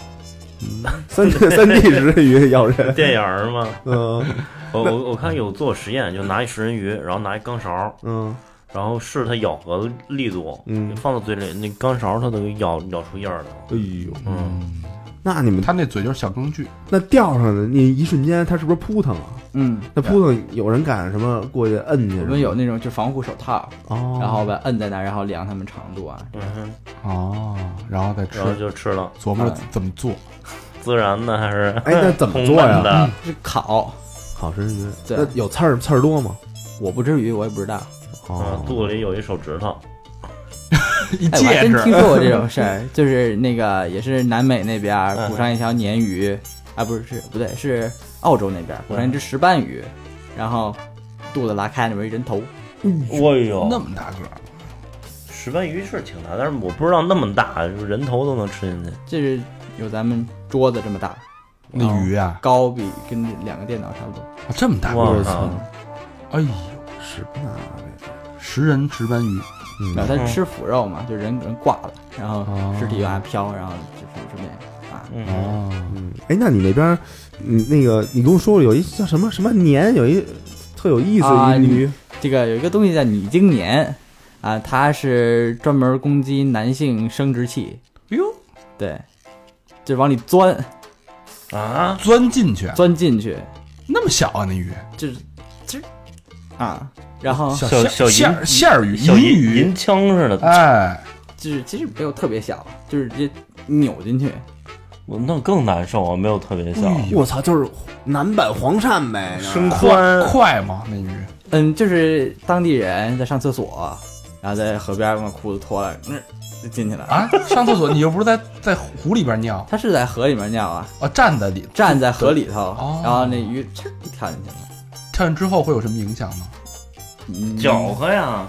[SPEAKER 4] 三
[SPEAKER 3] 对
[SPEAKER 4] 三 D 食人鱼咬人，
[SPEAKER 3] 电影儿嘛，
[SPEAKER 4] 嗯
[SPEAKER 3] 我我我看有做实验，就拿一食人鱼，然后拿一钢勺，
[SPEAKER 4] 嗯
[SPEAKER 3] 然后试它咬合的力度，
[SPEAKER 4] 嗯
[SPEAKER 3] 放到嘴里，那钢勺它都给咬咬出印儿来了。
[SPEAKER 4] 哎呦，
[SPEAKER 3] 嗯，
[SPEAKER 2] 嗯，
[SPEAKER 4] 那你们
[SPEAKER 2] 它那嘴就是小工具，
[SPEAKER 4] 那钓上的那一瞬间，它是不是扑腾啊？
[SPEAKER 5] 嗯，
[SPEAKER 4] 那扑腾有人敢什么过去摁去？
[SPEAKER 5] 我们有那种就防护手套，
[SPEAKER 4] 哦，
[SPEAKER 5] 然后把摁在那儿，然后量它们长度啊，
[SPEAKER 3] 嗯哼，
[SPEAKER 2] 哦，然后再吃
[SPEAKER 3] 然，后就哎吃了，
[SPEAKER 2] 琢磨着怎么做。
[SPEAKER 3] 孜然的还是
[SPEAKER 4] 哎那怎么做呀
[SPEAKER 3] 红焖的，
[SPEAKER 5] 是烤。
[SPEAKER 4] 好食人鱼，
[SPEAKER 5] 对
[SPEAKER 4] 那有刺儿刺儿多吗？哦
[SPEAKER 5] 我不吃鱼，我也不知道。
[SPEAKER 4] 啊
[SPEAKER 3] 嗯，肚子里有一手指头，
[SPEAKER 2] [laughs] 一
[SPEAKER 5] 哎，我还
[SPEAKER 2] 戒
[SPEAKER 5] 真听
[SPEAKER 2] 指，
[SPEAKER 5] 说过这种事儿， [laughs] 就是那个也是南美那边儿
[SPEAKER 2] 嗯
[SPEAKER 5] 捕上一条鲶鱼，啊，不是是不对，是澳洲那边儿捕上一只石斑鱼，然后肚子拉开里面一人头，
[SPEAKER 3] 哎呦，
[SPEAKER 2] 那么大个儿，
[SPEAKER 3] 石斑鱼是挺大，但是我不知道那么大，就是人头都能吃进去。
[SPEAKER 5] 这是有咱们桌子这么大，
[SPEAKER 2] 那鱼啊，
[SPEAKER 5] 高比跟两个电脑差不多。
[SPEAKER 2] 啊这么大个
[SPEAKER 3] 我
[SPEAKER 2] 儿，
[SPEAKER 3] 操！
[SPEAKER 2] 哎呦，
[SPEAKER 4] 是那
[SPEAKER 2] 食人石斑鱼，
[SPEAKER 5] 然后
[SPEAKER 3] 嗯
[SPEAKER 5] 它吃腐肉嘛，就人人挂了，然后
[SPEAKER 2] 哦
[SPEAKER 5] 尸体往下飘，然后就是顺便啊，
[SPEAKER 3] 嗯，
[SPEAKER 2] 哦，
[SPEAKER 4] 嗯，哎，那你那边，你那个你跟我说有一叫什么什么年，有一特有意思
[SPEAKER 5] 啊
[SPEAKER 4] 一鱼，
[SPEAKER 5] 这个有一个东西叫拟经年，啊，它是专门攻击男性生殖器，
[SPEAKER 2] 哟，
[SPEAKER 5] 对，就往里钻
[SPEAKER 3] 啊，
[SPEAKER 2] 钻进去，
[SPEAKER 5] 钻进去，
[SPEAKER 2] 那么小啊那鱼，
[SPEAKER 5] 就是就是啊，然后
[SPEAKER 2] 小
[SPEAKER 3] 小小
[SPEAKER 2] 线
[SPEAKER 3] 银
[SPEAKER 2] 儿线儿鱼、
[SPEAKER 3] 小
[SPEAKER 2] 银
[SPEAKER 3] 银
[SPEAKER 2] 鱼，
[SPEAKER 3] 银枪似的，
[SPEAKER 2] 哎，
[SPEAKER 5] 就是其实没有特别小，就是直接扭进去，
[SPEAKER 3] 我那更难受啊，没有特别小，
[SPEAKER 2] 嗯
[SPEAKER 4] 我操，就是南版黄鳝呗，
[SPEAKER 3] 生
[SPEAKER 2] 快
[SPEAKER 3] 宽，
[SPEAKER 2] 快吗？那鱼
[SPEAKER 5] 嗯，就是当地人在上厕所，然后在河边把裤子脱了，嗯，就进去了。
[SPEAKER 2] 啊，上厕所你又不是在在湖里边尿
[SPEAKER 5] 他是在河里面尿啊，
[SPEAKER 2] 啊，站在里
[SPEAKER 5] 站在河里头，
[SPEAKER 2] 哦
[SPEAKER 5] 然后那鱼呲儿就跳进去了。
[SPEAKER 2] 跳进之后会有什么影响吗？
[SPEAKER 5] 嗯
[SPEAKER 3] 搅和呀，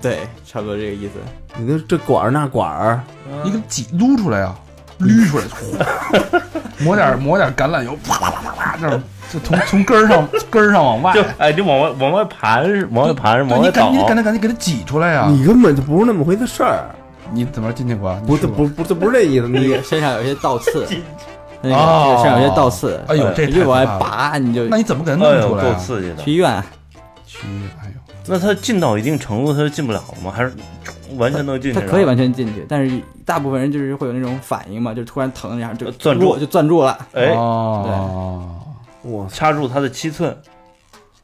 [SPEAKER 5] 对，差不多这个意思。
[SPEAKER 4] 你那这管儿那管儿，
[SPEAKER 2] 你给挤撸出来呀、啊捋出来，抹点抹点橄榄油，啪啪啪啪，这就从从根儿上根儿上往外
[SPEAKER 3] [laughs] 就，哎，就往外往外盘，往外盘，
[SPEAKER 2] 对
[SPEAKER 3] 往外
[SPEAKER 2] 你赶
[SPEAKER 3] 倒
[SPEAKER 2] 紧，赶紧赶紧给它挤出来呀、
[SPEAKER 4] 你根本就不是那么回事儿，
[SPEAKER 2] 你怎么进去过？
[SPEAKER 4] 不
[SPEAKER 2] 是
[SPEAKER 4] 是不不这不是这意思， [laughs] 你
[SPEAKER 5] 身上有一些倒刺，那
[SPEAKER 2] 哦
[SPEAKER 5] 个身上有一些倒刺，
[SPEAKER 2] 哎呦，这
[SPEAKER 5] 你
[SPEAKER 2] 太
[SPEAKER 5] 就
[SPEAKER 2] 可
[SPEAKER 5] 往外
[SPEAKER 2] 怕了。
[SPEAKER 5] 拔，你就
[SPEAKER 2] 那你怎么给它
[SPEAKER 3] 哎
[SPEAKER 2] 弄
[SPEAKER 3] 呦，
[SPEAKER 2] 出来、
[SPEAKER 3] 够
[SPEAKER 2] 啊？
[SPEAKER 3] 刺激的
[SPEAKER 5] 去。医院。
[SPEAKER 2] 去，哎呦，
[SPEAKER 3] 那它进到一定程度，它就进不了了吗？还是完全能进去？
[SPEAKER 5] 它可以完全进去，但是大部分人就是会有那种反应嘛，就是突然疼，然后就
[SPEAKER 3] 呃攥住
[SPEAKER 5] 就攥住了。
[SPEAKER 3] 然后哎，
[SPEAKER 2] 哦，
[SPEAKER 4] 我操，
[SPEAKER 3] 插入它的七寸，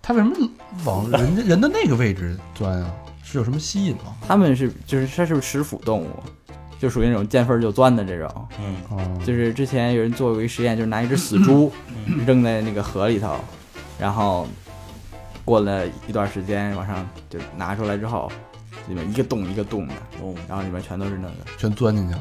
[SPEAKER 2] 他为什么往人家人的那个位置钻啊？是有什么吸引吗？
[SPEAKER 5] 他们是就是它是食腐动物，就属于那种见缝儿就钻的这种。
[SPEAKER 3] 嗯，
[SPEAKER 2] 哦，
[SPEAKER 5] 就是之前有人做过一个实验，就是拿一只死猪扔在那个河里头，然后过了一段时间往上就拿出来之后，里面一个洞一个洞的，
[SPEAKER 3] 哦，
[SPEAKER 5] 然后里面全都是那个。
[SPEAKER 2] 全钻进去了。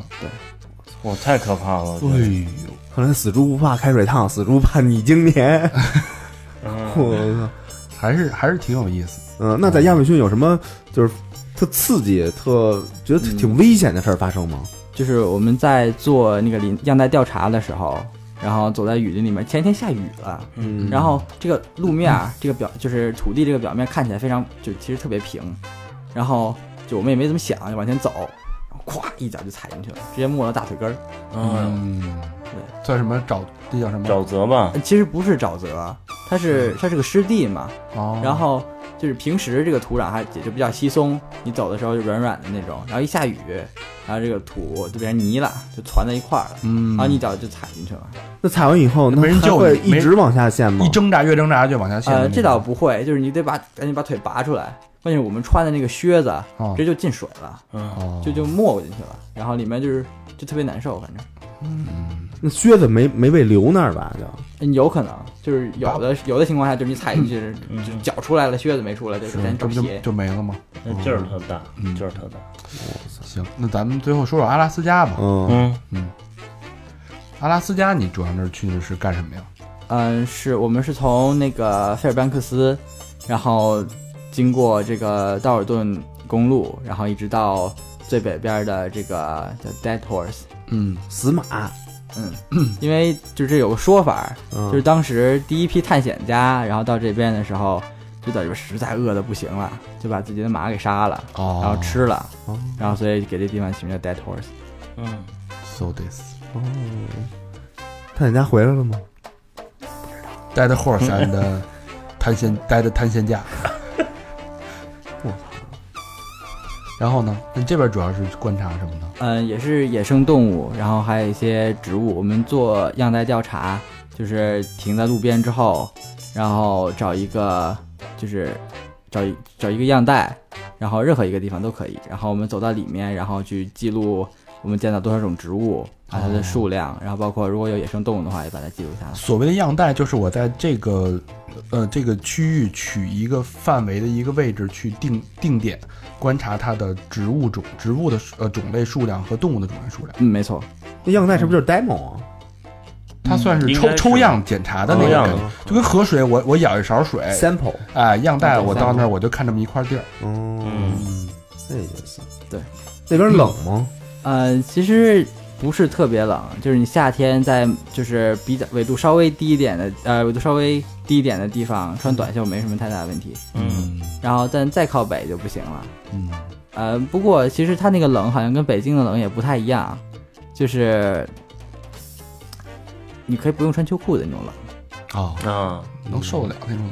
[SPEAKER 3] 哇，太可怕了！我觉得
[SPEAKER 2] 哎呦，
[SPEAKER 4] 看来死猪不怕开水烫，死猪怕你经年， [laughs]
[SPEAKER 3] 嗯
[SPEAKER 4] 我操，
[SPEAKER 2] 还是还是挺有意思。
[SPEAKER 4] 嗯，那在亚马逊有什么就是特刺激、特觉得挺危险的事儿发生吗？
[SPEAKER 5] 就是我们在做那个林样带调查的时候，然后走在雨林里面，前一天下雨了，
[SPEAKER 4] 嗯
[SPEAKER 5] 然后这个路面儿，这个表就是土地这个表面看起来非常就其实特别平，然后就我们也没怎么想，就往前走，然后咵一脚就踩进去了，直接没了大腿根儿。
[SPEAKER 3] 嗯，
[SPEAKER 2] 嗯，算什么沼？这叫什么？
[SPEAKER 3] 沼泽嘛，
[SPEAKER 5] 呃其实不是沼泽，啊它
[SPEAKER 2] 嗯
[SPEAKER 5] 是它是个湿地嘛，
[SPEAKER 2] 哦，
[SPEAKER 5] 然后就是平时这个土壤还也就比较稀松，你走的时候就软软的那种，然后一下雨，然后这个土就变成泥了，就攒在一块儿了，
[SPEAKER 2] 嗯，
[SPEAKER 5] 然啊后你一脚就踩进去了。
[SPEAKER 4] 那踩完以后，那
[SPEAKER 2] 没人
[SPEAKER 4] 还
[SPEAKER 2] 救
[SPEAKER 4] 会
[SPEAKER 2] 你没
[SPEAKER 4] 一直往下陷吗
[SPEAKER 2] 一？挣扎越挣扎越往下陷的那
[SPEAKER 5] 呃，
[SPEAKER 2] 种。
[SPEAKER 5] 这倒不会，就是你得把赶紧把腿拔出来，关键是我们穿的那个靴子
[SPEAKER 2] 哦
[SPEAKER 5] 直接就进水了。
[SPEAKER 2] 哦，
[SPEAKER 5] 就就没进去了，然后里面就是就特别难受，反正
[SPEAKER 4] 那靴子没没被留那儿吧？就
[SPEAKER 5] 嗯有可能就是有的有的情况下就是你踩进去，就脚出来了，靴子没出来，就是是咱
[SPEAKER 2] 嗯这
[SPEAKER 5] 找
[SPEAKER 2] 不就
[SPEAKER 5] 鞋。
[SPEAKER 2] 就没了吗？
[SPEAKER 3] 那劲儿特大，
[SPEAKER 2] 嗯
[SPEAKER 3] 劲儿特大。
[SPEAKER 2] 行，那咱们最后说说阿拉斯加吧。
[SPEAKER 4] 嗯，
[SPEAKER 3] 嗯，
[SPEAKER 2] 阿拉斯加，你主要那儿去的是干什么呀？
[SPEAKER 5] 嗯，是我们是从那个费尔班克斯，然后经过这个道尔顿公路，然后一直到最北边的这个叫 Dead Horse，
[SPEAKER 2] 嗯，
[SPEAKER 4] 死马，
[SPEAKER 5] 嗯，因为就是这有个说法，
[SPEAKER 4] 嗯
[SPEAKER 5] 就是当时第一批探险家，然后到这边的时候，就在这边实在饿的不行了，就把自己的马给杀了。
[SPEAKER 2] 哦，
[SPEAKER 5] 然后吃了，
[SPEAKER 4] 哦
[SPEAKER 5] 然后所以给这地方起名叫 Dead Horse。
[SPEAKER 3] 嗯，
[SPEAKER 2] so this
[SPEAKER 4] 哦，探险家回来了吗？
[SPEAKER 2] dead horse and
[SPEAKER 5] [laughs]
[SPEAKER 2] 探险 dead 探险家。我操！然后呢？那这边主要是观察什么呢？
[SPEAKER 5] 嗯，也是野生动物，然后还有一些植物。我们做样带调查，就是停在路边之后，然后找一个，就是找一找一个样带，然后任何一个地方都可以。然后我们走到里面，然后去记录我们见到多少种植物，啊它的数量，然后包括如果有野生动物的话，也把它记录下来。
[SPEAKER 2] 所谓的样带，就是我在这个呃这个区域取一个范围的一个位置去定定点观察它的植物种、植物的呃种类数量和动物的种类数量。
[SPEAKER 5] 嗯，没错，
[SPEAKER 4] 那样带是不是就是 demo 啊？
[SPEAKER 2] 它算是
[SPEAKER 3] 应
[SPEAKER 2] 抽
[SPEAKER 3] 该是
[SPEAKER 2] 抽嗯哦样检查的那
[SPEAKER 3] 抽
[SPEAKER 2] 个
[SPEAKER 3] 样
[SPEAKER 2] 感觉，就跟河水，我我舀一勺水，
[SPEAKER 4] sample，
[SPEAKER 2] 哎，样带我
[SPEAKER 5] 嗯
[SPEAKER 2] 到那儿我就看这么一块地儿，
[SPEAKER 4] 哦，
[SPEAKER 3] 嗯
[SPEAKER 4] 那也行。
[SPEAKER 5] 对，
[SPEAKER 4] 那边冷吗？
[SPEAKER 5] 呃，其实不是特别冷，就是你夏天在就是比较纬度稍微低一点的，呃，纬度稍微低一点的地方穿短袖没什么太大问题。
[SPEAKER 3] 嗯，
[SPEAKER 5] 然后但再靠北就不行了。
[SPEAKER 2] 嗯，
[SPEAKER 5] 呃，不过其实它那个冷好像跟北京的冷也不太一样，就是你可以不用穿秋裤的那种冷，
[SPEAKER 2] 哦，
[SPEAKER 3] 啊，
[SPEAKER 2] 能受得了那种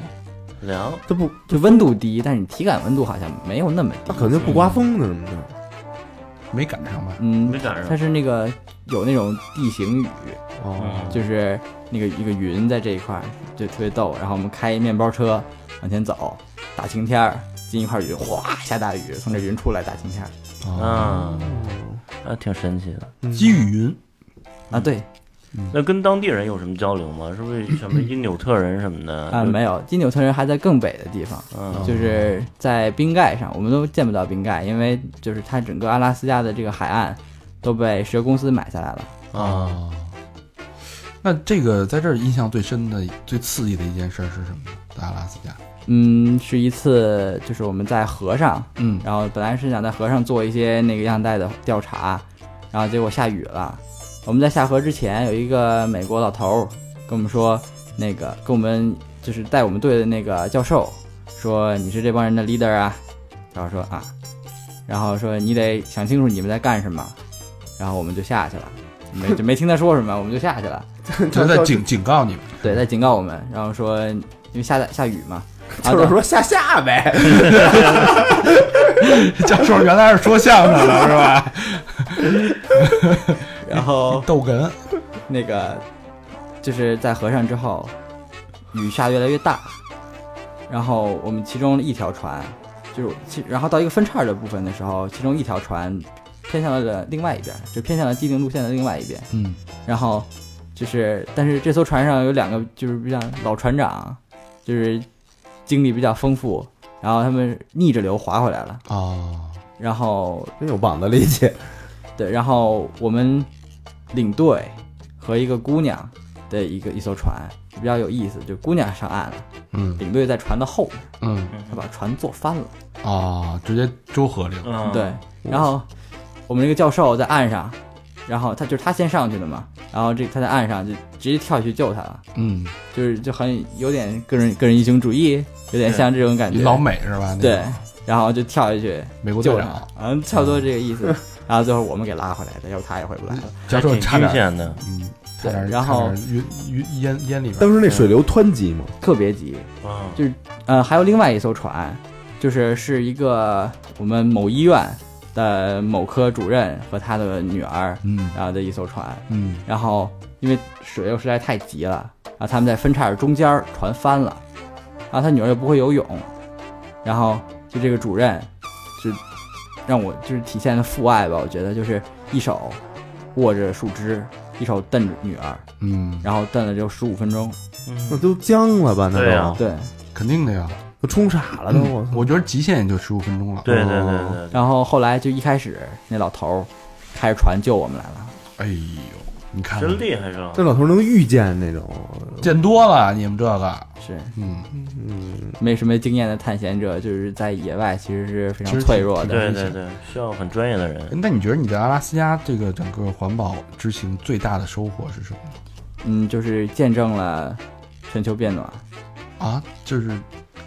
[SPEAKER 2] 冷。
[SPEAKER 3] 凉，
[SPEAKER 4] 这不，
[SPEAKER 5] 就温度低，但是你体感温度好像没有那么低
[SPEAKER 4] 那。啊可能就不刮风呢，什么的。
[SPEAKER 2] 没赶上吧？
[SPEAKER 5] 嗯
[SPEAKER 3] 没，赶
[SPEAKER 5] 它
[SPEAKER 3] 上。
[SPEAKER 5] 是那个有那种地形雨，
[SPEAKER 4] 哦，
[SPEAKER 2] 嗯
[SPEAKER 5] 就是那个一个云在这一块儿就特别逗。然后我们开一面包车往前走，大晴天儿进一块云，哗下大雨，从这云出来大晴天儿
[SPEAKER 2] 哦
[SPEAKER 3] 啊，啊，挺神奇的。
[SPEAKER 4] 嗯
[SPEAKER 2] 积雨云，
[SPEAKER 5] 啊，对
[SPEAKER 3] 那跟当地人有什么交流吗？是不是 [clears throat] 什么因纽特人什么的？
[SPEAKER 5] 啊，没有，金纽特人还在更北的地方，
[SPEAKER 3] 嗯，
[SPEAKER 5] 就是在冰盖上，我们都见不到冰盖，因为就是它整个阿拉斯加的这个海岸都被石油公司买下来了。
[SPEAKER 2] 啊。那这个在这儿印象最深的、最刺激的一件事儿是什么呢？在阿拉斯 [laughs] 加，
[SPEAKER 5] 嗯，是一次就是我们在河上，
[SPEAKER 2] 嗯
[SPEAKER 5] 然后本来是想在河上做一些那个样带的调查，然后结果下雨了。我们在下河之前，有一个美国老头儿跟我们说，那个跟我们就是带我们队的那个教授说，你是这帮人的 leader 啊。然后说啊，然后说你得想清楚你们在干什么。然后我们就下去了， [laughs] 没就没听他说什么，我们就下去了。
[SPEAKER 2] 就是在警警告你们， [laughs]
[SPEAKER 5] 对，在警告我们，然后说因为下大下雨嘛，啊然后
[SPEAKER 4] [laughs] 就是
[SPEAKER 5] 等
[SPEAKER 4] 说下下呗。
[SPEAKER 2] 教授原来是说相声的是吧？
[SPEAKER 5] 然后
[SPEAKER 2] 逗哏，
[SPEAKER 5] 那个就是在河上之后，雨下越来越大，然后我们其中一条船，就是其然后到一个分叉的部分的时候，其中一条船偏向了另外一边，就偏向了既定路线的另外一边。
[SPEAKER 2] 嗯，
[SPEAKER 5] 然后就是，但是这艘船上有两个就是比较老船长，就是经历比较丰富，然后他们逆着流划回来了，
[SPEAKER 2] 哦，
[SPEAKER 5] 然后
[SPEAKER 4] 真有膀子力气。
[SPEAKER 5] 对，然后我们领队和一个姑娘的一个一艘船比较有意思，就姑娘上岸了，
[SPEAKER 2] 嗯
[SPEAKER 5] 领队在船的后面，
[SPEAKER 2] 嗯，
[SPEAKER 5] 他把船坐翻了。
[SPEAKER 2] 哦，直接周河里了，
[SPEAKER 3] 嗯，
[SPEAKER 5] 对，然后我们那个教授在岸上然后他就是他先上去的嘛，然后这他在岸上就直接跳下去救他了，
[SPEAKER 2] 嗯，
[SPEAKER 5] 就是就很有点个人个人英雄主义，有点像这种感觉。
[SPEAKER 2] 老美是吧？那个
[SPEAKER 5] 对，然后就跳下去
[SPEAKER 2] 美国队
[SPEAKER 5] 救他
[SPEAKER 2] 长，，
[SPEAKER 5] 嗯，差不多这个意思。然后最后我们给拉回来的，要不他也回不来了。
[SPEAKER 2] 教授
[SPEAKER 3] 挺
[SPEAKER 2] 差
[SPEAKER 3] 惊
[SPEAKER 2] 点，
[SPEAKER 3] 险的，
[SPEAKER 2] 嗯，差点，
[SPEAKER 5] 对然后
[SPEAKER 2] 差点晕晕烟烟里边，
[SPEAKER 4] [laughs] 当时那水流湍急嘛，
[SPEAKER 5] 特别急，
[SPEAKER 3] 啊，
[SPEAKER 5] 呃，还有另外一艘船，就是是一个我们某医院的某科主任和他的女儿，
[SPEAKER 2] 嗯
[SPEAKER 5] 然后的一艘船，
[SPEAKER 2] 嗯
[SPEAKER 5] 然后因为水流实在太急了，然后他们在分叉的中间儿船翻了，然后他女儿又不会游泳，然后就这个主任是让我就是体现了父爱吧，我觉得就是一手握着树枝，一手蹬着女儿，
[SPEAKER 2] 嗯，
[SPEAKER 5] 然后蹬了就十五分钟，
[SPEAKER 4] 那
[SPEAKER 3] 嗯
[SPEAKER 4] 都僵了吧？那
[SPEAKER 3] 对
[SPEAKER 4] 都
[SPEAKER 3] 呀
[SPEAKER 5] 对，
[SPEAKER 2] 肯定的呀。
[SPEAKER 4] 都冲傻了都。我操！
[SPEAKER 2] 我觉得极限也就十五分钟了。
[SPEAKER 3] 对对对
[SPEAKER 2] 哦
[SPEAKER 3] 对对，
[SPEAKER 5] 然后后来就一开始那老头儿开着船救我们来了，
[SPEAKER 2] 哎呦，你看
[SPEAKER 3] 真厉害是吧
[SPEAKER 4] 这？老头能遇见那种，
[SPEAKER 2] 见多了，你们这个，
[SPEAKER 5] 是
[SPEAKER 2] 嗯，
[SPEAKER 4] 嗯，
[SPEAKER 5] 没什么经验的探险者，就是在野外其实是非
[SPEAKER 2] 其
[SPEAKER 5] 常
[SPEAKER 2] 实
[SPEAKER 5] 脆弱的。
[SPEAKER 3] 对对对，需要很专业的人。
[SPEAKER 2] 哎那你觉得你在阿拉斯加这个整个环保之行最大的收获是什么
[SPEAKER 5] 嗯，就是见证了全球变暖。
[SPEAKER 2] 啊？就是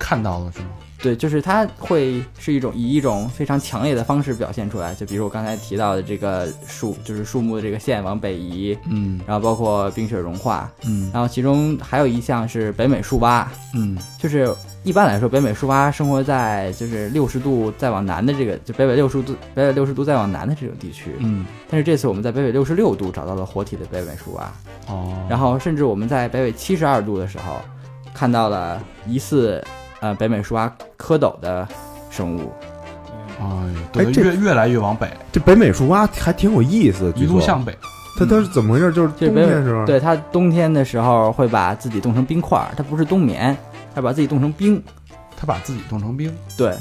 [SPEAKER 2] 看到了是吗？
[SPEAKER 5] 对，就是它会是一种以一种非常强烈的方式表现出来，就比如我刚才提到的这个树，就是树木的这个线往北移，
[SPEAKER 2] 嗯
[SPEAKER 5] 然后包括冰雪融化，
[SPEAKER 2] 嗯
[SPEAKER 5] 然后其中还有一项是北美树蛙，
[SPEAKER 2] 嗯
[SPEAKER 5] 就是一般来说，北美树蛙生活在就是六十度再往南的这个，就北纬六十度北纬六十度再往南的这种地区。
[SPEAKER 2] 嗯，
[SPEAKER 5] 但是这次我们在北纬六十六度找到了活体的北美树蛙，
[SPEAKER 2] 哦，
[SPEAKER 5] 然
[SPEAKER 2] 后
[SPEAKER 5] 后甚至我们在北纬七十二度的时候，看到了疑似呃北美树蛙蝌蚪的生物。
[SPEAKER 2] 哎呦，对，
[SPEAKER 4] 这
[SPEAKER 2] 越越来越往北，
[SPEAKER 4] 这北美树蛙还挺有意思的，
[SPEAKER 2] 一
[SPEAKER 4] 据
[SPEAKER 2] 路
[SPEAKER 4] 说
[SPEAKER 2] 向北，
[SPEAKER 4] 它它是怎么回事？就是
[SPEAKER 5] 就是
[SPEAKER 4] 冬
[SPEAKER 5] 北
[SPEAKER 4] 天
[SPEAKER 5] 美
[SPEAKER 4] 的时
[SPEAKER 2] 嗯
[SPEAKER 4] 候，
[SPEAKER 5] 对它冬天的时候会把自己冻成冰块儿，它不是冬眠，它把自己冻成冰。
[SPEAKER 2] 他把自己冻成冰，
[SPEAKER 5] 对，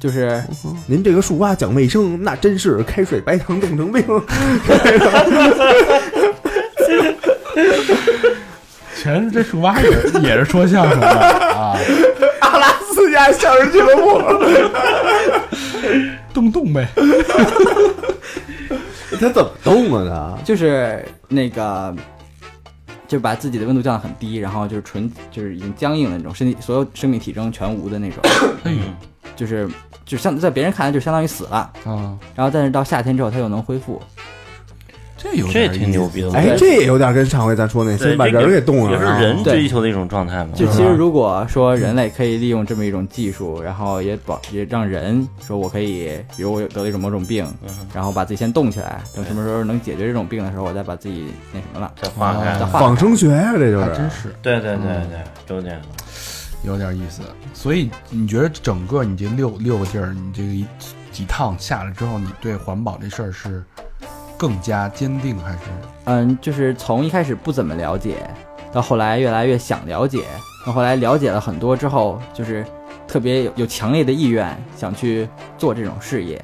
[SPEAKER 5] 就是
[SPEAKER 4] 您这个树蛙讲卫生，那真是开水白糖冻成冰。
[SPEAKER 2] 全是这树蛙也 [laughs] 也是说相声的啊，
[SPEAKER 4] 阿拉斯加相声俱乐部，
[SPEAKER 2] [laughs] 冻冻呗，
[SPEAKER 4] 它怎么动啊？
[SPEAKER 5] 就是那个，就把自己的温度降得很低，然后就是纯就是已经僵硬的那种，身体所有生命体征全无的那种，
[SPEAKER 2] 哎
[SPEAKER 3] 嗯
[SPEAKER 5] 就是就相在别人看来就相当于死了。
[SPEAKER 2] 呦啊，
[SPEAKER 5] 然后但是到夏天之后，它又能恢复。
[SPEAKER 2] 这有
[SPEAKER 3] 这
[SPEAKER 2] 点
[SPEAKER 3] 挺
[SPEAKER 2] 意思
[SPEAKER 3] 牛逼的
[SPEAKER 4] 它？哎，这也有点跟上回咱说那
[SPEAKER 3] 对
[SPEAKER 4] 先把
[SPEAKER 3] 这
[SPEAKER 4] 人
[SPEAKER 3] 个
[SPEAKER 4] 给冻上
[SPEAKER 3] 也
[SPEAKER 4] 了
[SPEAKER 3] 是
[SPEAKER 4] 啊，
[SPEAKER 3] 人
[SPEAKER 5] 对
[SPEAKER 3] 追求的一种状态嘛。
[SPEAKER 5] 就其
[SPEAKER 3] 是
[SPEAKER 5] 实
[SPEAKER 3] 吧
[SPEAKER 5] 如果说人类可以利用这么一种技术，然后也保也让人说我可以，比如我得了一种某种病，
[SPEAKER 3] 嗯
[SPEAKER 5] 然后把自己先冻起来，等什么时候能解决这种病的时候，我再把自己那什么了。
[SPEAKER 3] 再化开
[SPEAKER 5] 再
[SPEAKER 2] 啊，
[SPEAKER 5] 化
[SPEAKER 4] 仿生学呀，这就
[SPEAKER 2] 还
[SPEAKER 4] 是。
[SPEAKER 2] 真是
[SPEAKER 3] 对对对对，有点
[SPEAKER 2] 有点意思。所以你觉得整个你这六六个地儿，你这个一几趟下来之后，你对环保这事儿是更加坚定还是？
[SPEAKER 5] 嗯，就是从一开始不怎么了解，到后来越来越想了解，到后来了解了很多之后，就是特别有有强烈的意愿想去做这种事业。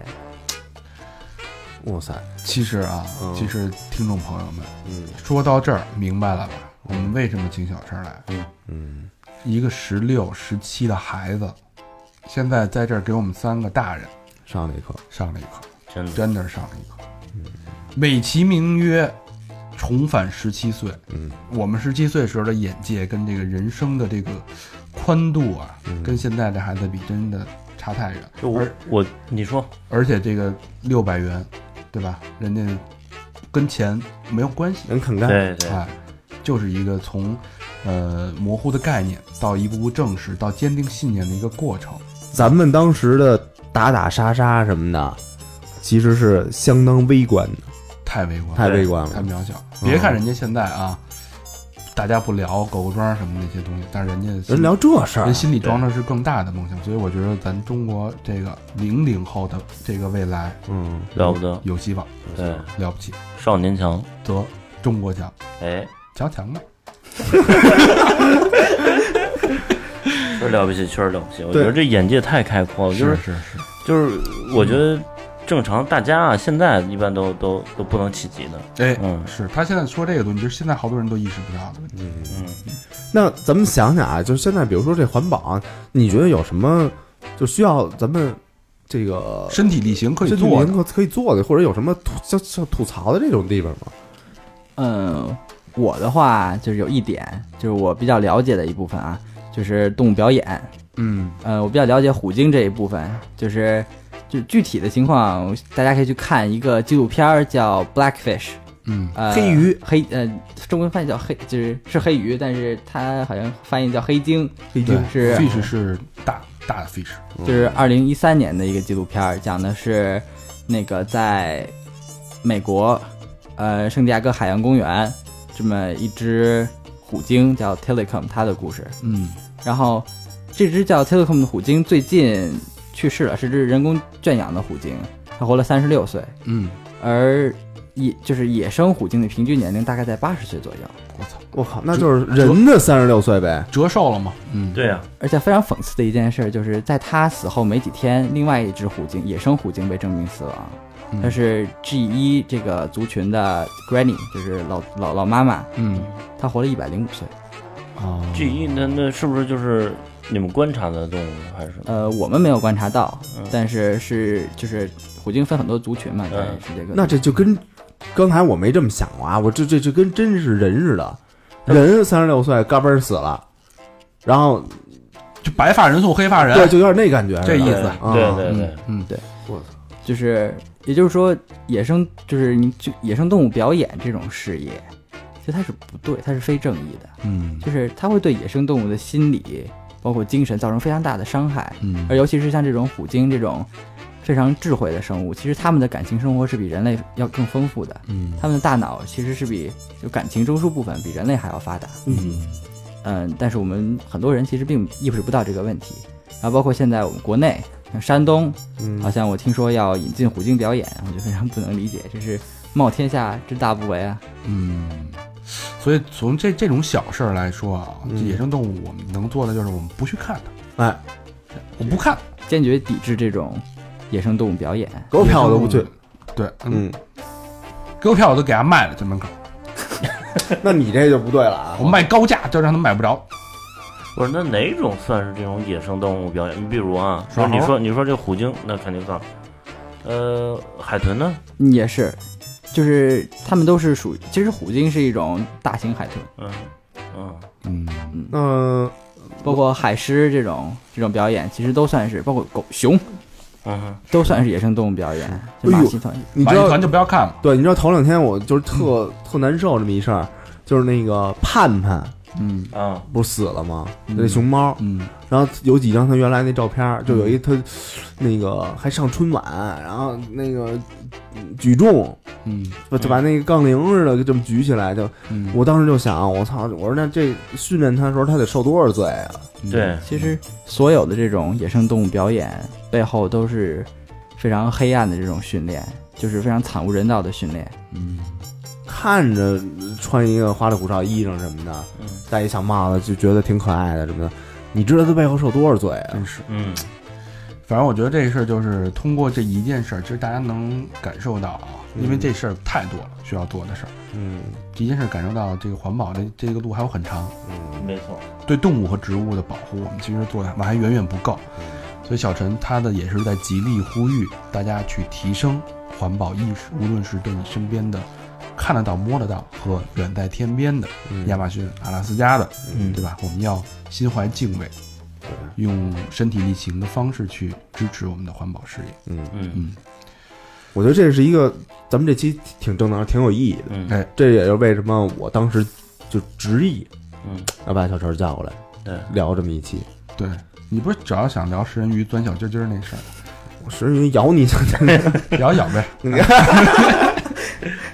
[SPEAKER 4] 哇塞，
[SPEAKER 2] 其实啊，
[SPEAKER 4] 嗯
[SPEAKER 2] 其实听众朋友们，
[SPEAKER 4] 嗯
[SPEAKER 2] 说到这儿明白了吧？我们为什么请小陈来？
[SPEAKER 4] 嗯，
[SPEAKER 2] 一个十六、十七的孩子，现在在这儿给我们三个大人
[SPEAKER 4] 上了一课，
[SPEAKER 2] 上了一课，
[SPEAKER 3] 真的。
[SPEAKER 2] 真的是上了一课。美其名曰重返十七岁，
[SPEAKER 4] 嗯，
[SPEAKER 2] 我们十七岁时候的眼界跟这个人生的这个宽度啊，
[SPEAKER 4] 嗯
[SPEAKER 2] 跟现在这孩子比真的差太远。
[SPEAKER 3] 就我我你说
[SPEAKER 2] 而且这个六百元，对吧？人家跟钱没有关系，
[SPEAKER 4] 能肯干，
[SPEAKER 3] 对对，
[SPEAKER 2] 哎，就是一个从呃模糊的概念到一步步证实到坚定信念的一个过程。
[SPEAKER 4] 咱们当时的打打杀杀什么的，其实是相当微观的，
[SPEAKER 2] 太微观了，
[SPEAKER 4] 太微观
[SPEAKER 2] 太
[SPEAKER 4] 了。
[SPEAKER 2] 渺小。
[SPEAKER 4] 嗯
[SPEAKER 2] 哎别看人家现在啊，大家不聊狗狗庄什么那些东西，但是人家心
[SPEAKER 4] 人聊这事儿啊
[SPEAKER 2] 人，心里装的是更大的梦想，所以我觉得咱中国这个零零后的这个未来
[SPEAKER 4] 嗯，
[SPEAKER 3] 了不得，
[SPEAKER 2] 有希望，
[SPEAKER 3] 对，
[SPEAKER 2] 了不起，
[SPEAKER 3] 少年强，
[SPEAKER 2] 得中国强，
[SPEAKER 3] 哎，
[SPEAKER 2] 强强吧。
[SPEAKER 3] 确实了不起，确实了不起。我觉
[SPEAKER 4] 对
[SPEAKER 3] 得这眼界太开阔了，就是
[SPEAKER 2] 是是，
[SPEAKER 3] 就是，我觉得正常大家啊，现在一般都都都不能企及的，
[SPEAKER 2] 哎，
[SPEAKER 3] 嗯
[SPEAKER 2] 是他现在说这个东西，就是现在好多人都意识不到的问题。
[SPEAKER 3] 嗯，
[SPEAKER 4] 那咱们想想啊，就是现在，比如说这环保啊，你觉得有什么就需要咱们这个
[SPEAKER 2] 身体力行可以
[SPEAKER 4] 这
[SPEAKER 2] 做
[SPEAKER 4] 您
[SPEAKER 2] 的，
[SPEAKER 4] 可可以做的，或者有什么吐像像吐槽的这种地方吗？
[SPEAKER 5] 嗯，我的话就是有一点，就是我比较了解的一部分啊，就是动物表演。
[SPEAKER 2] 嗯，
[SPEAKER 5] 呃，我比较了解虎鲸这一部分，就是就具体的情况，大家可以去看一个纪录片儿叫《Blackfish》。
[SPEAKER 2] 嗯，
[SPEAKER 5] 呃，
[SPEAKER 4] 黑鱼，
[SPEAKER 5] 黑呃，中文翻译叫黑，就是是黑鱼，但是它好像翻译叫黑鲸，
[SPEAKER 2] 黑
[SPEAKER 5] 鲸是嗯
[SPEAKER 2] fish 是大大的 fish，
[SPEAKER 5] 就是二零一三年的一个纪录片儿，讲的是那个在美国呃圣地亚哥海洋公园这么一只虎鲸叫 Telecom 它的故事。
[SPEAKER 2] 嗯
[SPEAKER 5] 然后这只叫 Telecom 的虎鲸最近去世了，是只人工圈养的虎鲸，它活了三十六岁，
[SPEAKER 2] 嗯，
[SPEAKER 5] 而野就是野生虎鲸的平均年龄大概在八十岁左右。
[SPEAKER 2] 我操，
[SPEAKER 4] 我靠，那就是人的三十六岁呗。
[SPEAKER 2] 折寿了吗？嗯，
[SPEAKER 3] 对啊呀、
[SPEAKER 5] 而且非常讽刺的一件事，就是在他死后没几天，另外一只虎鲸，野生虎鲸被证明死亡
[SPEAKER 2] 嗯，
[SPEAKER 5] 它是 G 一这个族群的 Granny，就是老老老妈妈，
[SPEAKER 2] 嗯
[SPEAKER 5] 她活了一百零五岁。
[SPEAKER 2] 啊
[SPEAKER 3] g 一那那是不是就是你们观察的动物还是？
[SPEAKER 5] 呃，我们没有观察到
[SPEAKER 3] 嗯，
[SPEAKER 5] 但是是就是虎鲸分很多族群嘛，在
[SPEAKER 3] 嗯
[SPEAKER 5] 世界各地。
[SPEAKER 4] 那这就跟刚才我没这么想过啊，我这这这跟真是人似的，人三十六岁嘎嘣儿死了，然后
[SPEAKER 2] 就白发人送黑发人，
[SPEAKER 4] 对，就有点那感觉，
[SPEAKER 2] 哎这意
[SPEAKER 3] 对
[SPEAKER 2] 思
[SPEAKER 4] 啊
[SPEAKER 3] 对对对，
[SPEAKER 2] 嗯嗯，
[SPEAKER 5] 就是，也就是说，野生就是你就野生动物表演这种事业，就它是不对，它是非正义的，
[SPEAKER 2] 嗯
[SPEAKER 5] 就是它会对野生动物的心理包括精神造成非常大的伤害，
[SPEAKER 2] 嗯
[SPEAKER 5] 而尤其是像这种虎鲸这种非常智慧的生物，其实它们的感情生活是比人类要更丰富的，
[SPEAKER 2] 嗯
[SPEAKER 5] 它们的大脑其实是比就感情中枢部分比人类还要发达，
[SPEAKER 2] 嗯
[SPEAKER 5] 嗯，但是我们很多人其实并意识不到这个问题，然后包括现在我们国内像山东。
[SPEAKER 4] 嗯
[SPEAKER 5] 好像我听说要引进虎鲸表演，我就非常不能理解，这是冒天下之大不为啊！
[SPEAKER 2] 嗯，所以从这这种小事儿来说啊，这
[SPEAKER 4] 嗯
[SPEAKER 2] 野生动物我们能做的就是我们不去看它，
[SPEAKER 4] 哎，
[SPEAKER 2] 我不看，
[SPEAKER 5] 坚决抵制这种野生动物表演。
[SPEAKER 4] 狗票我都不去，，
[SPEAKER 2] 对，嗯，
[SPEAKER 4] 嗯，
[SPEAKER 2] 给我票我都给他卖了，在门口，
[SPEAKER 4] 那你这就不对了啊
[SPEAKER 2] 我，卖高价就让他买不着，
[SPEAKER 3] 不是那哪种算是这种野生动物表演？你比如啊，
[SPEAKER 2] 耍
[SPEAKER 3] 说
[SPEAKER 2] 猴
[SPEAKER 3] 你说你说这虎鲸，那肯定算。呃，海豚呢？
[SPEAKER 5] 嗯也是，就是它们都是属于，其实虎鲸是一种大型海豚，
[SPEAKER 3] 嗯嗯，
[SPEAKER 2] 嗯
[SPEAKER 5] 嗯，
[SPEAKER 4] 嗯，
[SPEAKER 5] 包括海狮这种这种表演，其实都算是，包括狗、熊
[SPEAKER 3] 嗯哼，
[SPEAKER 5] 都算是野生动物表演，就
[SPEAKER 4] 哎
[SPEAKER 5] 马
[SPEAKER 4] 呦
[SPEAKER 5] 戏团。
[SPEAKER 4] 你
[SPEAKER 2] 买
[SPEAKER 4] 知
[SPEAKER 2] 一
[SPEAKER 4] 道
[SPEAKER 2] 团就不要看了，
[SPEAKER 4] 对，你知道头两天我就是特特难受这么一事儿，就是那个盼盼
[SPEAKER 5] 嗯
[SPEAKER 3] 啊，
[SPEAKER 4] 不是死了吗？
[SPEAKER 5] 嗯
[SPEAKER 4] 那熊猫，
[SPEAKER 5] 嗯，
[SPEAKER 4] 然后有几张他原来那照片儿，就
[SPEAKER 2] 嗯
[SPEAKER 4] 有一他那个还上春晚，然后那个举重。
[SPEAKER 2] 嗯
[SPEAKER 4] 就就把那个杠铃似的就这么举起来，就
[SPEAKER 2] 嗯，
[SPEAKER 4] 我当时就想，我操！我说那这训练他的时候，他得受多少罪啊？
[SPEAKER 3] 对，
[SPEAKER 5] 嗯其实所有的这种野生动物表演背后都是非常黑暗的这种训练，就是非常惨无人道的训练。
[SPEAKER 2] 嗯
[SPEAKER 4] 看着穿一个花里胡哨衣裳什么的，
[SPEAKER 3] 嗯
[SPEAKER 4] 戴一小帽子，就觉得挺可爱的什么的。你知道他背后受多少罪啊？
[SPEAKER 2] 真是。
[SPEAKER 3] 嗯
[SPEAKER 2] 反正我觉得这事儿就是通过这一件事儿，其实大家能感受到啊，
[SPEAKER 4] 嗯
[SPEAKER 2] 因为这事儿太多了，需要做的事儿。
[SPEAKER 4] 嗯
[SPEAKER 2] 这一件事儿感受到这个环保这这个路还有很长，
[SPEAKER 4] 嗯
[SPEAKER 3] 没错，
[SPEAKER 2] 对动物和植物的保护，我们其实做的还远远不够。
[SPEAKER 4] 嗯
[SPEAKER 2] 所以小陈他的也是在极力呼吁大家去提升环保意识，无论是对你身边的看得到、摸得到和远在天边的
[SPEAKER 4] 嗯
[SPEAKER 2] 亚马逊、阿拉斯加的，
[SPEAKER 4] 嗯
[SPEAKER 2] 对吧？我们要心怀敬畏，用身体力行的方式去支持我们的环保事业。
[SPEAKER 4] 嗯，
[SPEAKER 3] 嗯
[SPEAKER 2] 嗯，
[SPEAKER 4] 我觉得这是一个咱们这期挺正能量、挺有意义的。
[SPEAKER 3] 嗯
[SPEAKER 2] 哎
[SPEAKER 4] 这也就是为什么我当时就执意
[SPEAKER 3] 嗯，
[SPEAKER 4] 要把小陈叫过来
[SPEAKER 3] 对，
[SPEAKER 4] 聊这么一期。
[SPEAKER 2] 对你不是主要想聊食人鱼钻小鸡鸡儿那事儿，
[SPEAKER 4] 我石云咬你一下，
[SPEAKER 2] 咬一咬呗。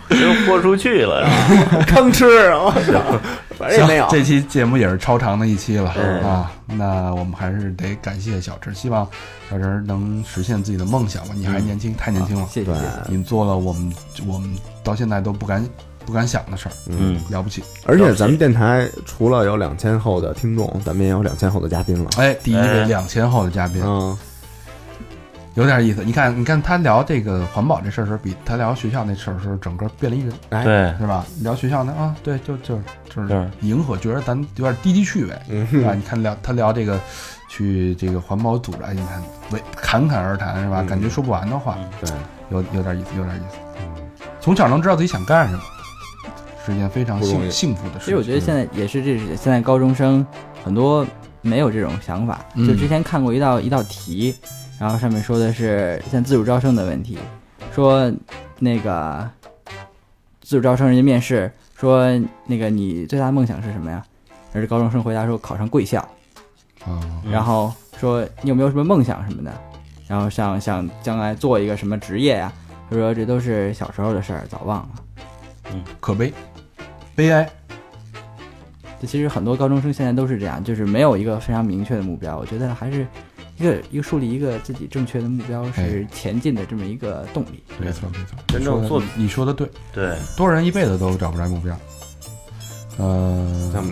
[SPEAKER 3] 又嗯豁出去了，
[SPEAKER 4] [laughs] 吭吃啊！反正也
[SPEAKER 2] 行
[SPEAKER 4] 没有，。
[SPEAKER 2] 这期节目也是超长的一期了
[SPEAKER 3] 嗯
[SPEAKER 2] 啊，那我们还是得感谢小陈，希望小陈能实现自己的梦想吧。你还年轻，太年轻了，
[SPEAKER 5] 啊谢谢
[SPEAKER 4] 对
[SPEAKER 5] 谢，谢。
[SPEAKER 2] 你做了我们我们到现在都不敢不敢想的事儿，
[SPEAKER 3] 嗯，
[SPEAKER 2] 了不起。
[SPEAKER 4] 而且咱们电台除了有两千后的听众，咱们也有两千后的嘉宾了。
[SPEAKER 2] 哎，第一位
[SPEAKER 3] 哎
[SPEAKER 2] 两千后的嘉宾，
[SPEAKER 4] 嗯，
[SPEAKER 2] 有点意思。你看，你看他聊这个环保这事儿的时候，比他聊学校那事儿的时候，整个变了一人，
[SPEAKER 4] 哎，
[SPEAKER 3] 对，
[SPEAKER 2] 是吧？聊学校呢啊，对，就就是就
[SPEAKER 3] 对
[SPEAKER 2] 是迎合，觉得咱有点低级趣味，
[SPEAKER 4] 嗯
[SPEAKER 2] 是吧？你看聊他聊这个，去这个环保组织，哎，你看为侃侃而谈，是吧？
[SPEAKER 4] 嗯
[SPEAKER 2] 感觉说不完的话，
[SPEAKER 4] 对，
[SPEAKER 2] 有有点意思，有点意思。从小能知道自己想干什么，是一件非常
[SPEAKER 4] 不容
[SPEAKER 2] 幸
[SPEAKER 4] 易
[SPEAKER 2] 幸福的事
[SPEAKER 5] 其实我
[SPEAKER 2] 情。
[SPEAKER 5] 觉得现在也是这是现在高中生很多没有这种想法。
[SPEAKER 2] 嗯
[SPEAKER 5] 就之前看过一道一道题，然后上面说的是现在自主招生的问题，说那个自主招生人家面试说那个你最大的梦想是什么呀？而高中生回答说考上贵校，
[SPEAKER 2] 嗯
[SPEAKER 5] 然后说你有没有什么梦想什么的，然后想想将来做一个什么职业呀、他说这都是小时候的事儿，早忘了。
[SPEAKER 2] 可悲，悲哀。
[SPEAKER 5] 这其实很多高中生现在都是这样，就是没有一个非常明确的目标。我觉得还是一个一个树立一个自己正确的目标是前进的这么一个动力。
[SPEAKER 2] 没错，没错，
[SPEAKER 3] 真正
[SPEAKER 2] 你说
[SPEAKER 3] 做
[SPEAKER 2] 的你说的对，
[SPEAKER 3] 对，
[SPEAKER 2] 多少人一辈子都找不着目标。呃，
[SPEAKER 4] 像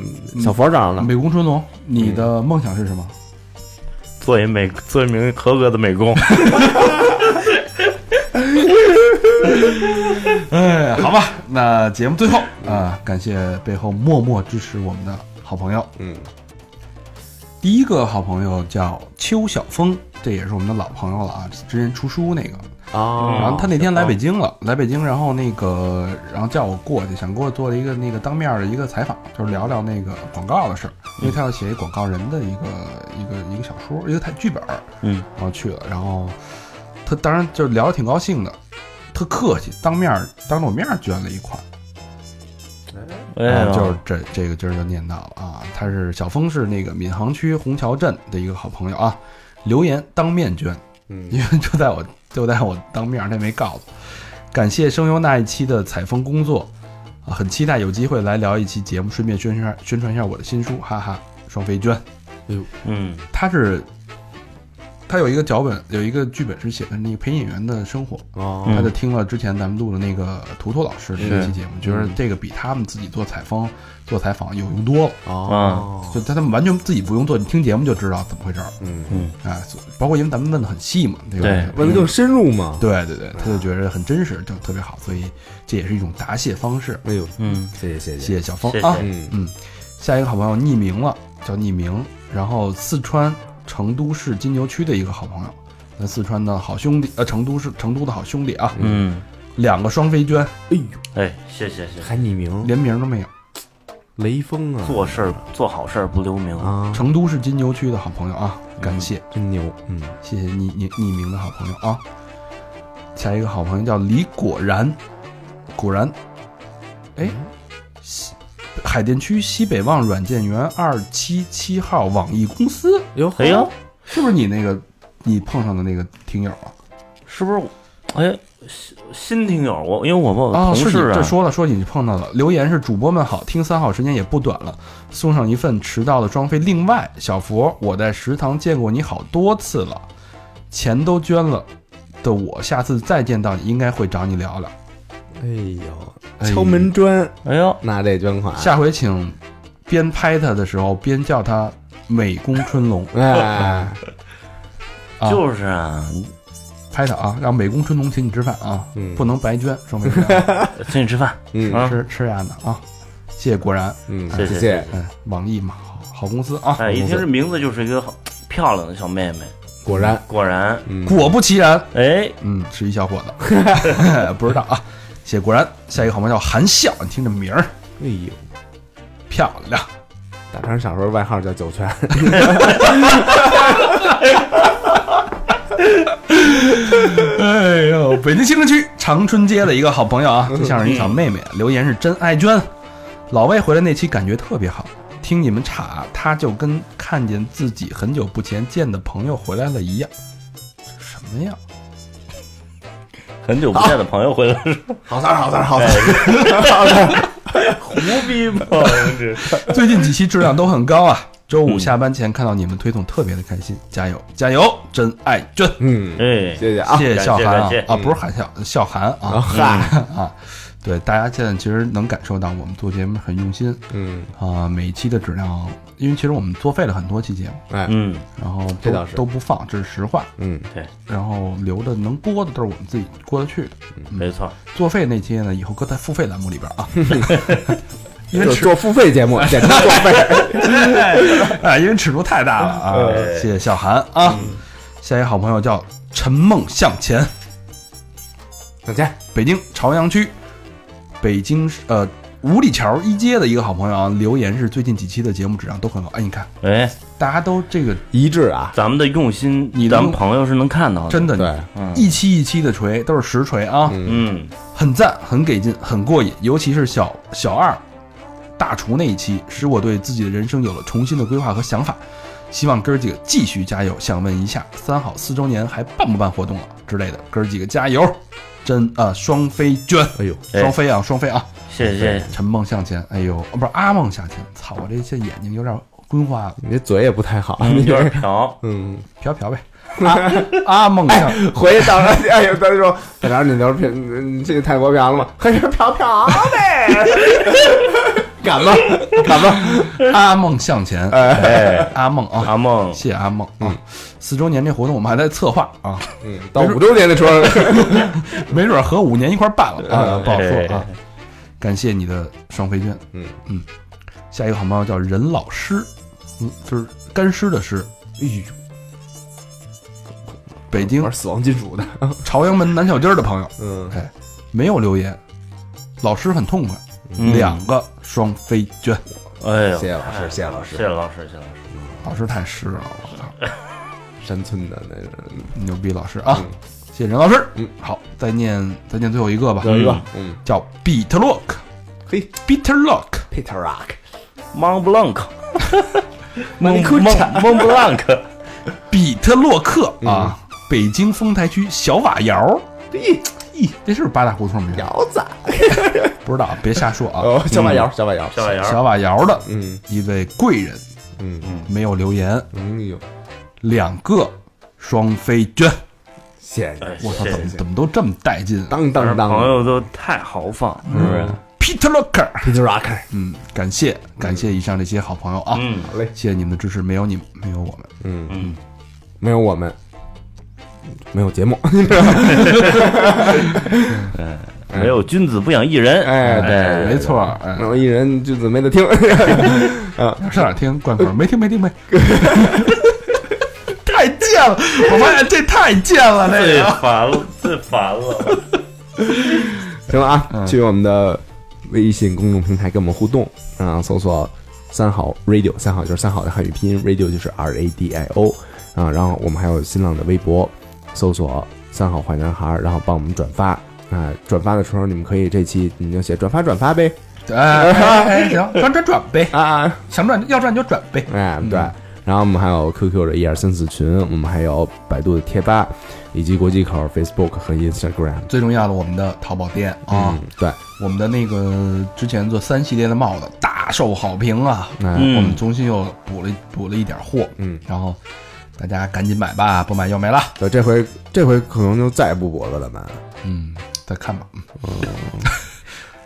[SPEAKER 4] 小佛长了，
[SPEAKER 2] 美工春农，你
[SPEAKER 4] 嗯
[SPEAKER 2] 的梦想是什么？
[SPEAKER 3] 做一美做一名合格的美工，
[SPEAKER 2] 哎，好吧， [laughs] 那节目最后啊、感谢背后默默支持我们的好朋友。
[SPEAKER 4] 嗯，
[SPEAKER 2] 第一个好朋友叫邱晓峰，这也是我们的老朋友了啊，之前出书那个。
[SPEAKER 4] 哦，
[SPEAKER 2] 然后他那天来北京了，来北京，然后那个，然后叫我过去，想给我做了一个那个当面的一个采访，就是聊聊那个广告的事儿，因为他要写一广告人的一个一个一个小说，一个台剧本，
[SPEAKER 3] 嗯，
[SPEAKER 2] 然后去了，然后他当然就聊得挺高兴的，特客气，当面当着我面捐了一款，
[SPEAKER 3] 哎呦，
[SPEAKER 2] 啊就是这这个今儿就念到了啊，他是小峰是那个闵行区虹桥镇的一个好朋友啊，留言当面捐。 [laughs] 因
[SPEAKER 4] 嗯，
[SPEAKER 2] 为就在我就在我当面儿，他没告诉我。感谢声优那一期的采风工作，啊，很期待有机会来聊一期节目，顺便宣传宣传一下我的新书，哈哈，双飞娟，
[SPEAKER 3] 嗯，
[SPEAKER 2] 他是他有一个脚本，有一个剧本是写的那个配音演员的生活，
[SPEAKER 4] 哦，
[SPEAKER 3] 嗯
[SPEAKER 2] 他就听了之前咱们录的那个图图老师的那
[SPEAKER 3] 是
[SPEAKER 2] 期节目，觉得这个比他们自己做采风做采访有用多了，
[SPEAKER 4] 哦，
[SPEAKER 2] 就他们完全自己不用做，你听节目就知道怎么回事儿，
[SPEAKER 4] 嗯，
[SPEAKER 2] 哎，包括因为咱们问的很细嘛，对吧？
[SPEAKER 3] 对
[SPEAKER 4] 问的更深入嘛，
[SPEAKER 2] 对对对，他就觉得很真实，就特别好，所以这也是一种答谢方式。
[SPEAKER 4] 哎呦，
[SPEAKER 3] 嗯，
[SPEAKER 4] 谢谢谢
[SPEAKER 2] 谢
[SPEAKER 4] 谢，
[SPEAKER 2] 谢小峰
[SPEAKER 3] 谢谢
[SPEAKER 2] 啊，
[SPEAKER 4] 嗯
[SPEAKER 2] 嗯，下一个好朋友匿名了，叫匿名，然后四川成都市金牛区的一个好朋友，那四川的好兄弟，呃，成都市成都的好兄弟啊，
[SPEAKER 3] 嗯，
[SPEAKER 2] 两个双飞娟，
[SPEAKER 3] 哎，谢谢谢谢，
[SPEAKER 4] 还匿名
[SPEAKER 2] 连名都没有。
[SPEAKER 4] 雷锋啊，
[SPEAKER 3] 做事儿做好事儿不留名，
[SPEAKER 4] 啊，
[SPEAKER 2] 成都市金牛区的好朋友啊，感谢
[SPEAKER 4] 真牛，嗯，
[SPEAKER 2] 谢谢匿匿匿名的好朋友啊。下一个好朋友叫李果然，果然，哎，西海淀区西北望软件园二七七号网易公司，
[SPEAKER 4] 哟，
[SPEAKER 3] 哎呦，，
[SPEAKER 2] 是不是你那个你碰上的那个听友啊？
[SPEAKER 3] 是不是？哎，新新听友，我因为我问
[SPEAKER 4] 哦
[SPEAKER 2] 啊，
[SPEAKER 3] 我同
[SPEAKER 2] 是
[SPEAKER 3] 事
[SPEAKER 2] 你
[SPEAKER 3] 啊
[SPEAKER 2] 这，说了说你碰到了，留言是主播们好，听三好时间也不短了，送上一份迟到的装费。另外，小佛，我在食堂见过你好多次了，钱都捐了的我，下次再见到你应该会找你聊
[SPEAKER 3] 啊
[SPEAKER 2] 聊。
[SPEAKER 4] 哎呦，
[SPEAKER 2] 哎
[SPEAKER 4] 敲门砖
[SPEAKER 3] 哎呦，
[SPEAKER 4] 拿这捐款，
[SPEAKER 2] 下回请边拍他的时候边叫他美工春
[SPEAKER 3] [laughs]
[SPEAKER 2] 龙，
[SPEAKER 4] 哎，
[SPEAKER 2] 啊
[SPEAKER 3] 就是啊，
[SPEAKER 2] 拍他啊，让美工春龙请你吃饭啊，
[SPEAKER 4] 嗯
[SPEAKER 2] 不能白捐，双倍
[SPEAKER 3] [laughs]
[SPEAKER 2] 捐啊
[SPEAKER 3] 请你吃饭
[SPEAKER 4] 嗯
[SPEAKER 3] 啊，
[SPEAKER 2] 吃吃呀呢啊，谢谢果然，
[SPEAKER 4] 嗯，
[SPEAKER 3] 谢谢
[SPEAKER 4] 谢
[SPEAKER 3] 谢
[SPEAKER 4] 谢，
[SPEAKER 2] 嗯，网易嘛，好好公司啊，
[SPEAKER 3] 哎，一听这名字就是一个好漂亮的小妹妹，
[SPEAKER 4] 果然，
[SPEAKER 3] 果然，
[SPEAKER 4] 嗯，
[SPEAKER 2] 果不其然，
[SPEAKER 3] 哎，
[SPEAKER 2] 嗯，是一小伙子， [laughs] 不知道啊。谢谢果然，下一个好朋友叫韩笑，你听这名儿
[SPEAKER 4] 哎呦，
[SPEAKER 2] 漂亮。
[SPEAKER 4] 大肠小时候外号叫九泉，
[SPEAKER 2] 哎呦，北京西城区长春街的一个好朋友啊，
[SPEAKER 3] 嗯
[SPEAKER 2] 这像是一小妹妹，留言是真爱娟。老魏回来那期感觉特别好，听你们岔，他就跟看见自己很久不前见的朋友回来了一样。什么
[SPEAKER 3] [laughs]
[SPEAKER 2] 呀？
[SPEAKER 3] 很久不见的朋友回来了，
[SPEAKER 4] 好词儿，好词儿，好词儿，
[SPEAKER 3] 胡逼吗？这是
[SPEAKER 2] 最近几期质量都很高啊！周五下班前看到你们推送特别的开心，加油加油！真爱娟，
[SPEAKER 4] 嗯，
[SPEAKER 3] [laughs] 哎，
[SPEAKER 4] 谢谢啊，
[SPEAKER 2] 谢谢笑涵啊
[SPEAKER 3] 感谢嗯
[SPEAKER 2] 啊，
[SPEAKER 4] 感谢
[SPEAKER 2] 不是韩笑，笑涵啊
[SPEAKER 4] 嗨，
[SPEAKER 2] [laughs] 啊！对，大家现在其实能感受到我们做节目很用心
[SPEAKER 4] 嗯
[SPEAKER 2] 啊，每一期的质量因为其实我们作废了很多期节目，
[SPEAKER 4] 哎，
[SPEAKER 3] 嗯，
[SPEAKER 2] 然后都
[SPEAKER 4] 这倒是
[SPEAKER 2] 都不放，这是实话。
[SPEAKER 4] 嗯，
[SPEAKER 2] 然后留的能播的都是我们自己过得去的。
[SPEAKER 3] 没错，
[SPEAKER 2] 作废那期呢，以后搁在付费栏目里边啊，
[SPEAKER 4] [laughs]
[SPEAKER 2] 因为
[SPEAKER 4] 就
[SPEAKER 2] 尺
[SPEAKER 4] 做付费节目，简直作废。
[SPEAKER 2] 哎，因为尺度太大了
[SPEAKER 4] 嗯
[SPEAKER 2] 啊。
[SPEAKER 3] 哎
[SPEAKER 2] 谢谢小韩啊，下一个好朋友叫陈梦向前，
[SPEAKER 4] 向前，
[SPEAKER 2] 北京朝阳区，北京市呃五里桥一街的一个好朋友啊，留言是最近几期的节目质量都很好。哎，你看
[SPEAKER 3] 哎，
[SPEAKER 2] 大家都这个
[SPEAKER 4] 一致啊，
[SPEAKER 3] 咱们的用心，
[SPEAKER 2] 你
[SPEAKER 3] 咱
[SPEAKER 2] 能
[SPEAKER 3] 们朋友是能看到的，
[SPEAKER 2] 真的
[SPEAKER 4] 对，
[SPEAKER 2] 一期一期的锤都是实锤啊。
[SPEAKER 4] 嗯
[SPEAKER 3] 嗯，
[SPEAKER 2] 很赞，很给劲，很过瘾。尤其是小小二大厨那一期，使我对自己的人生有了重新的规划和想法。希望哥儿几个继续加油。想问一下，三好四周年还办不办活动了之类的？哥儿几个加油！真啊、双飞娟，
[SPEAKER 4] 哎呦，
[SPEAKER 3] 哎
[SPEAKER 2] 双飞啊，双飞啊！
[SPEAKER 3] 谢谢，嗯
[SPEAKER 2] 陈梦向前，哎呦，啊不是阿梦向前，操，我这些眼睛有点昏花了，
[SPEAKER 4] 你嘴也不太好，
[SPEAKER 3] 嗯
[SPEAKER 4] 啊你
[SPEAKER 3] 有
[SPEAKER 4] 这
[SPEAKER 3] 点瓢，
[SPEAKER 4] 嗯，
[SPEAKER 2] 瞟瞟呗。阿阿梦向，
[SPEAKER 4] 回去到时候，哎呦，他说，在哪儿你聊片，你这个泰国票了吗？ [laughs] 还是嫖嫖呗， [laughs] 敢吗？敢吗？
[SPEAKER 2] 阿梦向前，
[SPEAKER 3] 哎，
[SPEAKER 2] 阿梦啊，
[SPEAKER 3] 阿梦，
[SPEAKER 2] 谢谢阿梦啊！四周年这活动我们还在策划啊，
[SPEAKER 4] 嗯，到五周年的时候，
[SPEAKER 2] 没准儿合五年一块儿办了啊，不好说啊
[SPEAKER 3] 哎。
[SPEAKER 2] 感谢你的双飞娟，
[SPEAKER 4] 嗯
[SPEAKER 2] 嗯。下一个好朋友叫任老师，嗯，就是干尸的尸。
[SPEAKER 4] 哎呦，
[SPEAKER 2] 北京
[SPEAKER 4] [laughs] 玩死亡金属的，
[SPEAKER 2] 朝阳门南小街儿的朋友
[SPEAKER 4] 嗯，
[SPEAKER 2] 没有留言，老师很痛快，
[SPEAKER 3] 嗯
[SPEAKER 2] 两个双飞娟，
[SPEAKER 3] 哎呦，
[SPEAKER 4] 谢谢老师，谢谢老
[SPEAKER 3] 谢
[SPEAKER 4] 师
[SPEAKER 3] 谢，老师，谢谢老师，
[SPEAKER 2] 老师太湿了，我操，
[SPEAKER 4] 山村的那个，
[SPEAKER 2] 牛逼老师啊
[SPEAKER 4] 嗯！
[SPEAKER 2] 谢谢任老师，
[SPEAKER 4] 嗯，
[SPEAKER 2] 好，再念再念最后一个吧，
[SPEAKER 4] 有一个
[SPEAKER 3] 嗯，
[SPEAKER 4] 嗯，
[SPEAKER 2] 叫 Beat Lock，Beat
[SPEAKER 4] 嘿
[SPEAKER 2] Lock，
[SPEAKER 4] ，Peter Rock，
[SPEAKER 3] 蒙布
[SPEAKER 2] [laughs]
[SPEAKER 3] 朗克，蒙蒙蒙布朗克，
[SPEAKER 2] 比特洛克啊，北京丰台区小瓦窑。
[SPEAKER 4] 嘿，
[SPEAKER 2] 咦，这是不是八大胡同名？
[SPEAKER 4] 窑子，
[SPEAKER 2] 不知道，别瞎说啊。
[SPEAKER 4] 哦，小马窑，小马窑，
[SPEAKER 3] [laughs] 小，小
[SPEAKER 2] 小
[SPEAKER 3] 姚，
[SPEAKER 2] 瓦窑的
[SPEAKER 4] 嗯
[SPEAKER 2] 一位贵人
[SPEAKER 4] 嗯
[SPEAKER 2] 没有留言，
[SPEAKER 4] 嗯，哎呦，
[SPEAKER 2] 两个双飞娟，
[SPEAKER 4] 谢
[SPEAKER 3] 哎
[SPEAKER 4] 谢，
[SPEAKER 2] 我操，
[SPEAKER 3] 谢谢
[SPEAKER 2] 怎么怎么都这么带劲啊
[SPEAKER 4] 当当当，嗯
[SPEAKER 3] 朋友都太豪放，是不是？
[SPEAKER 2] ？Peter Locker，
[SPEAKER 4] ，Peter Rock，
[SPEAKER 2] 嗯，感谢感谢以上这些好朋友啊，
[SPEAKER 3] 嗯，
[SPEAKER 4] 好嘞，
[SPEAKER 2] 谢谢你们的支持，没有你们，没有我们，
[SPEAKER 4] 嗯
[SPEAKER 3] 嗯，
[SPEAKER 4] 没有我们，没有节 [laughs] 目，哎
[SPEAKER 3] 哎没有君子不养艺人，
[SPEAKER 4] 哎对
[SPEAKER 3] 哎
[SPEAKER 2] 没错，哎
[SPEAKER 4] 然，后一人就没得听，
[SPEAKER 2] 上哪儿听灌口？没听没听没。太贱了！我发现这太贱了，这
[SPEAKER 3] 哎最
[SPEAKER 2] 个。
[SPEAKER 3] 烦了，最烦了。
[SPEAKER 4] 行了啊，去我们的微信公众平台跟我们互动啊，搜索三好 radio，三好就是三好的汉语拼音，radio 就是 R A D I O 啊，然后我们还有新浪的微博，搜索三好坏男孩，然后帮我们转发啊，转发的时候你们可以这期你就写转发转发呗
[SPEAKER 2] 哎哎，哎行，转转转呗，
[SPEAKER 4] 啊，
[SPEAKER 2] 想转要转就转呗。
[SPEAKER 4] 哎，对。然后我们还有 QQ 的一二三四群，我们还有百度的贴吧，以及国际口 Facebook 和 Instagram。
[SPEAKER 2] 最重要的，我们的淘宝店啊，
[SPEAKER 4] 嗯，对，
[SPEAKER 2] 我们的那个之前做三系列的帽子大受好评啊，
[SPEAKER 4] 嗯
[SPEAKER 2] 我
[SPEAKER 3] 嗯
[SPEAKER 2] 们，重新又补了补了一点货，
[SPEAKER 4] 嗯，
[SPEAKER 2] 然后大家赶紧买吧，不买要没了。
[SPEAKER 4] 对，这回这回可能就再也不播了，咱们。
[SPEAKER 2] 嗯，再看吧，嗯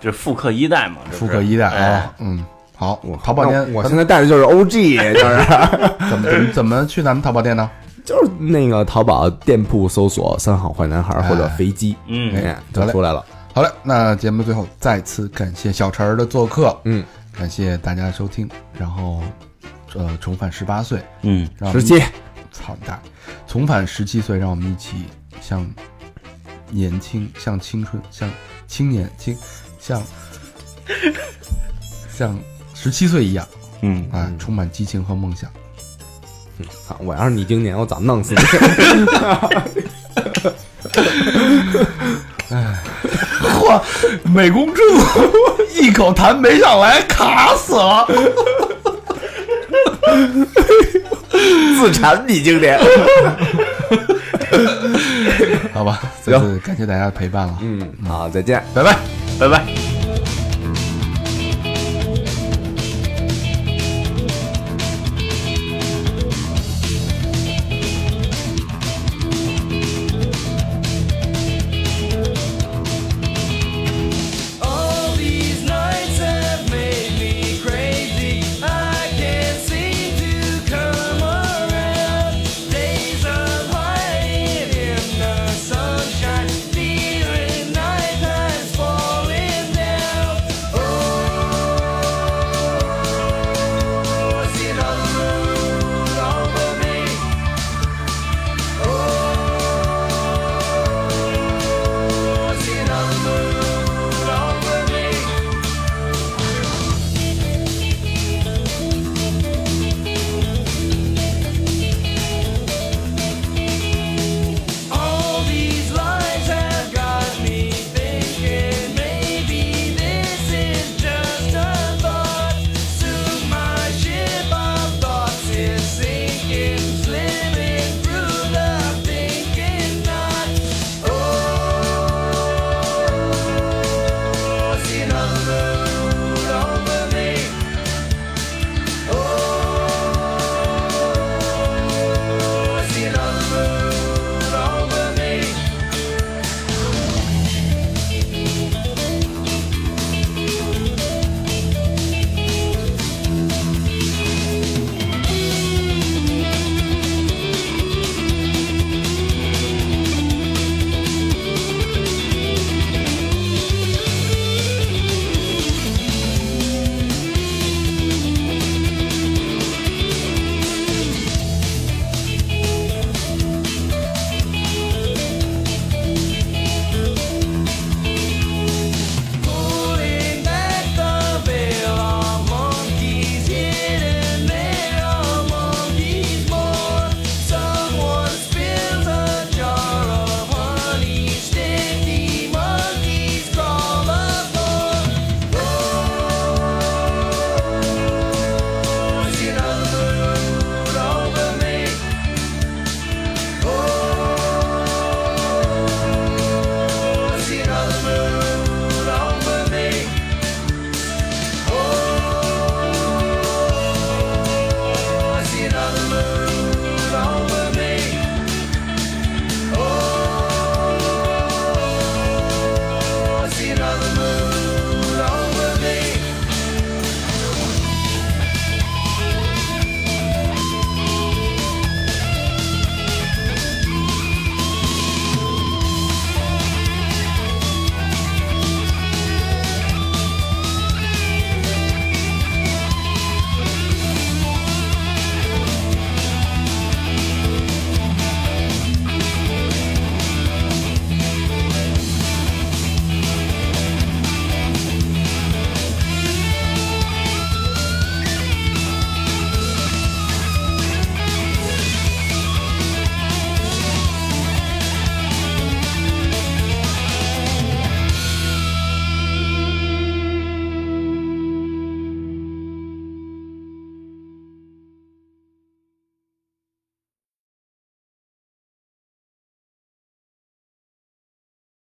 [SPEAKER 3] 这复刻一代嘛，这
[SPEAKER 2] 复
[SPEAKER 3] 不是
[SPEAKER 2] 刻一代
[SPEAKER 3] 哎
[SPEAKER 2] 啊，嗯，好
[SPEAKER 4] 我，
[SPEAKER 2] 淘宝店
[SPEAKER 4] 那我现在带的就是 OG，就是 [laughs]
[SPEAKER 2] 怎么怎么怎么去咱们淘宝店呢？
[SPEAKER 4] 就是那个淘宝店铺搜索“三好坏男孩”或者“肥鸡”，
[SPEAKER 3] 嗯，
[SPEAKER 4] 哎，就出来了。
[SPEAKER 2] 好嘞，那节目最后再次感谢小陈儿的做客，
[SPEAKER 4] 嗯，
[SPEAKER 2] 感谢大家收听，然后呃，重返十八岁，
[SPEAKER 3] 嗯，
[SPEAKER 2] 让我们
[SPEAKER 4] 十七，
[SPEAKER 2] 操你大爷！重返十七岁，让我们一起向年轻、向青春、向青年、青像像十七岁一样
[SPEAKER 3] 嗯，
[SPEAKER 2] 啊，充满激情和梦想。 [laughs]
[SPEAKER 4] 啊我要是你今年，我早弄 [laughs] 死你。
[SPEAKER 2] 嚯，美工柱 [laughs] 一口痰没上来，卡死了。
[SPEAKER 4] 自产你今 [laughs] 年。
[SPEAKER 2] 好吧，再次感谢大家的陪伴了，
[SPEAKER 4] 嗯，好，再见。
[SPEAKER 2] 拜拜。
[SPEAKER 3] 拜拜。